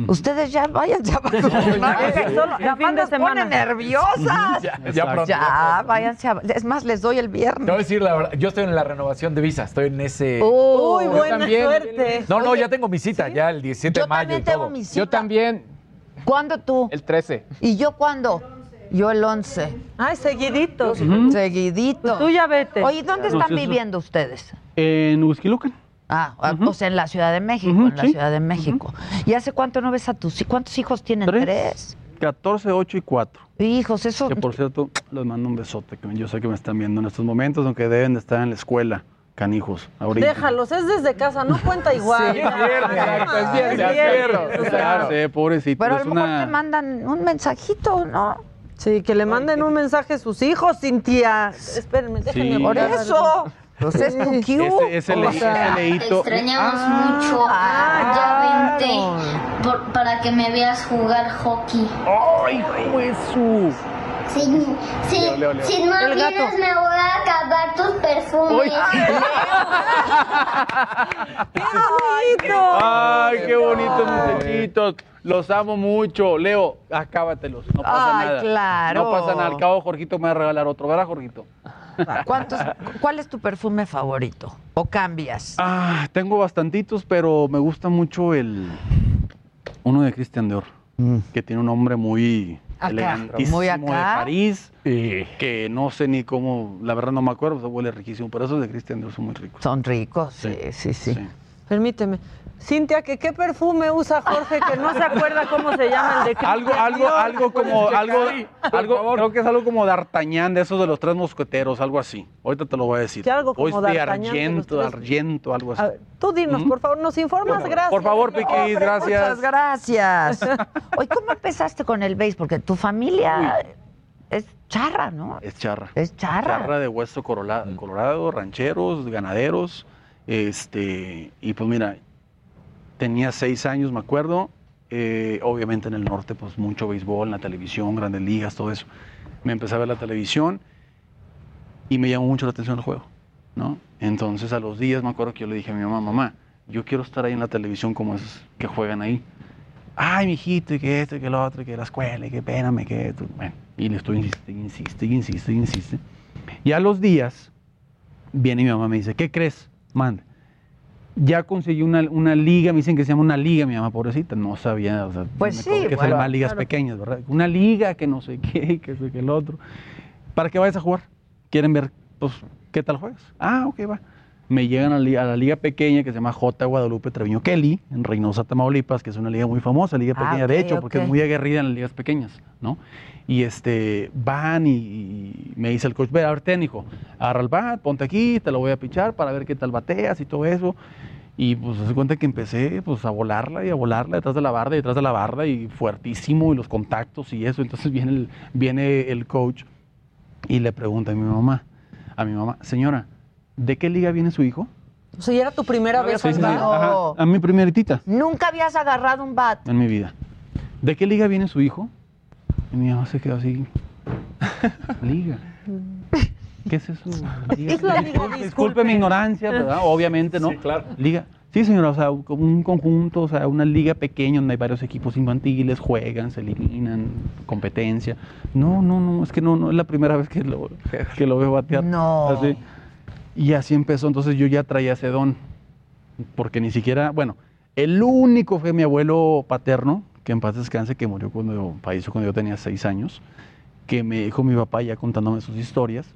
Speaker 3: Ustedes ya váyanse a vacunar.
Speaker 11: Ese solo el fin de
Speaker 3: nos pone
Speaker 11: semana.
Speaker 3: nerviosas.
Speaker 24: Ya, ya pronto, ya
Speaker 3: Ya,
Speaker 24: pronto.
Speaker 3: váyanse a... Es más, les doy el
Speaker 24: Te
Speaker 3: viernes.
Speaker 24: voy a decir la verdad, yo estoy en la renovación de visa, estoy en ese...
Speaker 3: Uy,
Speaker 11: Uy,
Speaker 24: Yo
Speaker 11: buena
Speaker 24: también.
Speaker 11: suerte.
Speaker 3: Pues,
Speaker 24: No, no, ya tengo mi cita, ya el 17 de mayo y todo.
Speaker 3: Yo también. ¿Cuándo tú?
Speaker 27: El 13.
Speaker 3: ¿Y yo cuándo? Yo el 11.
Speaker 11: Ay, seguidito. Pues
Speaker 3: Seguidito.
Speaker 11: Tú ya vete.
Speaker 3: Oye, ¿dónde
Speaker 7: Pues eso-
Speaker 3: están viviendo ustedes?
Speaker 7: En Huizquilucan.
Speaker 3: Ah, ah, o sea, en la Ciudad de México, en la
Speaker 7: sí.
Speaker 3: Ciudad de México. ¿Y hace cuánto no ves a tus hijos? ¿Cuántos hijos tienen? ¿Tres?
Speaker 7: 14, 8 y 4.
Speaker 3: Hijos, eso...
Speaker 7: Que por cierto, les mando un besote, que yo sé que me están viendo en estos momentos, aunque deben de estar en la escuela, canijos, ahorita.
Speaker 11: Déjalos, es desde casa, no cuenta igual. Ah,
Speaker 27: Sí, es cierto, exacto, es cierto, es cierto.
Speaker 7: Claro. Sí, pobrecito.
Speaker 3: Pero a
Speaker 7: es
Speaker 3: lo mejor
Speaker 7: una-
Speaker 3: te mandan un mensajito, ¿no?
Speaker 11: Sí, que le manden un mensaje a sus hijos, Cintia. Espérenme, déjenme
Speaker 7: Sí.
Speaker 3: Por
Speaker 11: buscar algo.
Speaker 3: eso. Pues es tu cue.
Speaker 7: Ese- ese leí-
Speaker 3: o sea.
Speaker 7: ese Ah, leí-
Speaker 4: Te
Speaker 7: Te
Speaker 4: extrañamos mucho.
Speaker 3: ah,
Speaker 4: ya vente por- para que me veas jugar hockey.
Speaker 7: ¡Ay, hueso!
Speaker 4: Si, si,
Speaker 7: Ole, ole, ole.
Speaker 4: si no
Speaker 7: El gato.
Speaker 4: vienes, me voy a acabar tus perfumes.
Speaker 7: ¡Ay, qué bonitos muchachitos! Los amo mucho. Leo, acábatelos. No pasa
Speaker 3: Ay,
Speaker 7: nada.
Speaker 3: claro.
Speaker 7: No pasa nada. Al cabo, Jorgito me va a regalar otro. ¿Verdad, Jorgito?
Speaker 3: ¿Cuántos- ¿Cuál es tu perfume favorito? ¿O cambias?
Speaker 7: Ah, tengo bastantitos, pero me gusta mucho el. Uno de Christian Dior,
Speaker 11: Mm.
Speaker 7: que tiene un nombre muy
Speaker 3: Acá,
Speaker 7: elegantísimo
Speaker 3: muy
Speaker 7: de
Speaker 3: acá.
Speaker 7: París, que no sé ni cómo, la verdad no me acuerdo, pero huele riquísimo, pero esos de Christian Dior son muy ricos.
Speaker 3: Son ricos, sí, sí, sí.
Speaker 11: Permíteme. Cintia, ¿que ¿qué perfume usa Jorge que no se acuerda cómo se llama el de Cristian
Speaker 7: Algo, algo,
Speaker 11: Dior?
Speaker 7: algo como,
Speaker 11: Puedes
Speaker 7: algo,
Speaker 11: checar.
Speaker 7: algo, creo que es algo como D'Artagnan, de esos de los tres mosqueteros, algo así. Ahorita te lo voy a decir.
Speaker 11: Que algo como
Speaker 7: Hoy de
Speaker 11: D'Artagnan de los
Speaker 7: argento,
Speaker 11: tres-
Speaker 7: argento, algo así.
Speaker 11: A ver, tú dinos, por favor, nos informas, gracias.
Speaker 7: Por favor, Piquis,
Speaker 11: Hombre,
Speaker 3: Muchas
Speaker 7: gracias.
Speaker 3: gracias. Oye, ¿cómo empezaste con el béis? Porque tu familia es charra, ¿no?
Speaker 7: Es charra.
Speaker 3: Es charra.
Speaker 7: Charra de hueso colorado, colorado rancheros, ganaderos. Este, y pues mira, tenía seis años, me acuerdo. eh, obviamente en el norte, pues mucho béisbol, en la televisión, grandes ligas, todo eso. Me empecé a ver la televisión y me llamó mucho la atención el juego, ¿no? Entonces a los días me acuerdo que yo le dije a mi mamá, mamá, yo quiero estar ahí en la televisión como esos que juegan ahí. Ay, mijito, y que esto, y que lo otro, y que la escuela, y que espérame, que esto. Bueno, y le estoy insiste, y insiste, y insiste, y insiste. Y a los días viene mi mamá y me dice, ¿qué crees? Mande. Ya conseguí una, una liga, me dicen que se llama una liga, mi mamá, pobrecita, no sabía, o sea,
Speaker 3: Pues
Speaker 7: me
Speaker 3: sí,
Speaker 7: acuerdo que
Speaker 3: bueno,
Speaker 7: más ligas
Speaker 3: claro.
Speaker 7: pequeñas, ¿verdad? Una liga que no sé qué, que sé que el otro. Para que vayas a jugar, quieren ver, pues, qué tal juegas. Ah, ok, va. Me llegan a, li- a la liga pequeña que se llama J. Guadalupe Treviño Kelly, en Reynosa, Tamaulipas, que es una liga muy famosa, liga
Speaker 26: Ah,
Speaker 7: pequeña,
Speaker 26: ok,
Speaker 7: de hecho, porque
Speaker 26: ok.
Speaker 7: es muy aguerrida en las ligas pequeñas, ¿no? Y este, van y, y me dice el coach, ve, a ver, ten, hijo, agarra el bat, ponte aquí, te lo voy a pichar para ver qué tal bateas y todo eso. Y pues se cuenta que empecé pues a volarla y a volarla detrás de la barda y detrás de la barda y fuertísimo y los contactos y eso. Entonces viene el, viene el coach y le pregunta a mi mamá, a mi mamá, señora, ¿de qué liga viene su hijo?
Speaker 11: O sea, ¿y era tu primera vez
Speaker 7: Sí, sí, sí.
Speaker 11: jugando?
Speaker 7: Ajá. A mi primeritita
Speaker 3: Nunca habías agarrado un bat.
Speaker 7: en mi vida. ¿De qué liga viene su hijo? Y mi mamá se quedó así. Liga. ¿Qué es eso? Liga.
Speaker 11: Es la liga,
Speaker 7: Disculpe, disculpe mi ignorancia, ¿verdad? Obviamente, ¿no? Sí, claro. Liga. Sí, señora, o sea, un- un conjunto, o sea, una liga pequeña donde hay varios equipos infantiles, juegan, se eliminan, competencia. No, no, no, es que no, no es la primera vez que lo, que lo veo batear. No. Y así empezó, entonces yo ya traía ese don, porque ni siquiera, bueno, el único fue mi abuelo paterno, que en paz descanse, que murió cuando yo, falleció cuando yo tenía seis años, que me dijo mi papá ya contándome sus historias,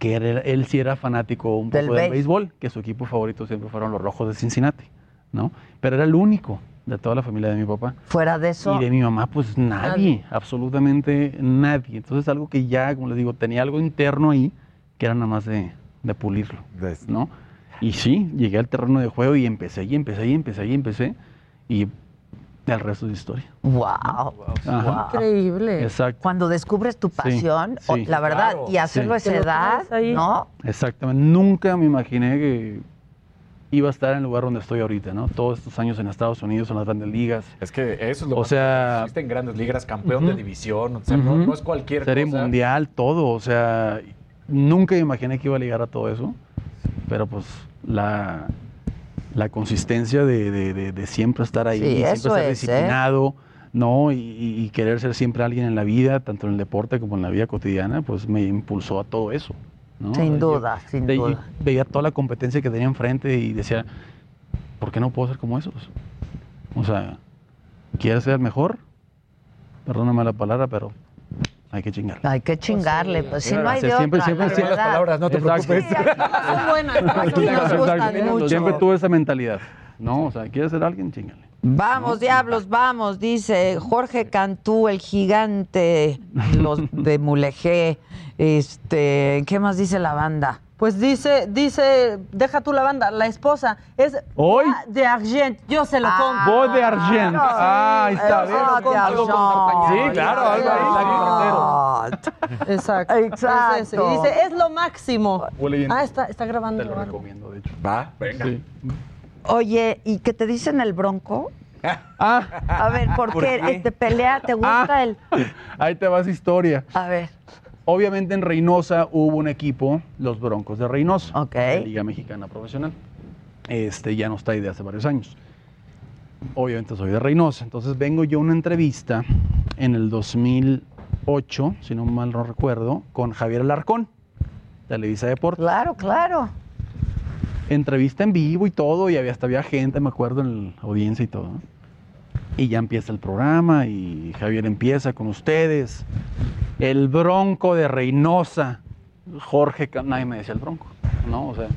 Speaker 7: que era- él sí era fanático un
Speaker 3: Del
Speaker 7: poco del
Speaker 3: béis-
Speaker 7: béisbol, que su equipo favorito siempre fueron los Rojos de Cincinnati, ¿no? Pero era el único de toda la familia de mi papá.
Speaker 3: Fuera de eso.
Speaker 7: Y de mi mamá, pues nadie, absolutamente nadie. Entonces algo que ya, como les digo, tenía algo interno ahí que era nada más de, de pulirlo, ¿no? Y sí, llegué al terreno de juego y empecé, y empecé, y empecé, y empecé, y el resto de historia.
Speaker 3: ¡Wow!
Speaker 11: Increíble.
Speaker 7: Exacto.
Speaker 3: Cuando descubres tu pasión, o-
Speaker 7: sí.
Speaker 3: la verdad,
Speaker 7: Claro.
Speaker 3: y hacerlo
Speaker 7: Sí.
Speaker 3: a
Speaker 7: Te
Speaker 3: esa
Speaker 7: lo
Speaker 3: edad,
Speaker 11: traes ahí.
Speaker 3: ¿no?
Speaker 7: Exactamente. Nunca me imaginé que iba a estar en el lugar donde estoy ahorita, ¿no? Todos estos años en Estados Unidos, en las grandes ligas.
Speaker 4: Es que eso es lo
Speaker 7: O
Speaker 4: más
Speaker 7: sea,
Speaker 4: fuiste en grandes ligas, campeón de
Speaker 7: Ujú.
Speaker 4: división, o sea, no,
Speaker 7: Ujú.
Speaker 4: no es cualquier
Speaker 7: Serie
Speaker 4: cosa.
Speaker 7: mundial, todo. O sea, nunca me imaginé que iba a llegar a todo eso. Pero pues la, la consistencia de, de- de- de siempre estar ahí,
Speaker 3: Sí,
Speaker 7: siempre
Speaker 3: eso
Speaker 7: estar
Speaker 3: es, ¿eh?
Speaker 7: disciplinado, ¿no? Y, y- y querer ser siempre alguien en la vida, tanto en el deporte como en la vida cotidiana, pues me impulsó a todo eso. ¿no?
Speaker 3: Sin
Speaker 7: O sea, yo
Speaker 3: duda, sin
Speaker 7: ve-
Speaker 3: duda.
Speaker 7: Veía toda la competencia que tenía enfrente y decía, ¿por qué no puedo ser como esos? O sea, ¿quieres ser el mejor? Perdóname la palabra, pero hay que chingar.
Speaker 3: Hay que chingarle, pues si no hay de
Speaker 7: siempre,
Speaker 3: otra,
Speaker 7: siempre,
Speaker 3: la
Speaker 7: siempre-
Speaker 3: verdad.
Speaker 7: Exacto.
Speaker 3: Son buenas, aquí nos
Speaker 7: Exacto.
Speaker 3: gustan mucho.
Speaker 7: Siempre tuve esa mentalidad. No, o sea, ¿quieres ser alguien? Chingale.
Speaker 28: Vamos, diablos, vamos, dice Jorge Cantú, el gigante, los de Mulegé. Este, ¿qué más dice la banda?
Speaker 11: Pues dice, dice, deja tú la banda, la esposa es
Speaker 7: ¿Hoy?
Speaker 11: de Argent, yo se
Speaker 3: Ah,
Speaker 11: lo compro.
Speaker 7: Voz de Argent. Ah, ahí está,
Speaker 11: Yo
Speaker 7: ¿ves?
Speaker 11: se lo compro.
Speaker 7: Algo con D'Argent. Sí, claro, algo ahí,
Speaker 11: Ah, Exacto.
Speaker 3: Exacto.
Speaker 11: Es ese. Y dice, es lo máximo.
Speaker 7: Huele bien.
Speaker 11: Ah, está, está
Speaker 3: eh,
Speaker 11: grabando.
Speaker 7: Te lo
Speaker 11: ¿verdad?
Speaker 7: recomiendo, de hecho.
Speaker 4: Va, venga.
Speaker 28: Oye, ¿y qué te dicen el bronco?
Speaker 3: A ver, ¿por,
Speaker 7: Ah. ¿Por
Speaker 3: qué?
Speaker 7: qué? Ah.
Speaker 3: Eh, ¿Te pelea? ¿Te gusta el...?
Speaker 7: Ahí te vas historia.
Speaker 3: A ver.
Speaker 7: Obviamente en Reynosa hubo un equipo, los Broncos de Reynosa, la Liga Mexicana Profesional. Este ya no está ahí de hace varios años. Obviamente soy de Reynosa, entonces vengo yo a una entrevista en el 2008, si no mal no recuerdo, con Javier Alarcón, Televisa Deportes.
Speaker 3: Claro, claro.
Speaker 7: Entrevista en vivo y todo, y había hasta había gente, me acuerdo, en la audiencia y todo. ¿no? Y ya empieza el programa y Javier empieza con ustedes. El bronco de Reynosa. Jorge, Cam- nadie me decía el bronco, ¿no? O sea,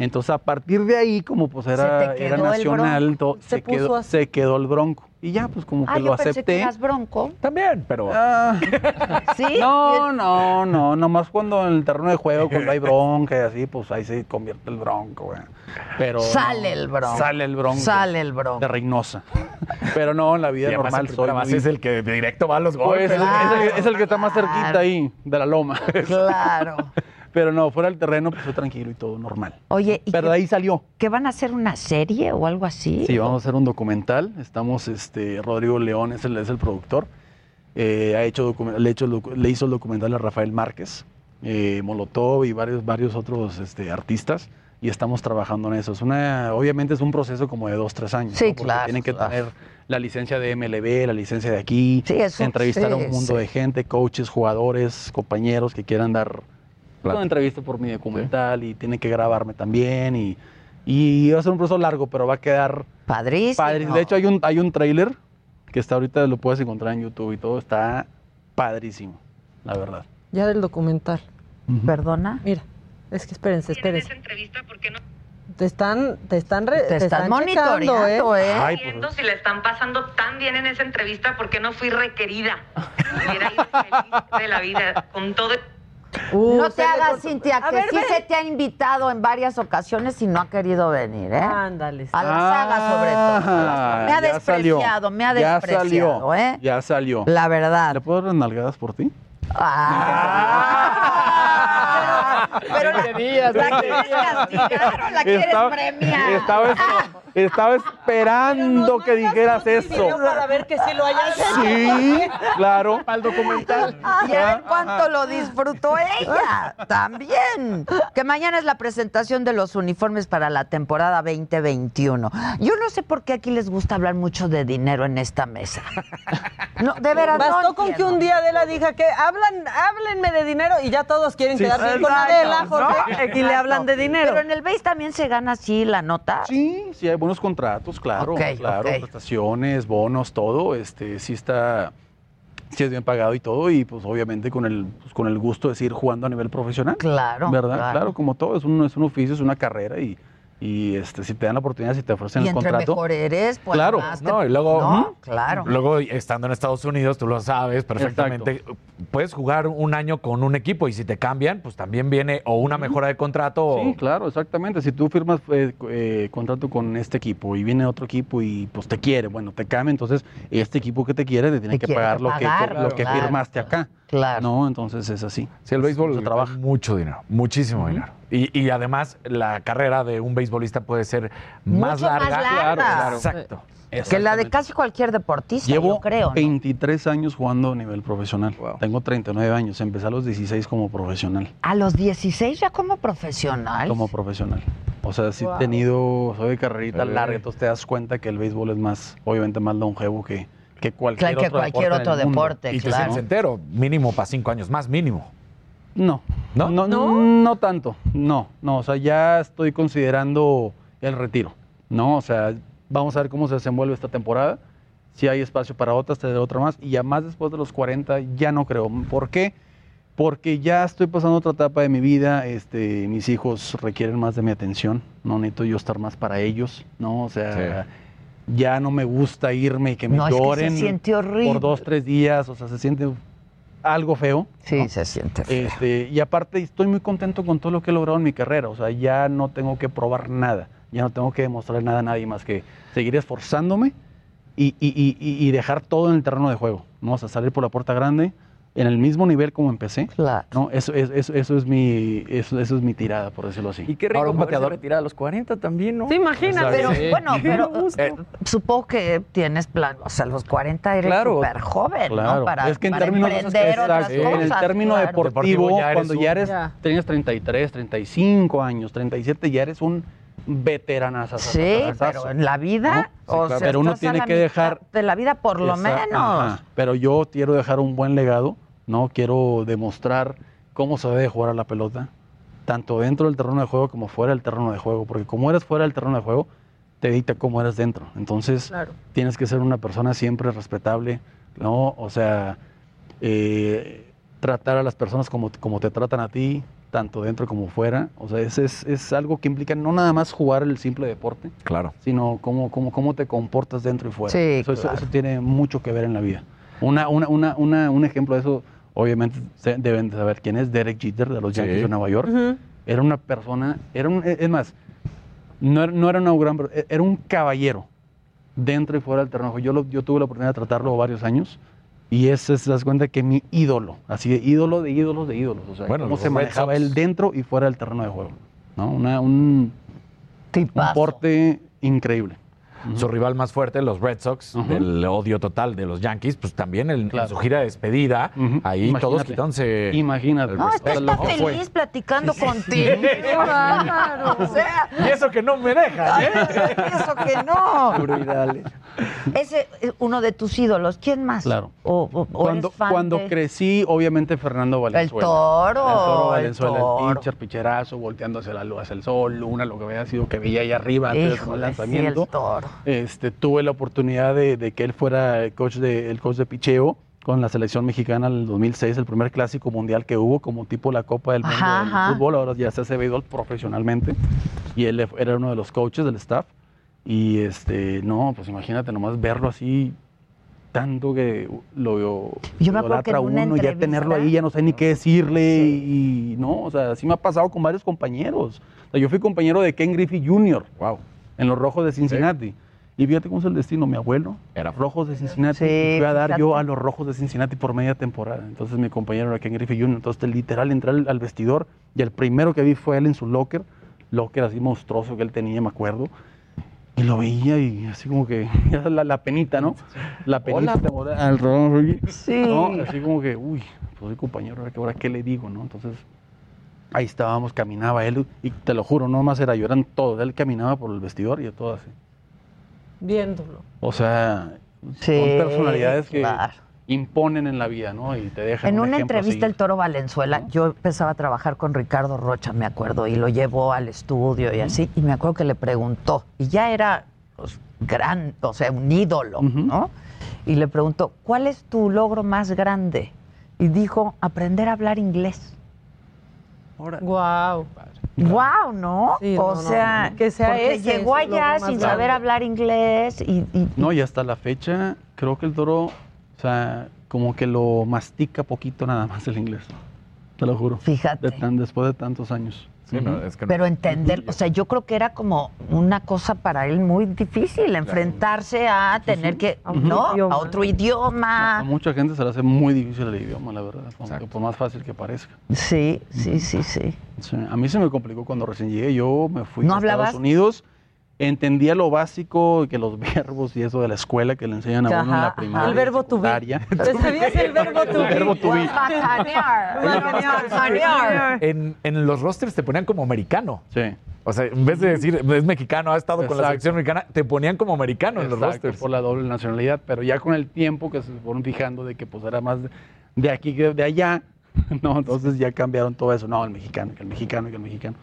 Speaker 7: entonces a partir de ahí, como pues era,
Speaker 3: te
Speaker 7: era
Speaker 3: quedó el
Speaker 7: nacional,
Speaker 3: Bronco.
Speaker 7: to-
Speaker 3: Se
Speaker 7: se,
Speaker 3: puso
Speaker 7: quedó,
Speaker 3: así.
Speaker 7: se quedó el bronco. Y ya, pues como que
Speaker 3: Ah,
Speaker 7: lo
Speaker 3: yo pensé que
Speaker 7: acepté. Ah.
Speaker 3: eras bronco.
Speaker 4: También, pero...
Speaker 3: ¿Sí?
Speaker 7: No, no, no, nomás cuando en el terreno de juego, cuando hay bronca y así, pues ahí se convierte el bronco, güey. Pero
Speaker 3: Sale
Speaker 7: no,
Speaker 3: el bronco.
Speaker 7: Sale el bronco.
Speaker 3: Sale el bronco.
Speaker 7: De Reynosa. Pero no, en la vida
Speaker 4: Y además
Speaker 7: normal
Speaker 4: en primera
Speaker 7: soy
Speaker 4: base
Speaker 7: muy-
Speaker 4: es el que directo va a los
Speaker 7: Pues,
Speaker 4: golpes.
Speaker 7: es, el- es el, que está más cerquita ahí, de la loma.
Speaker 3: Claro.
Speaker 7: Pero no, fuera del terreno, pues fue tranquilo y todo normal.
Speaker 3: Oye, ¿y
Speaker 7: Pero de ahí salió.
Speaker 3: ¿Que van a hacer una serie o algo así?
Speaker 7: Sí, vamos a hacer un documental. Estamos, este, Rodrigo León es el, es el productor. Eh, ha hecho docu- le, hecho el docu- le hizo el documental a Rafael Márquez, eh, Molotov y varios, varios otros este, artistas. Y estamos trabajando en eso. Es una, obviamente es un proceso como de dos, tres años.
Speaker 3: Sí,
Speaker 7: Porque
Speaker 3: claro,
Speaker 7: Tienen que
Speaker 3: claro.
Speaker 7: tener la licencia de MLB, la licencia de aquí,
Speaker 3: Sí, es un-
Speaker 7: entrevistar a
Speaker 3: sí,
Speaker 7: un mundo
Speaker 3: sí.
Speaker 7: de gente, coaches, jugadores, compañeros que quieran dar una entrevista por mi documental y tienen que grabarme también y, y va a ser un proceso largo, pero va a quedar
Speaker 3: padrísimo.
Speaker 7: De hecho hay un hay un tráiler que está ahorita lo puedes encontrar en YouTube y todo, está padrísimo, la verdad.
Speaker 11: Ya del documental.
Speaker 3: ¿Perdona?
Speaker 11: Mira, es que espérense, espérense. Te están, te están, re-
Speaker 3: Te están
Speaker 11: checando,
Speaker 3: monitoreando, ¿eh?
Speaker 7: Ay,
Speaker 11: pues.
Speaker 5: Viendo si la están pasando tan bien en esa entrevista porque no fui requerida. Hubiera ido feliz de la vida con todo.
Speaker 3: no te
Speaker 5: se le
Speaker 3: hagas,
Speaker 5: cortó.
Speaker 3: Cintia,
Speaker 5: A
Speaker 3: que
Speaker 5: ver,
Speaker 3: sí
Speaker 5: ven.
Speaker 3: se te ha invitado en varias ocasiones y no ha querido venir, ¿eh?
Speaker 11: Ándale.
Speaker 3: A la saga, sobre todo.
Speaker 7: Ah,
Speaker 3: Me ha
Speaker 7: ya salió.
Speaker 3: despreciado, me ha
Speaker 7: Ya
Speaker 3: despreciado,
Speaker 7: salió,
Speaker 3: ¿eh?
Speaker 7: Ya salió.
Speaker 3: La verdad.
Speaker 7: ¿Le puedo dar unas nalgadas por ti?
Speaker 3: Ah.
Speaker 11: Pero la,
Speaker 16: días,
Speaker 11: la
Speaker 16: 20
Speaker 11: quieres
Speaker 16: días.
Speaker 11: castigar o la quieres
Speaker 16: Estaba-
Speaker 11: premiar.
Speaker 16: Estaba, es- estaba esperando que dijeras eso.
Speaker 11: Video para ver que sí lo hayas hecho.
Speaker 16: Sí, claro.
Speaker 11: Para el documental.
Speaker 3: Y a ver cuánto lo disfrutó ella también. Que mañana es la presentación de los uniformes para la temporada 2021. Yo no sé por qué aquí les gusta hablar mucho de dinero en esta mesa. No, de veras, no
Speaker 11: Bastó con que
Speaker 3: entiendo.
Speaker 11: un día Adela diga que hablan, háblenme de dinero y ya todos quieren
Speaker 3: Sí,
Speaker 11: quedar bien con
Speaker 3: exacto,
Speaker 11: Adela, Jorge,
Speaker 3: ¿no?
Speaker 11: y le
Speaker 3: Exacto.
Speaker 11: hablan de dinero.
Speaker 3: Pero en el BASE también se gana así la nota.
Speaker 7: Sí, sí hay buenos contratos, claro,
Speaker 3: Ok,
Speaker 7: claro,
Speaker 3: ok.
Speaker 7: prestaciones, bonos, todo, este, sí está, sí es bien pagado y todo, y pues obviamente con el, pues, con el gusto de seguir jugando a nivel profesional.
Speaker 3: Claro,
Speaker 7: ¿Verdad?
Speaker 3: claro.
Speaker 7: Claro, como todo, es un, es un oficio, es una carrera y, y este, si te dan la oportunidad, si te ofrecen
Speaker 3: Y
Speaker 7: el
Speaker 3: entre
Speaker 7: contrato.
Speaker 3: mejor eres, pues
Speaker 7: Claro,
Speaker 3: más te-
Speaker 24: No, y luego,
Speaker 3: ¿no?
Speaker 24: ¿Mm?
Speaker 3: Claro.
Speaker 24: luego estando en Estados Unidos, tú lo sabes perfectamente, puedes jugar un año con un equipo y si te cambian, pues también viene o una mejora de contrato o-
Speaker 7: Sí, claro, exactamente. Si tú firmas eh, co- eh, contrato con este equipo y viene otro equipo y pues te quiere, bueno, te cambia, entonces este equipo que te quiere te tiene
Speaker 24: Te
Speaker 7: que
Speaker 24: quiere
Speaker 7: pagar,
Speaker 24: que
Speaker 7: lo que,
Speaker 24: pagar,
Speaker 7: lo que
Speaker 24: claro.
Speaker 7: firmaste acá.
Speaker 3: Claro.
Speaker 7: No, entonces Pues es así.
Speaker 24: Sí, el béisbol se trabaja mucho dinero, muchísimo dinero. Y, y además la carrera de un beisbolista puede ser más
Speaker 3: Mucho más
Speaker 24: larga.
Speaker 3: larga.
Speaker 24: Exacto.
Speaker 3: Que la de casi cualquier deportista, yo
Speaker 7: Llevo
Speaker 3: creo. ¿no?
Speaker 7: 23 años jugando a nivel profesional. Tengo 39 años. Empecé a los 16 como profesional.
Speaker 3: A los 16 ya como profesional.
Speaker 7: Como profesional. O sea, sí
Speaker 3: Wow.
Speaker 7: he tenido, soy de carrerita
Speaker 3: Eh.
Speaker 7: larga, entonces te das cuenta que el béisbol es más, obviamente más longevo que, que cualquier
Speaker 3: Claro que
Speaker 7: otro
Speaker 3: cualquier
Speaker 7: deporte. en
Speaker 3: otro
Speaker 7: el mundo.
Speaker 3: deporte,
Speaker 24: Y te sientes entero, mínimo para cinco años más, mínimo.
Speaker 7: No. ¿No? No, no tanto. No, no. O sea, ya estoy considerando el retiro. No, o sea, vamos a ver cómo se desenvuelve esta temporada. Si hay espacio para otras, te daré otra más. Y ya más después de los 40, ya no creo. ¿Por qué? Porque ya estoy pasando otra etapa de mi vida. Este, mis hijos requieren más de mi atención. No necesito yo estar más para ellos. No, o sea, ya no me gusta irme y que me
Speaker 3: No, es que se
Speaker 7: lloren
Speaker 3: siente horrible.
Speaker 7: por dos, tres días. O sea, se siente algo feo.
Speaker 3: Sí, se siente
Speaker 7: Este, y aparte estoy muy contento con todo lo que he logrado en mi carrera. O sea, ya no tengo que probar nada. Ya no tengo que demostrar nada a nadie más que seguir esforzándome y, y- y- y- y dejar todo en el terreno de juego. ¿no? O sea, salir por la puerta grande en el mismo nivel como empecé. ¿no? Eso, es- eso- eso es mi, eso, eso es mi tirada, por decirlo así.
Speaker 2: Y qué rico poderse retirar a los 40 también, ¿no?
Speaker 11: Sí, imagínate.
Speaker 3: Pero
Speaker 7: Sí.
Speaker 3: bueno,
Speaker 2: Qué
Speaker 3: pero
Speaker 2: gusto.
Speaker 3: eh, supongo que tienes plan, o sea, a los 40 eres
Speaker 7: Claro.
Speaker 3: súper joven, ¿no?
Speaker 7: Claro.
Speaker 3: Para,
Speaker 7: es que en
Speaker 3: para
Speaker 7: términos,
Speaker 3: emprender otras
Speaker 7: exacto, en el
Speaker 3: cosas,
Speaker 7: término
Speaker 3: claro.
Speaker 7: deportivo,
Speaker 24: ya eres
Speaker 7: cuando
Speaker 24: un-
Speaker 7: ya eres,
Speaker 3: Ya.
Speaker 7: tienes 33, 35 años, 37, ya eres un veterano.
Speaker 3: Sí, pero en la vida, o sea,
Speaker 7: pero uno
Speaker 3: estás a
Speaker 7: tiene
Speaker 3: la
Speaker 7: que
Speaker 3: mitad
Speaker 7: dejar
Speaker 3: de la vida por lo
Speaker 7: Esa-
Speaker 3: menos.
Speaker 7: ajá, Pero yo quiero dejar un buen legado, ¿no? Quiero demostrar cómo se debe jugar a la pelota, tanto dentro del terreno de juego como fuera del terreno de juego, porque como eres fuera del terreno de juego, te dicta cómo eres dentro. Entonces, tienes que ser una persona siempre respetable, ¿no? O sea, eh, tratar a las personas como, como te tratan a ti, tanto dentro como fuera. O sea, es, es, es algo que implica no nada más jugar el simple deporte,
Speaker 24: claro.
Speaker 7: sino cómo, cómo, cómo te comportas dentro y fuera.
Speaker 3: Sí,
Speaker 7: eso, eso-
Speaker 3: claro.
Speaker 7: eso tiene mucho que ver en la vida. Una, una, una, una- un ejemplo de eso, obviamente se- deben de saber quién es Derek Jeter
Speaker 24: Pues
Speaker 7: de los Yankees de Nueva York. Era una persona, era un, es más, no era, no era una gran, per- era un caballero dentro y fuera del terreno. de juego. Yo, lo- yo tuve la oportunidad de tratarlo varios años y ese es, te das cuenta que mi ídolo, así de ídolo de ídolos de ídolos, o sea,
Speaker 24: Bueno,
Speaker 7: cómo
Speaker 24: los
Speaker 7: se
Speaker 24: Red
Speaker 7: manejaba
Speaker 24: Sox.
Speaker 7: él dentro y fuera del terreno de juego. ¿no? Una, un, un porte increíble.
Speaker 24: Su rival más fuerte, los Red Sox, del odio total de los Yankees, pues también en, en su gira de despedida, ahí todos
Speaker 7: Imagínate.
Speaker 24: quitándose.
Speaker 7: Imagínate.
Speaker 3: No, es que está feliz platicando contigo. Qué bárbaro. O sea,
Speaker 24: Y eso que no me deja, ¿eh?
Speaker 3: eso que no.
Speaker 7: Brutal.
Speaker 3: Ese es uno de tus ídolos. ¿Quién más?
Speaker 7: Claro.
Speaker 3: O, o- o
Speaker 7: cuando,
Speaker 3: eres fan
Speaker 7: cuando
Speaker 3: de-
Speaker 7: crecí, obviamente Fernando Valenzuela.
Speaker 3: toro,
Speaker 7: El toro
Speaker 3: el
Speaker 7: Valenzuela, el,
Speaker 3: toro.
Speaker 7: pitcher, picherazo, volteando hacia la luz, hacia el sol, luna, lo que había sido que veía allá arriba antes de tomar
Speaker 3: Híjole,
Speaker 7: el
Speaker 3: sí,
Speaker 7: lanzamiento.
Speaker 3: el toro.
Speaker 7: Este, tuve la oportunidad de, de que él fuera el coach de, el coach de picheo con la selección mexicana en el 2006, el primer clásico mundial que hubo como tipo la Copa del Mundo
Speaker 3: Ajá,
Speaker 7: del
Speaker 3: ajá.
Speaker 7: fútbol, ahora ya se hace béisbol profesionalmente y él era uno de los coaches del staff y este, no, pues imagínate nomás verlo así tanto que lo yo,
Speaker 3: Yo me
Speaker 7: lo
Speaker 3: acuerdo que en
Speaker 7: idolatra
Speaker 3: una
Speaker 7: uno y ya
Speaker 3: entrevista-
Speaker 7: tenerlo ahí ya no sé ni qué decirle y, y no, o sea, sí me ha pasado con varios compañeros. O sea, yo fui compañero de Ken Griffey Jr. Wow. En los Rojos de Cincinnati. Y fíjate cómo es el destino. Mi abuelo era Rojos de Cincinnati. y fui a dar yo a los Rojos de Cincinnati por media temporada. Entonces mi compañero era Ken Griffey Jr. Entonces literal entré al, al vestidor y el primero que vi fue él en su locker. Locker así monstruoso que él tenía, me acuerdo. Y lo veía y así como que, ya sabes, la, la penita, ¿no? La penita.
Speaker 22: Hola.
Speaker 7: Al Ron Ruiz.
Speaker 22: Sí.
Speaker 7: ¿no? Así como que, uy, pues soy compañero, ¿ahora qué- ¿ahora qué le digo, no? Entonces, ahí estábamos, caminaba él y te lo juro, no más era lloran todos. Él caminaba por el vestidor y yo todo así.
Speaker 11: Viéndolo.
Speaker 7: O sea, son personalidades que imponen en la vida, ¿no? Y te dejan.
Speaker 3: En
Speaker 7: un
Speaker 3: una
Speaker 7: ejemplo a
Speaker 3: entrevista
Speaker 7: seguir.
Speaker 3: el Toro Valenzuela, yo empezaba a trabajar con Ricardo Rocha, me acuerdo, y lo llevó al estudio y así, y me acuerdo que le preguntó, y ya era pues, gran, o sea, un ídolo, ¿no? Y le preguntó, ¿cuál es tu logro más grande? Y dijo, aprender a hablar inglés.
Speaker 11: Wow.
Speaker 3: Wow, ¿no?
Speaker 11: Sí,
Speaker 3: o
Speaker 11: no, no,
Speaker 3: sea,
Speaker 11: no. Que sea
Speaker 3: porque
Speaker 11: ese
Speaker 3: llegó
Speaker 11: su logro
Speaker 3: allá
Speaker 11: más
Speaker 3: sin
Speaker 11: grande.
Speaker 3: saber hablar inglés y, y-
Speaker 7: No, y hasta la fecha, creo que el toro, o sea, como que lo mastica poquito nada más el inglés. Te lo juro.
Speaker 3: Fíjate.
Speaker 7: después de tantos años.
Speaker 24: Sí, no, es que
Speaker 3: pero entender, o sea, yo creo que era como una cosa para él muy difícil, enfrentarse a tener que,
Speaker 7: Ujú.
Speaker 3: ¿no?
Speaker 7: Idioma.
Speaker 3: A otro idioma.
Speaker 7: A mucha gente se le hace muy difícil el idioma, la verdad, aunque por más fácil que parezca.
Speaker 3: Sí, sí, sí, sí.
Speaker 7: A mí se me complicó cuando recién llegué, yo me fui
Speaker 3: ¿No
Speaker 7: a
Speaker 3: hablabas?
Speaker 7: Estados Unidos, entendía lo básico, que los verbos y eso de la escuela que le enseñan a uno en
Speaker 11: Ajá,
Speaker 7: la primaria.
Speaker 11: el verbo
Speaker 7: to
Speaker 11: ¿Te sabías el verbo to be?
Speaker 7: El verbo to be.
Speaker 3: Bacanear.
Speaker 11: Bacanear.
Speaker 24: En, en los rosters te ponían como americano.
Speaker 7: Sí.
Speaker 24: O sea, en vez de decir es mexicano, ha estado con la
Speaker 7: Exacto.
Speaker 24: selección americana, te ponían como americano en los
Speaker 7: Exacto,
Speaker 24: rosters.
Speaker 7: por la doble nacionalidad, pero ya con el tiempo que se fueron fijando de que pues era más de- de aquí que de allá, no, entonces ya cambiaron todo eso, no, el mexicano, que el mexicano, que el mexicano.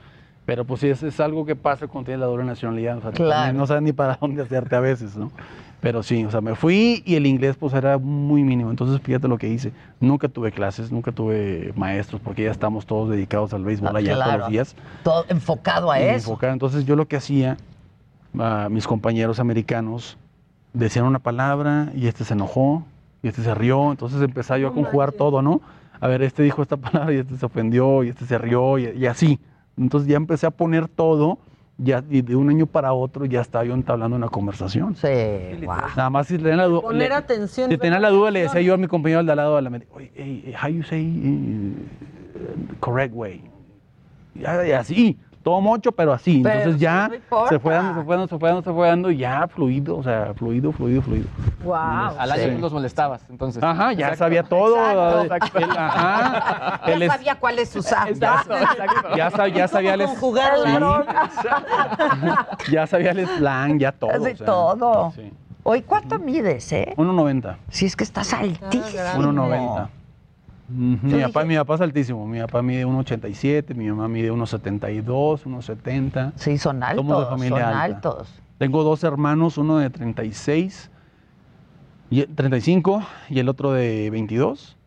Speaker 7: Pero pues sí, es, es algo que pasa cuando tienes la doble nacionalidad, o sea,
Speaker 3: Claro.
Speaker 7: también no sabes ni para dónde hacerte a veces, ¿no? Pero sí, o sea, me fui y el inglés pues era muy mínimo, entonces fíjate lo que hice, nunca tuve clases, nunca tuve maestros, porque ya estamos todos dedicados al béisbol
Speaker 3: Ah,
Speaker 7: allá todos
Speaker 3: claro.
Speaker 7: los días
Speaker 3: Todo enfocado a
Speaker 7: y
Speaker 3: eso.
Speaker 7: enfocado. Entonces yo lo que hacía, a mis compañeros americanos decían una palabra y este se enojó y este se rió, entonces empezaba yo a conjugar todo, ¿no? A ver, este dijo esta palabra y este se ofendió y este se rió y, y así. Entonces ya empecé a poner todo ya, y de un año para otro ya estaba yo entablando una conversación.
Speaker 3: Sí,
Speaker 7: Nada más si tenían la duda.
Speaker 11: Poner
Speaker 7: le-
Speaker 11: atención.
Speaker 7: Si tenía la duda, le decía yo a mi compañero al de al lado de la mesa, oye, hey, eh, how you say eh, correct way? Y a- y así, todo mocho, pero así.
Speaker 3: Pero
Speaker 7: Entonces ya
Speaker 3: no importa.
Speaker 7: se fue dando, se fue dando, se fue dando, se fue dando, y ya fluido, o sea, fluido, fluido, fluido.
Speaker 11: Wow.
Speaker 10: Al año no los molestabas, entonces.
Speaker 7: Ajá, ya sabía todo. El- ajá, el
Speaker 3: Ya
Speaker 7: Ah, es-
Speaker 3: sabía cuál es su samba.
Speaker 7: ya sab- ya sabía el es- sí, ya sabía el slang, ya todo.
Speaker 3: De
Speaker 7: o sea,
Speaker 3: todo.
Speaker 7: sí.
Speaker 3: Hoy, ¿cuánto mides, eh?
Speaker 7: 1.90.
Speaker 3: Si es que estás altísimo.
Speaker 7: 1.90. Ujú,
Speaker 3: Yo
Speaker 7: Mi papá, mi papá es altísimo. Mi papá mide 1,87, mi mamá mide 1,72, 1,70.
Speaker 3: Sí, son altos.
Speaker 7: Somos de familia
Speaker 3: son
Speaker 7: alta.
Speaker 3: altos.
Speaker 7: Tengo dos hermanos, uno de 36, y 35 y el otro de 22.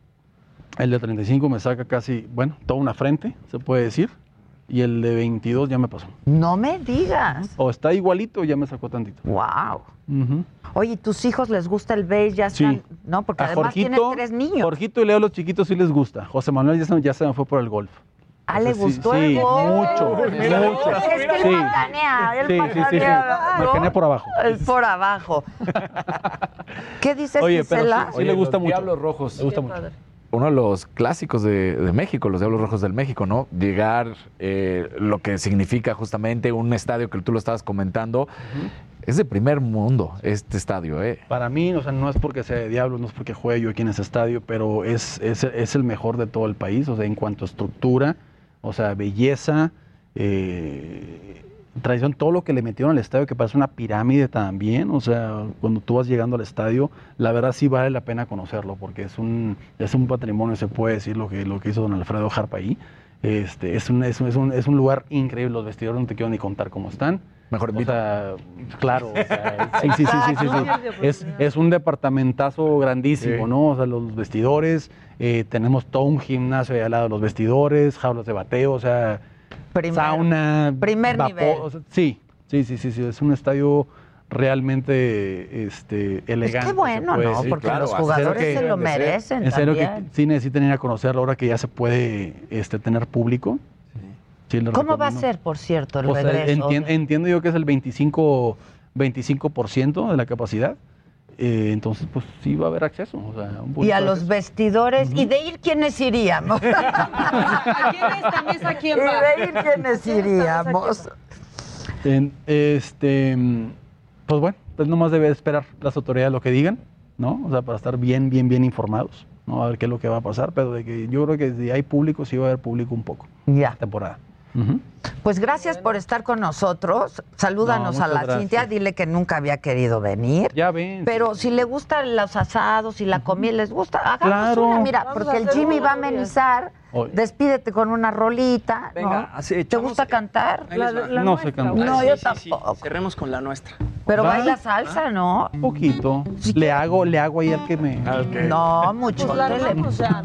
Speaker 7: El de 35 me saca casi, bueno, toda una frente, se puede decir. Y el de 22 ya me pasó.
Speaker 3: No me digas.
Speaker 7: O está igualito o ya me sacó tantito.
Speaker 3: ¡Wow! Oye, ¿y ¿tus hijos les gusta el beige? Ya
Speaker 7: Sí.
Speaker 3: están, ¿no? Porque
Speaker 7: A
Speaker 3: además
Speaker 7: Jorgito,
Speaker 3: tienes tres niños.
Speaker 7: Jorgito y Leo, los chiquitos, sí les gusta. José Manuel ya se, ya se me fue por el golf.
Speaker 3: Ah, le
Speaker 7: Ese sí-
Speaker 3: gustó
Speaker 7: sí,
Speaker 3: el golf.
Speaker 7: Mucho,
Speaker 3: Mira,
Speaker 7: mucho.
Speaker 3: Es que él
Speaker 7: Sí.
Speaker 3: patanea, él
Speaker 7: Sí, sí, sí, sí.
Speaker 3: patanea, ¿no?
Speaker 7: Marcané por abajo.
Speaker 3: Es por abajo. ¿Qué dices,
Speaker 7: Oye, pero
Speaker 3: Gisela?
Speaker 7: sí, sí le gusta mucho.
Speaker 24: Diablos Rojos.
Speaker 7: Le gusta mucho.
Speaker 24: uno de los clásicos de, de México, los Diablos Rojos del México, ¿no? Llegar, eh, lo que significa justamente un estadio que tú lo estabas comentando, es de primer mundo este estadio, ¿eh?
Speaker 7: Para mí, o sea, no es porque sea de Diablos, no es porque juegue yo aquí en ese estadio, pero es, es, es el mejor de todo el país, o sea, en cuanto a estructura, o sea, belleza, eh, tradición, todo lo que le metieron al estadio, que parece una pirámide también, o sea, cuando tú vas llegando al estadio, la verdad sí vale la pena conocerlo, porque es un, es un patrimonio, se puede decir, lo que, lo que hizo don Alfredo Harpa ahí. Este, es, un, es, un, es, un, es un lugar increíble, los vestidores no te quiero ni contar cómo están. Mejor o sea, claro, o sea, sí, sí, sí, sí, sí,
Speaker 3: Ah,
Speaker 7: sí. Es, es un departamentazo grandísimo,
Speaker 24: Sí.
Speaker 7: ¿no? O sea, los vestidores, eh, tenemos todo un gimnasio ahí al lado de los vestidores, jaulas de bateo, o sea, sauna.
Speaker 3: primer
Speaker 7: vapor,
Speaker 3: nivel.
Speaker 7: o sea, sí, sí, sí, sí, sí, es un estadio realmente este, elegante. se
Speaker 3: bueno,
Speaker 7: puede
Speaker 3: ¿no?
Speaker 7: decir.
Speaker 3: Porque los jugadores
Speaker 7: En serio
Speaker 3: se lo
Speaker 7: que- ¿eh?
Speaker 3: merecen
Speaker 7: En serio que
Speaker 3: también.
Speaker 7: sí necesitan ir a conocerlo ahora que ya se puede este, tener público. Sí, les
Speaker 3: ¿Cómo va a
Speaker 7: recomiendo. Pues, eh,
Speaker 3: ser, por cierto, el
Speaker 7: O sea,
Speaker 3: regreso?
Speaker 7: entien- entiendo yo que es el 25, 25% de la capacidad. Eh, entonces, pues sí va a haber acceso. o sea, un
Speaker 3: Y
Speaker 7: poquito
Speaker 3: a
Speaker 7: de
Speaker 3: los vestidores, y de ir quiénes iríamos.
Speaker 11: mesa
Speaker 3: y
Speaker 11: quién va?
Speaker 3: de ir quiénes iríamos.
Speaker 7: En- este, mm, pues bueno, pues nomás debe esperar las autoridades lo que digan, ¿no? O sea, para estar bien, bien, bien informados, ¿no? A ver qué es lo que va a pasar, pero de que yo creo que si hay público, sí va a haber público un poco.
Speaker 3: Ya.
Speaker 7: Temporada.
Speaker 3: Pues gracias por estar con nosotros. Salúdanos
Speaker 7: No,
Speaker 3: a
Speaker 7: muchas
Speaker 3: la
Speaker 7: gracias.
Speaker 3: Cintia, dile que nunca había querido venir.
Speaker 7: Ya ven.
Speaker 3: Pero si le gustan los asados y la comida, les gusta, hagamos
Speaker 7: Claro.
Speaker 3: una, mira,
Speaker 11: Vamos
Speaker 3: porque
Speaker 11: a
Speaker 3: el
Speaker 11: hacer
Speaker 3: Jimmy
Speaker 11: una
Speaker 3: va a
Speaker 11: bien.
Speaker 3: amenizar.
Speaker 7: Oye.
Speaker 3: Despídete con una rolita.
Speaker 29: Venga,
Speaker 3: ¿no?
Speaker 29: así
Speaker 3: ¿Te gusta cantar?
Speaker 7: no sé cantar.
Speaker 3: No, yo tampoco.
Speaker 29: Cerremos con la nuestra.
Speaker 3: Pero
Speaker 7: ¿Va?
Speaker 3: baila salsa, ¿no?
Speaker 7: ah, Un poquito. Le hago, le hago ahí al que me.
Speaker 3: No, mucho.
Speaker 11: Pues largamos ya.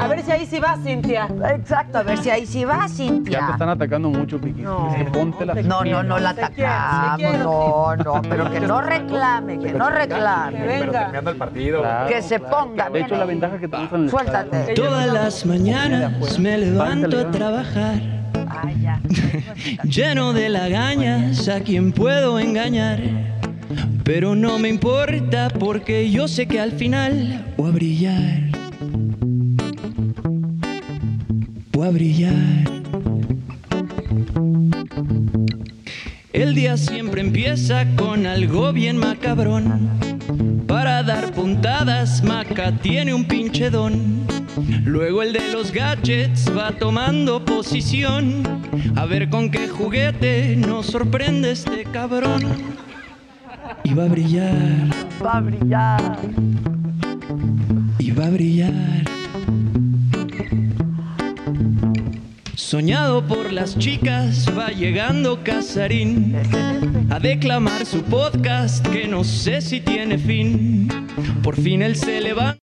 Speaker 11: A ver si ahí sí va, Cintia.
Speaker 3: Exacto, a ver si ahí sí va,
Speaker 7: Ya te
Speaker 3: Cintia.
Speaker 7: están atacando mucho, Piqui. Ponte la
Speaker 3: No, no, no la atacamos, no, no, pero que no reclame, que no reclame.
Speaker 4: Pero terminando el partido.
Speaker 3: Que se ponga.
Speaker 7: De hecho, la ventaja que tenemos en el
Speaker 3: Suéltate.
Speaker 18: Todas las
Speaker 7: pues,
Speaker 18: mañanas me levanto a trabajar. Lleno de lagañas a quien puedo engañar. Pero no me importa porque yo sé que al final voy a brillar. Voy a brillar. El día siempre empieza con algo bien macabrón. Para dar puntadas, Maca tiene un pinche don. Luego el de los gadgets va tomando posición. A ver con qué juguete nos sorprende este cabrón. Y va a brillar.
Speaker 3: Va a brillar.
Speaker 18: Y va a brillar. Soñado por las chicas, va llegando Casarín a declamar su podcast que no sé si tiene fin. Por fin él se levanta.